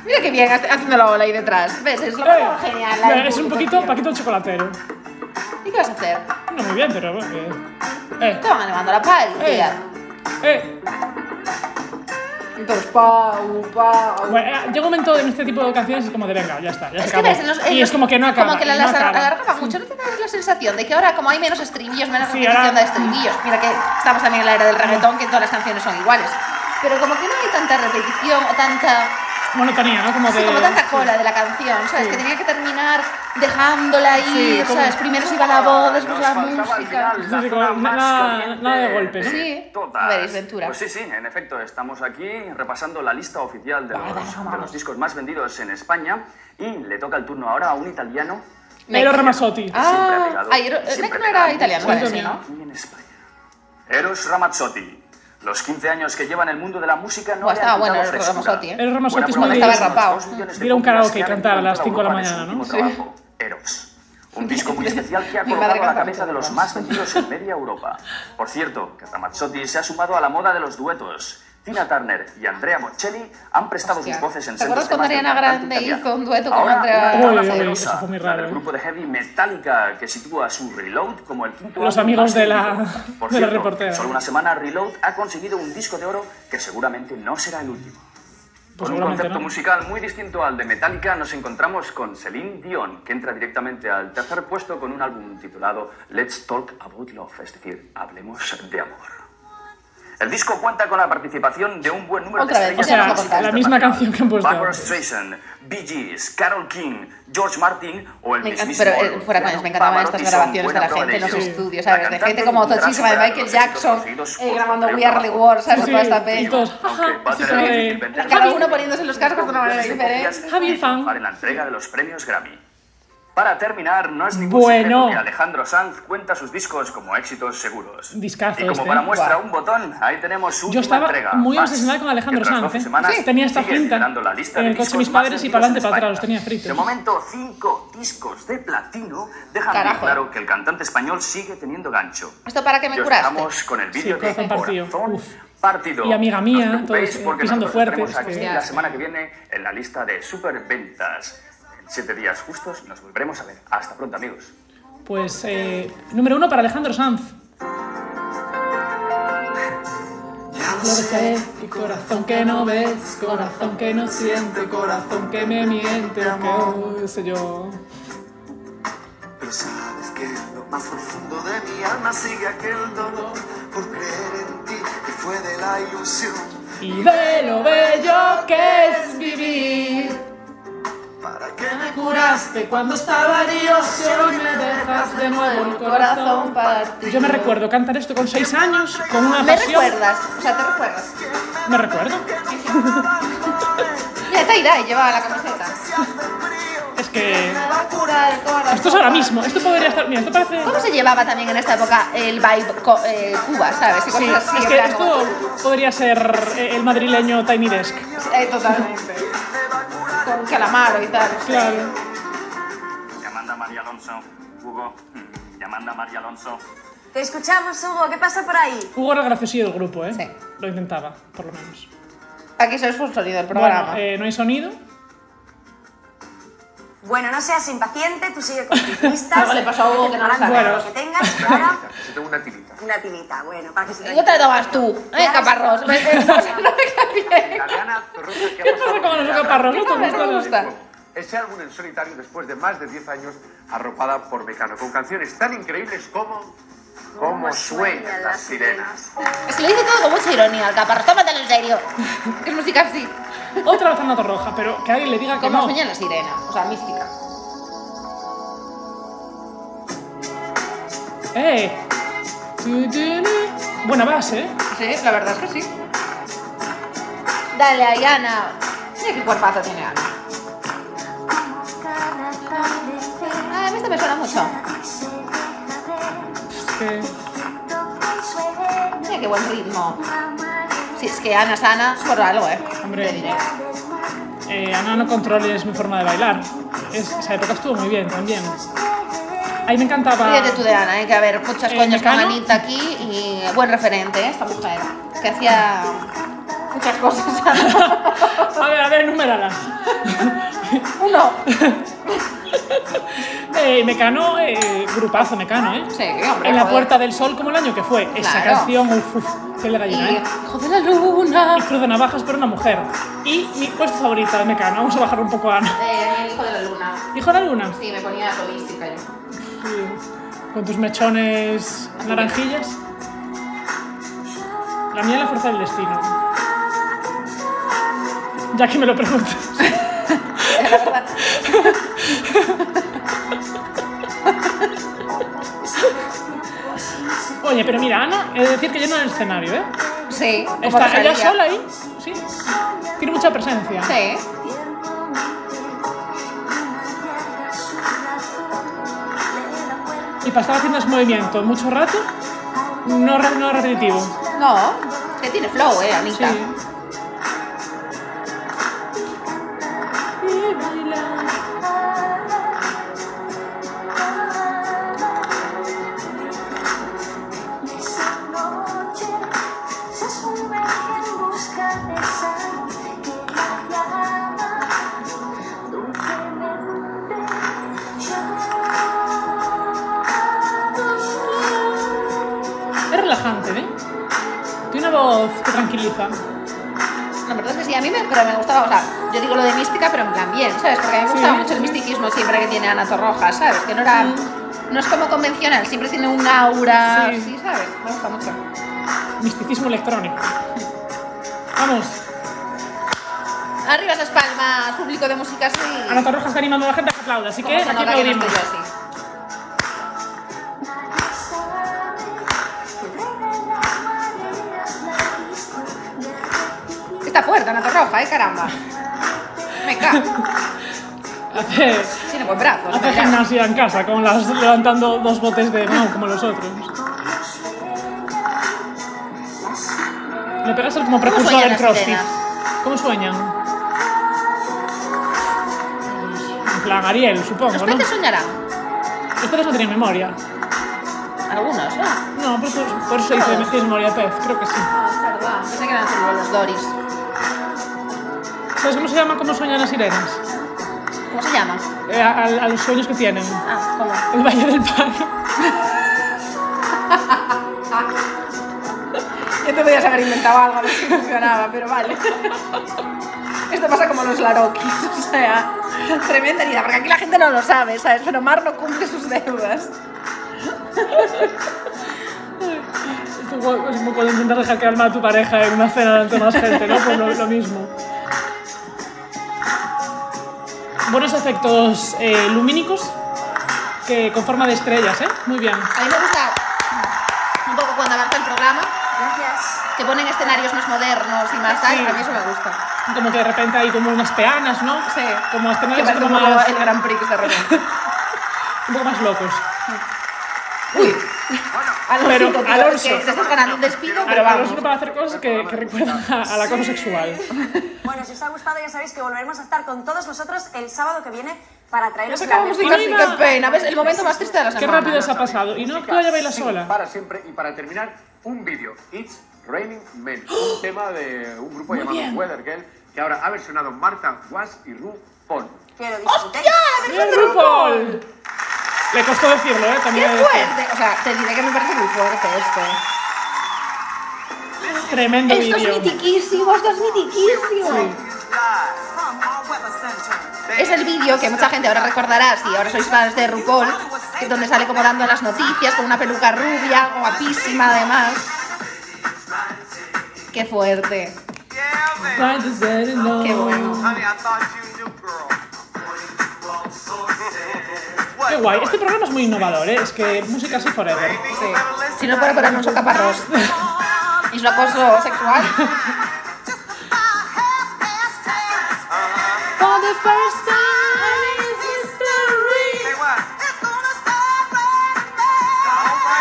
Speaker 2: Mira qué bien hace- haciendo la ola ahí detrás. ¿Ves? Es lo
Speaker 1: Eh,
Speaker 2: genial. ahí,
Speaker 1: es un
Speaker 2: público,
Speaker 1: poquito
Speaker 2: tío.
Speaker 1: Paquito Chocolatero.
Speaker 2: ¿Y qué vas a hacer?
Speaker 1: No muy bien, pero bueno. eh. Eh,
Speaker 2: Te van elevando la pal,
Speaker 1: Eh.
Speaker 2: tía.
Speaker 1: eh.
Speaker 2: Entonces, pau, pau.
Speaker 1: Bueno, eh, llega un momento en este tipo de canciones es como de venga, ya está, ya se
Speaker 2: Es que
Speaker 1: acabó.
Speaker 2: ves, en los- en
Speaker 1: y
Speaker 2: los-
Speaker 1: es como que no acaba.
Speaker 2: Como que la
Speaker 1: y no
Speaker 2: las
Speaker 1: acaba.
Speaker 2: alargaba mucho. ¿No te das la sensación de que ahora, como hay menos estribillos, menos
Speaker 1: Sí,
Speaker 2: repetición
Speaker 1: ahora-
Speaker 2: de estribillos? Mira que estamos también en la era del reggaetón, que todas las canciones son iguales. Pero como que no hay tanta repetición o tanta.
Speaker 1: Monotonía, ¿no? Como
Speaker 2: sí,
Speaker 1: de.
Speaker 2: como tanta cola de la canción, ¿sabes? Que tenía que terminar dejándola ir,
Speaker 1: Sí, como-
Speaker 2: ¿sabes? Primero se iba la voz, después
Speaker 4: Nos
Speaker 2: la
Speaker 4: faltaba al
Speaker 2: música.
Speaker 4: final
Speaker 1: Sí,
Speaker 4: la
Speaker 1: sí,
Speaker 4: zona
Speaker 1: como
Speaker 4: más
Speaker 1: nada-
Speaker 4: caliente
Speaker 1: nada de golpe, ¿no?
Speaker 2: Sí,
Speaker 4: todas.
Speaker 2: veréis, Ventura.
Speaker 4: Pues sí, sí, en efecto, estamos aquí repasando la lista oficial de los, de los discos más vendidos en España y le toca el turno ahora a un italiano
Speaker 1: Pero Ramazzotti.
Speaker 4: Siempre
Speaker 2: Ah,
Speaker 4: pegado,
Speaker 2: ay, era-
Speaker 4: siempre
Speaker 2: era que no era
Speaker 4: pegado.
Speaker 2: italiano, vale,
Speaker 1: Siento
Speaker 2: sí,
Speaker 1: miedo.
Speaker 2: ¿no?
Speaker 4: aquí en España. Eros Ramazzotti. Los 15 años que lleva en el mundo de la música no
Speaker 2: Buah,
Speaker 4: le
Speaker 2: estaba
Speaker 4: han quitado
Speaker 2: bueno Eros
Speaker 4: frescura.
Speaker 2: Ramazzotti, ¿eh?
Speaker 1: Eros Ramazzotti
Speaker 4: Buena
Speaker 1: es
Speaker 4: prueba
Speaker 1: muy
Speaker 4: de ello
Speaker 2: Estaba
Speaker 4: son los
Speaker 2: rapao.
Speaker 4: dos millones de
Speaker 1: Ir a un
Speaker 4: copias
Speaker 1: karaoke
Speaker 4: que
Speaker 1: y
Speaker 4: han
Speaker 1: cantar a las
Speaker 4: encontrado
Speaker 1: cinco de la
Speaker 4: Europa en su
Speaker 1: mañana,
Speaker 4: último
Speaker 1: ¿no?
Speaker 4: trabajo, Eros. Un disco muy especial que ha
Speaker 2: Mi madre
Speaker 4: colocado a la
Speaker 2: canta
Speaker 4: cabeza de
Speaker 2: mucho.
Speaker 4: los más vendidos en media Europa. Por cierto, que Ramazzotti se ha sumado a la moda de los duetos. Tina Turner y Andrea Bocelli han prestado
Speaker 2: Hostia.
Speaker 4: sus voces en
Speaker 2: ¿Te acuerdas
Speaker 4: sendos temas
Speaker 2: cuando Ariana
Speaker 4: del
Speaker 2: Grande
Speaker 4: cantante italiano?
Speaker 2: hizo un dueto con
Speaker 4: Ahora,
Speaker 2: Andrea-
Speaker 4: una
Speaker 2: Uy,
Speaker 4: etapa
Speaker 1: uy, uy,
Speaker 4: poderosa,
Speaker 1: eso fue muy
Speaker 4: la del
Speaker 1: raro, ¿eh?
Speaker 4: grupo de heavy Metallica que sitúa su Reload como el quinto
Speaker 1: Los
Speaker 4: álbum
Speaker 1: amigos
Speaker 4: más
Speaker 1: de la-
Speaker 4: vendido. Por
Speaker 1: de la
Speaker 4: cierto,
Speaker 1: reportera.
Speaker 4: Solo una semana Reload ha conseguido un disco de oro que seguramente no será el último.
Speaker 1: Pues
Speaker 4: con un
Speaker 1: seguramente
Speaker 4: concepto
Speaker 1: no.
Speaker 4: musical muy distinto al de Metallica, nos encontramos con Celine Dion, que entra directamente al tercer puesto con un álbum titulado Let's Talk About Love, es decir, hablemos de amor. El disco cuenta con la participación de un buen número
Speaker 2: Otra
Speaker 4: de
Speaker 2: vez,
Speaker 4: estrellas
Speaker 2: o sea,
Speaker 4: de
Speaker 2: la
Speaker 4: música
Speaker 1: misma
Speaker 4: internacional.
Speaker 1: canción que han puesto
Speaker 4: Barbra
Speaker 1: antes.
Speaker 4: Streisand, Bee Gees, Carole King, George Martin o el
Speaker 2: Me encanta-
Speaker 4: mismísimo
Speaker 2: pero, eh,
Speaker 4: Luciano
Speaker 2: fuera coñas, me encantaban
Speaker 4: Pavarotti
Speaker 2: estas
Speaker 4: son
Speaker 2: grabaciones de la
Speaker 4: buena prueba
Speaker 2: gente en los
Speaker 4: ello.
Speaker 2: estudios,
Speaker 4: La
Speaker 2: ¿sabes? De
Speaker 4: cantante
Speaker 2: gente como
Speaker 4: intentará
Speaker 2: tochísima de
Speaker 4: superar
Speaker 2: Michael
Speaker 4: los éxitos
Speaker 2: Jackson, eh,
Speaker 4: conseguidos por
Speaker 2: grabando
Speaker 4: su
Speaker 2: We Are the
Speaker 4: trabajo.
Speaker 2: World, ¿sabes?
Speaker 1: Sí,
Speaker 2: Toda esta
Speaker 1: sí,
Speaker 2: peli.
Speaker 1: y todos,
Speaker 4: Aunque
Speaker 1: ajá,
Speaker 4: va a
Speaker 1: así
Speaker 4: tener
Speaker 1: como
Speaker 4: que
Speaker 1: de-
Speaker 4: inventar
Speaker 2: Cada
Speaker 4: cosas
Speaker 2: uno
Speaker 4: que
Speaker 2: poniéndose los cascos de una manera
Speaker 4: copias
Speaker 2: diferente.
Speaker 4: copias
Speaker 1: Javi
Speaker 4: para
Speaker 1: Fan.
Speaker 4: la entrega de los premios Grammy. Para terminar, no es ningún
Speaker 1: Bueno.
Speaker 4: secreto que Alejandro Sanz cuenta sus discos como éxitos seguros.
Speaker 1: Discazo
Speaker 4: y como
Speaker 1: este,
Speaker 4: para
Speaker 1: ¿eh?
Speaker 4: muestra
Speaker 2: Guau.
Speaker 4: un botón, ahí tenemos su
Speaker 1: Yo
Speaker 4: última
Speaker 1: estaba
Speaker 4: entrega.
Speaker 1: muy
Speaker 4: Max,
Speaker 1: obsesionada con Alejandro
Speaker 4: que tras
Speaker 1: Sanz,
Speaker 4: 12
Speaker 1: ¿eh?
Speaker 4: semanas
Speaker 1: Sí, tenía esta
Speaker 4: sigue
Speaker 1: cinta
Speaker 4: liderando la lista
Speaker 1: en
Speaker 4: de
Speaker 1: el coche
Speaker 4: discos
Speaker 1: mis
Speaker 4: más
Speaker 1: padres y
Speaker 4: vendidos
Speaker 1: pa'lante,
Speaker 4: en
Speaker 1: pa'lante,
Speaker 4: España.
Speaker 1: los tenía fritos.
Speaker 4: De momento, cinco discos de platino dejan bien
Speaker 2: Carajo.
Speaker 4: claro que el cantante español sigue teniendo gancho.
Speaker 2: ¿Esto para qué
Speaker 4: Y
Speaker 2: me
Speaker 4: os
Speaker 2: curaste?
Speaker 4: dejamos con el vídeo
Speaker 1: Sí,
Speaker 4: de
Speaker 1: corazón partido.
Speaker 4: Corazón
Speaker 1: Uf.
Speaker 4: Partido.
Speaker 1: Y amiga mía,
Speaker 4: No os preocupéis
Speaker 1: todos, eh,
Speaker 4: porque
Speaker 1: pisando
Speaker 4: nosotros estaremos
Speaker 1: fuerte, es
Speaker 4: aquí
Speaker 1: que-
Speaker 4: la semana que viene en la lista de superventas. En siete días justos nos volveremos a ver. Hasta pronto, amigos.
Speaker 1: Pues eh, número uno para Alejandro Sanz. Lo que sé, y corazón que no ves, corazón que no siente, corazón que me miente, aunque qué sé yo.
Speaker 8: Pero sabes que en lo más profundo de mi alma sigue aquel dolor por creer en ti que fue de la ilusión
Speaker 1: Y ve lo bello que es vivir.
Speaker 8: para que me
Speaker 1: Curaste cuando estaba yo, si hoy me dejas de nuevo el corazón.
Speaker 2: partido.
Speaker 1: Yo me recuerdo cantar esto con seis años, con una
Speaker 2: ¿Me
Speaker 1: pasión.
Speaker 2: recuerdas? O sea, ¿te recuerdas?
Speaker 1: Me recuerdo.
Speaker 2: (laughs) Mira, Tairai llevaba la camiseta.
Speaker 1: Es que
Speaker 2: Me va a curar el corazón.
Speaker 1: esto es ahora mismo. Esto podría estar. Mira, esto parece.
Speaker 2: ¿Cómo se llevaba también en esta época el vibe co- eh, Cuba, sabes? Y
Speaker 1: Sí,
Speaker 2: cosas así,
Speaker 1: es
Speaker 2: en
Speaker 1: que
Speaker 2: plan,
Speaker 1: esto podría ser eh, el madrileño Tiny Desk.
Speaker 2: como- Eh, totalmente. Con calamaro y tal.
Speaker 1: Claro.
Speaker 4: Yamanda María Alonso. Hugo. mm, Yamanda María Alonso.
Speaker 3: Te escuchamos, Hugo. ¿Qué pasa por ahí?
Speaker 1: Hugo era el graciosillo del grupo, ¿eh?
Speaker 2: Sí.
Speaker 1: Lo intentaba, por lo menos.
Speaker 2: Aquí se os fue el sonido del programa.
Speaker 1: Bueno, eh, no hay sonido.
Speaker 3: Bueno, no seas impaciente, tú sigue con
Speaker 2: (laughs)
Speaker 3: tus listas.
Speaker 2: Algo le pasó a Hugo que no lo
Speaker 3: Ahora,
Speaker 1: sabe.
Speaker 3: lo que tengas, y ahora
Speaker 10: Yo tengo una
Speaker 2: (laughs)
Speaker 10: tirita.
Speaker 3: una tinita, bueno, para que se Pues,
Speaker 2: No te tomas tú, eh, caparrós. No, (laughs) no me cae bien.
Speaker 10: Ariana Torroja, que ha
Speaker 1: ¿Qué
Speaker 10: pasado
Speaker 1: pasa con los
Speaker 10: la
Speaker 1: caparros? ¿No te
Speaker 2: cabrón,
Speaker 1: gustan
Speaker 2: me
Speaker 1: los-
Speaker 2: gusta.
Speaker 10: Ese álbum en solitario después de más de 10 años arropada por Mecano, con canciones tan increíbles como Como sueñan las sirenas.
Speaker 1: eh,
Speaker 2: Es que lo dice todo con mucha ironía, el caparrós. Tómatelo en serio. (laughs) Que es música así.
Speaker 1: Otra vez Ana Torroja, pero que alguien le diga que
Speaker 2: Como
Speaker 1: no.
Speaker 2: sueña la sirena, o sea, mística.
Speaker 1: ¡Eh! Tu, tu, na. Buena base, ¿eh?
Speaker 2: Sí, la verdad es que sí. Dale, Ariana. Mira qué cuerpazo tiene Ana. Ah, a mí esta me suena mucho.
Speaker 1: que-
Speaker 2: Mira qué buen ritmo. Si es que Ana es Ana por algo, ¿eh?
Speaker 1: Hombre.
Speaker 2: Te diré.
Speaker 1: Eh, Ana no controles mi forma de bailar. Es- esa época estuvo muy bien también. Ahí me encantaba.
Speaker 2: Fíjate tú de Ana, ¿eh? que a ver, muchas
Speaker 1: Eh,
Speaker 2: coñas con
Speaker 1: Mecano.
Speaker 2: Anita aquí y buen referente, ¿eh? esta mujer. Que hacía muchas cosas. (laughs) Ana.
Speaker 1: A ver, a ver, enuméralas.
Speaker 2: Uno.
Speaker 1: Eh, Mecano, eh, grupazo Mecano, ¿eh?
Speaker 2: Sí, hombre.
Speaker 1: En la
Speaker 2: joder.
Speaker 1: Puerta del Sol, como el año que fue. Esa
Speaker 2: Claro.
Speaker 1: canción, uff, uff, piel de gallina,
Speaker 2: Y
Speaker 1: ¿eh?
Speaker 2: hijo de la luna.
Speaker 1: Y Cruz de Navajas, pero una mujer. Y mi puesto favorita de Mecano, vamos a bajar un poco a Ana.
Speaker 2: Eh, el hijo de la luna.
Speaker 1: ¿Hijo de alguna?
Speaker 2: Sí, me ponía holística yo.
Speaker 1: Con tus mechones naranjillas. La mía la fuerza del destino. Ya que me lo preguntas. Oye, pero mira, Ana, he de decir que llena el escenario, ¿eh?
Speaker 2: Sí. como
Speaker 1: Está ella
Speaker 2: Rosalía.
Speaker 1: sola ahí, sí. Tiene mucha presencia.
Speaker 2: Sí.
Speaker 1: Y pasaba haciendo ese movimiento mucho rato, no, re- no repetitivo.
Speaker 2: No, que tiene flow, eh,
Speaker 1: Sí.
Speaker 2: Anita.
Speaker 1: Es relajante, ¿eh? Tiene una voz que tranquiliza.
Speaker 2: La verdad es que sí, a mí me, pero me gustaba, o sea, yo digo lo de mística, pero en plan bien, ¿sabes? Porque a mí me
Speaker 1: Sí. Mm.
Speaker 2: gustaba mucho el misticismo siempre que tiene Ana Torroja, ¿sabes? Que no era, no es como convencional, siempre tiene un aura,
Speaker 1: Sí.
Speaker 2: sí, ¿sabes? Me gusta mucho.
Speaker 1: Misticismo electrónico. Vamos,
Speaker 2: Arriba esas palmas, público de música, sí.
Speaker 1: Ana Torroja está animando a la gente a que aplauda, así que
Speaker 2: Como se
Speaker 1: aquí
Speaker 2: nota que no
Speaker 1: aplaudimos.
Speaker 2: estoy yo así. Está fuerte Ana Torroja, ¿eh? Caramba. Me (laughs) cago.
Speaker 1: Hace,
Speaker 2: Tiene buen brazo. o sea,
Speaker 1: hace
Speaker 2: ya.
Speaker 1: gimnasia en casa, con las, levantando dos botes de mano como los otros. Le pegas el como precursor
Speaker 2: sueñan
Speaker 1: del
Speaker 2: las
Speaker 1: crossfit.
Speaker 2: sirenas?
Speaker 1: ¿Cómo sueñan? En plan, Ariel,
Speaker 2: Los
Speaker 1: supongo, ¿no?
Speaker 2: peces soñarán.
Speaker 1: Los peces no tenían memoria.
Speaker 2: Algunos, ¿no?
Speaker 1: No, por eso, por eso dice
Speaker 2: Todos.
Speaker 1: tienes memoria de pez, creo que sí.
Speaker 2: Ah, es verdad. Pensé que eran solo los Doris.
Speaker 1: ¿Sabes cómo se llama cómo sueñan las sirenas?
Speaker 2: ¿Cómo se llama?
Speaker 1: Eh, a, a- a los sueños que tienen.
Speaker 2: Ah, ¿cómo?
Speaker 1: El Valle del Pan.
Speaker 2: Ya te podías haber inventado algo a ver si funcionaba, pero vale. (laughs) Esto pasa como los larokis, (laughs) o sea, tremenda herida, porque aquí la gente no lo sabe, ¿sabes? Pero Mar no cumple sus deudas.
Speaker 1: Es como- es como cuando intentas dejar que alma a tu pareja en una cena delante de más gente, ¿no? Pues lo, lo mismo. Buenos efectos eh, lumínicos que con forma de estrellas, ¿eh? Muy bien.
Speaker 2: A mí me gusta un poco cuando avanza el programa,
Speaker 3: Gracias.
Speaker 2: que ponen escenarios más modernos y más tal,
Speaker 1: Sí.
Speaker 2: a mí eso me gusta.
Speaker 1: Como que de repente hay como unas peanas, ¿no?
Speaker 2: Sí.
Speaker 1: Como
Speaker 2: Que
Speaker 1: escenarios
Speaker 2: parece
Speaker 1: como
Speaker 2: un poco
Speaker 1: más,
Speaker 2: el Gran Prix
Speaker 1: (laughs)
Speaker 2: de repente.
Speaker 1: un poco más locos.
Speaker 2: Uy,
Speaker 4: Bueno,
Speaker 1: Pero,
Speaker 2: Alonso, tío,
Speaker 1: Alonso.
Speaker 2: es que te estás ganando un despido,
Speaker 1: Pero
Speaker 2: pero
Speaker 1: vamos,
Speaker 2: vamos.
Speaker 1: no para hacer cosas que, que recuerdan a- al acoso
Speaker 2: (laughs)
Speaker 1: sexual.
Speaker 3: Bueno, si os ha gustado ya sabéis que volveremos a estar con todos vosotros el sábado que viene para traeros
Speaker 1: Nos
Speaker 3: la
Speaker 1: acabamos de
Speaker 3: mejor-
Speaker 1: Casi,
Speaker 2: qué pena, ¿ves? El momento más triste de la
Speaker 1: Qué
Speaker 2: semana.
Speaker 1: rápido se ha pasado. Y no, tú ya baila
Speaker 4: Sí,
Speaker 1: sola.
Speaker 4: Para siempre y para terminar, un vídeo. It's Raining Men.
Speaker 1: (gasps)
Speaker 4: Un tema de un grupo llamado Weather Girl que ahora ha versionado Marta Was y Ru Pon.
Speaker 3: Que lo disfrutéis.
Speaker 1: ¡Bien, RuPaul! Le costó decirlo, ¿eh? También
Speaker 2: ¡Qué
Speaker 1: he de decir.
Speaker 2: fuerte! O sea, te diré que me parece muy fuerte esto.
Speaker 1: Tremendo
Speaker 2: Esto es
Speaker 1: vídeo.
Speaker 2: mitiquísimo, esto es mitiquísimo. Es el vídeo que mucha gente ahora recordará, si ahora sois fans de RuPaul, que es donde sale como dando las noticias con una peluca rubia, guapísima además. ¡Qué fuerte! ¡Qué bueno!
Speaker 1: Qué guay. Este programa es muy innovador, ¿eh? Es que música así forever.
Speaker 2: Sí. Si no fuera por Alonso Caparrós y su acoso sexual,
Speaker 9: the first time in history.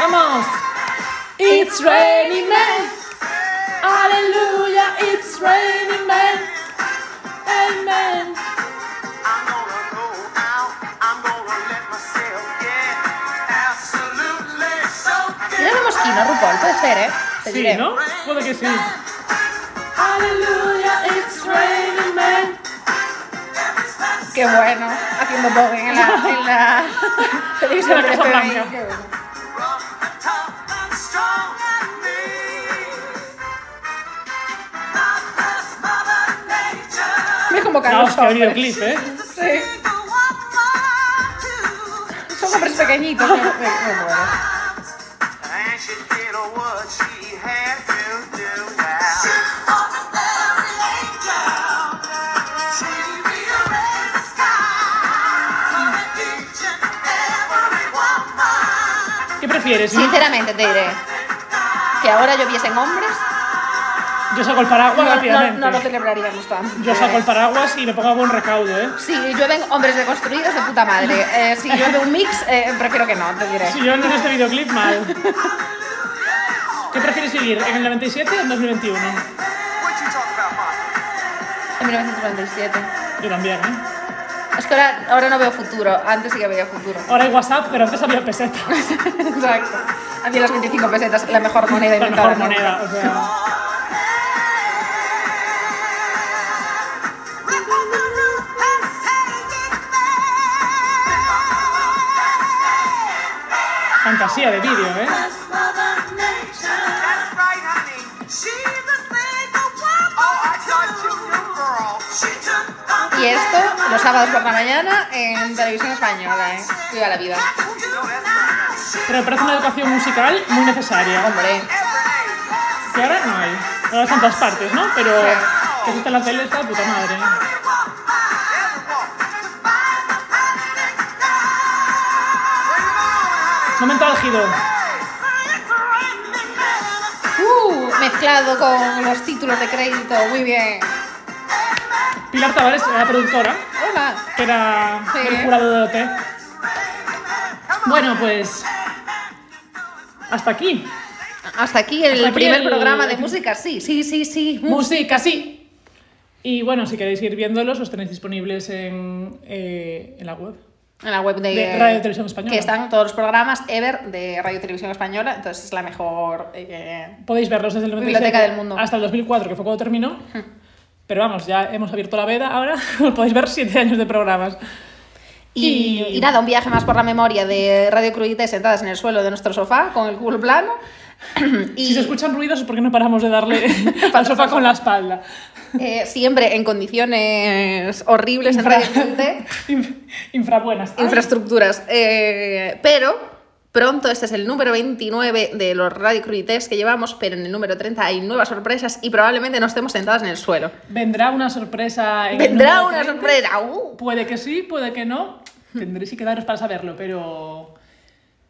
Speaker 9: Vamos. It's raining men. Aleluya, it's raining men. Amen.
Speaker 2: Tiene una mosquina, RuPaul, puede ser, ¿eh? Te
Speaker 1: Sí,
Speaker 2: diré.
Speaker 1: ¿no? Puede que sí.
Speaker 9: Aleluya, it's raining men.
Speaker 2: Qué bueno, haciendo voguing en la,
Speaker 1: (laughs)
Speaker 2: en la televisión
Speaker 1: En la Casa
Speaker 2: de FBI,
Speaker 1: Blanca.
Speaker 2: qué bueno. Me como
Speaker 1: La
Speaker 2: cantan los
Speaker 1: hostia,
Speaker 2: hombres.
Speaker 1: videoclip, ¿eh?
Speaker 2: Sí, son hombres pequeñitos. Me, me- me muero.
Speaker 1: ¿Qué prefieres?
Speaker 2: Sinceramente te diré que ahora lloviesen hombres,
Speaker 1: Yo saco el paraguas
Speaker 2: no, no,
Speaker 1: rápidamente.
Speaker 2: no lo celebraríamos tanto.
Speaker 1: Yo saco el paraguas y me pongo a buen recaudo, ¿eh?
Speaker 2: Si llueven hombres deconstruidos de puta madre. Eh, si llueve un mix, eh, prefiero que no, te diré.
Speaker 1: Si yo no en este videoclip, mal. ¿Qué prefieres vivir? ¿En el 97 o en 2021?
Speaker 2: En 1997.
Speaker 1: Yo también, ¿eh?
Speaker 2: Es que ahora, ahora no veo futuro, antes sí que veía futuro. (laughs)
Speaker 1: Ahora hay WhatsApp, pero antes había pesetas.
Speaker 2: Exacto. Había las 25 pesetas, la mejor moneda
Speaker 1: La
Speaker 2: inventada.
Speaker 1: mejor
Speaker 2: ¿no?
Speaker 1: moneda, o sea. Fantasía de vídeo, ¿eh?
Speaker 2: Y esto los sábados por la mañana en televisión española, ¿eh? Viva la vida.
Speaker 1: Pero me parece una educación musical muy necesaria.
Speaker 2: Hombre,
Speaker 1: Que ahora no hay. Ahora están en todas partes, ¿no? Pero
Speaker 2: Sí.
Speaker 1: que existe en la tele está de puta madre. Momento álgido.
Speaker 2: uh, mezclado con los títulos de crédito, muy bien.
Speaker 1: Pilar Tavares era productora,
Speaker 2: Hola.
Speaker 1: que era
Speaker 2: Sí.
Speaker 1: del jurado de OT. Bueno, pues. Hasta aquí.
Speaker 2: Hasta aquí el Mm.
Speaker 1: Hasta aquí
Speaker 2: primer
Speaker 1: el-
Speaker 2: programa de música, sí, sí, sí, sí.
Speaker 1: Música, sí. Y bueno, si queréis ir viéndolos, los tenéis disponibles en, eh, en la web.
Speaker 2: En la web de,
Speaker 1: De Radio Televisión Española.
Speaker 2: Que están todos los programas ever de Radio Televisión Española, entonces es la mejor. eh,
Speaker 1: Podéis verlos desde el 97
Speaker 2: Biblioteca del mundo.
Speaker 1: hasta el 2004, que fue cuando terminó. Pero vamos, ya hemos abierto la veda ahora. (laughs) Podéis ver siete años de programas.
Speaker 2: Y,
Speaker 1: Y-
Speaker 2: y nada, un viaje más por la memoria de Radio Crudité sentadas en el suelo de nuestro sofá con el culo plano. y
Speaker 1: Si se escuchan ruidos es porque no paramos de
Speaker 2: (laughs)
Speaker 1: darle al sofá con la espalda.
Speaker 2: eh, siempre en condiciones horribles en Radio Crudité.
Speaker 1: Inf- infrabuenas. Ay,
Speaker 2: infraestructuras. Eh, pero pronto, este es el número 29 de los Radio Crudités que llevamos, pero en el número 30 hay nuevas sorpresas y probablemente no estemos sentadas en el suelo.
Speaker 1: Vendrá una sorpresa. en el
Speaker 2: Vendrá
Speaker 1: número
Speaker 2: una
Speaker 1: 30.
Speaker 2: sorpresa. ¡uh!
Speaker 1: Puede que sí, puede que
Speaker 2: (laughs)
Speaker 1: no. Tendréis que quedaros para saberlo, pero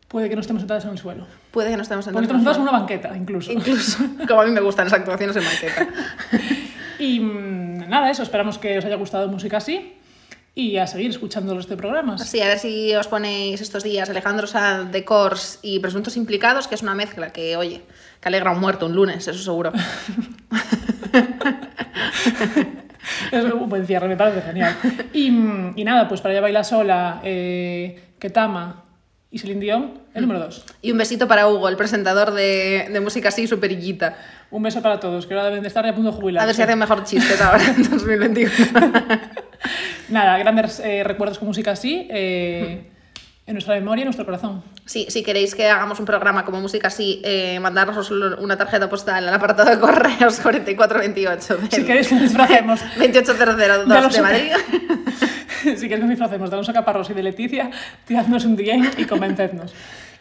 Speaker 1: puede que no estemos sentados en el suelo.
Speaker 2: Puede que no estemos
Speaker 1: Porque
Speaker 2: sentadas en
Speaker 1: estamos sentados
Speaker 2: el
Speaker 1: en
Speaker 2: suelo.
Speaker 1: una banqueta, incluso.
Speaker 2: Incluso, (laughs) como a mí me gustan las actuaciones en banqueta.
Speaker 1: (laughs) Y mm, nada, eso. Esperamos que os haya gustado música así. Y a seguir este escuchando los de programas.
Speaker 2: Sí, a ver si os ponéis estos días Alejandro Sanz de Cors y Presuntos Implicados, que es una mezcla que, oye, que alegra un muerto un lunes, eso seguro.
Speaker 1: (laughs) Es un buen cierre, me parece
Speaker 2: (laughs)
Speaker 1: genial. Y, mm, y nada, pues para ella baila sola, eh, Ketama y Celine Dion,
Speaker 2: Mm.
Speaker 1: el número 2.
Speaker 2: Y un besito para Hugo, el presentador de, de música así, super
Speaker 1: Un beso para todos, que ahora deben de estar ya a punto de jubilar.
Speaker 2: A ver si hacen mejor chistes ahora (laughs) en 2021.
Speaker 1: Nada, grandes eh, recuerdos con música así, eh, en nuestra memoria y en nuestro corazón.
Speaker 2: Sí, si queréis que hagamos un programa como música así, eh, mandarnos una tarjeta postal al apartado de correos (laughs) 4428. del-
Speaker 1: Si queréis que nos
Speaker 2: (laughs)
Speaker 1: disfracemos,
Speaker 2: 28002
Speaker 1: Ya
Speaker 2: de,
Speaker 1: lo supe.
Speaker 2: Madrid.
Speaker 1: (laughs) si queréis que nos disfracemos de Alonso Caparros y de Leticia, tiradnos un DM y convencednos.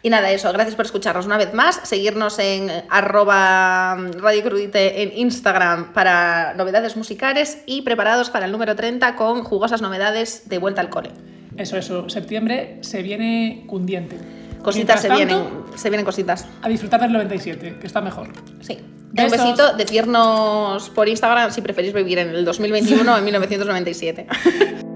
Speaker 2: Y nada, eso, gracias por escucharnos una vez más. Seguirnos en arroba mm, Radio Crudite en Instagram para novedades musicales y preparados para el número 30 con jugosas novedades de vuelta al cole.
Speaker 1: Eso, eso, septiembre se viene cundiente. Mientras
Speaker 2: Cositas se
Speaker 1: tanto,
Speaker 2: vienen, se vienen cositas.
Speaker 1: A disfrutar del 97, que está mejor.
Speaker 2: Sí.
Speaker 1: Besos.
Speaker 2: Un besito, decirnos por Instagram si preferís vivir en el 2021 o en 1997.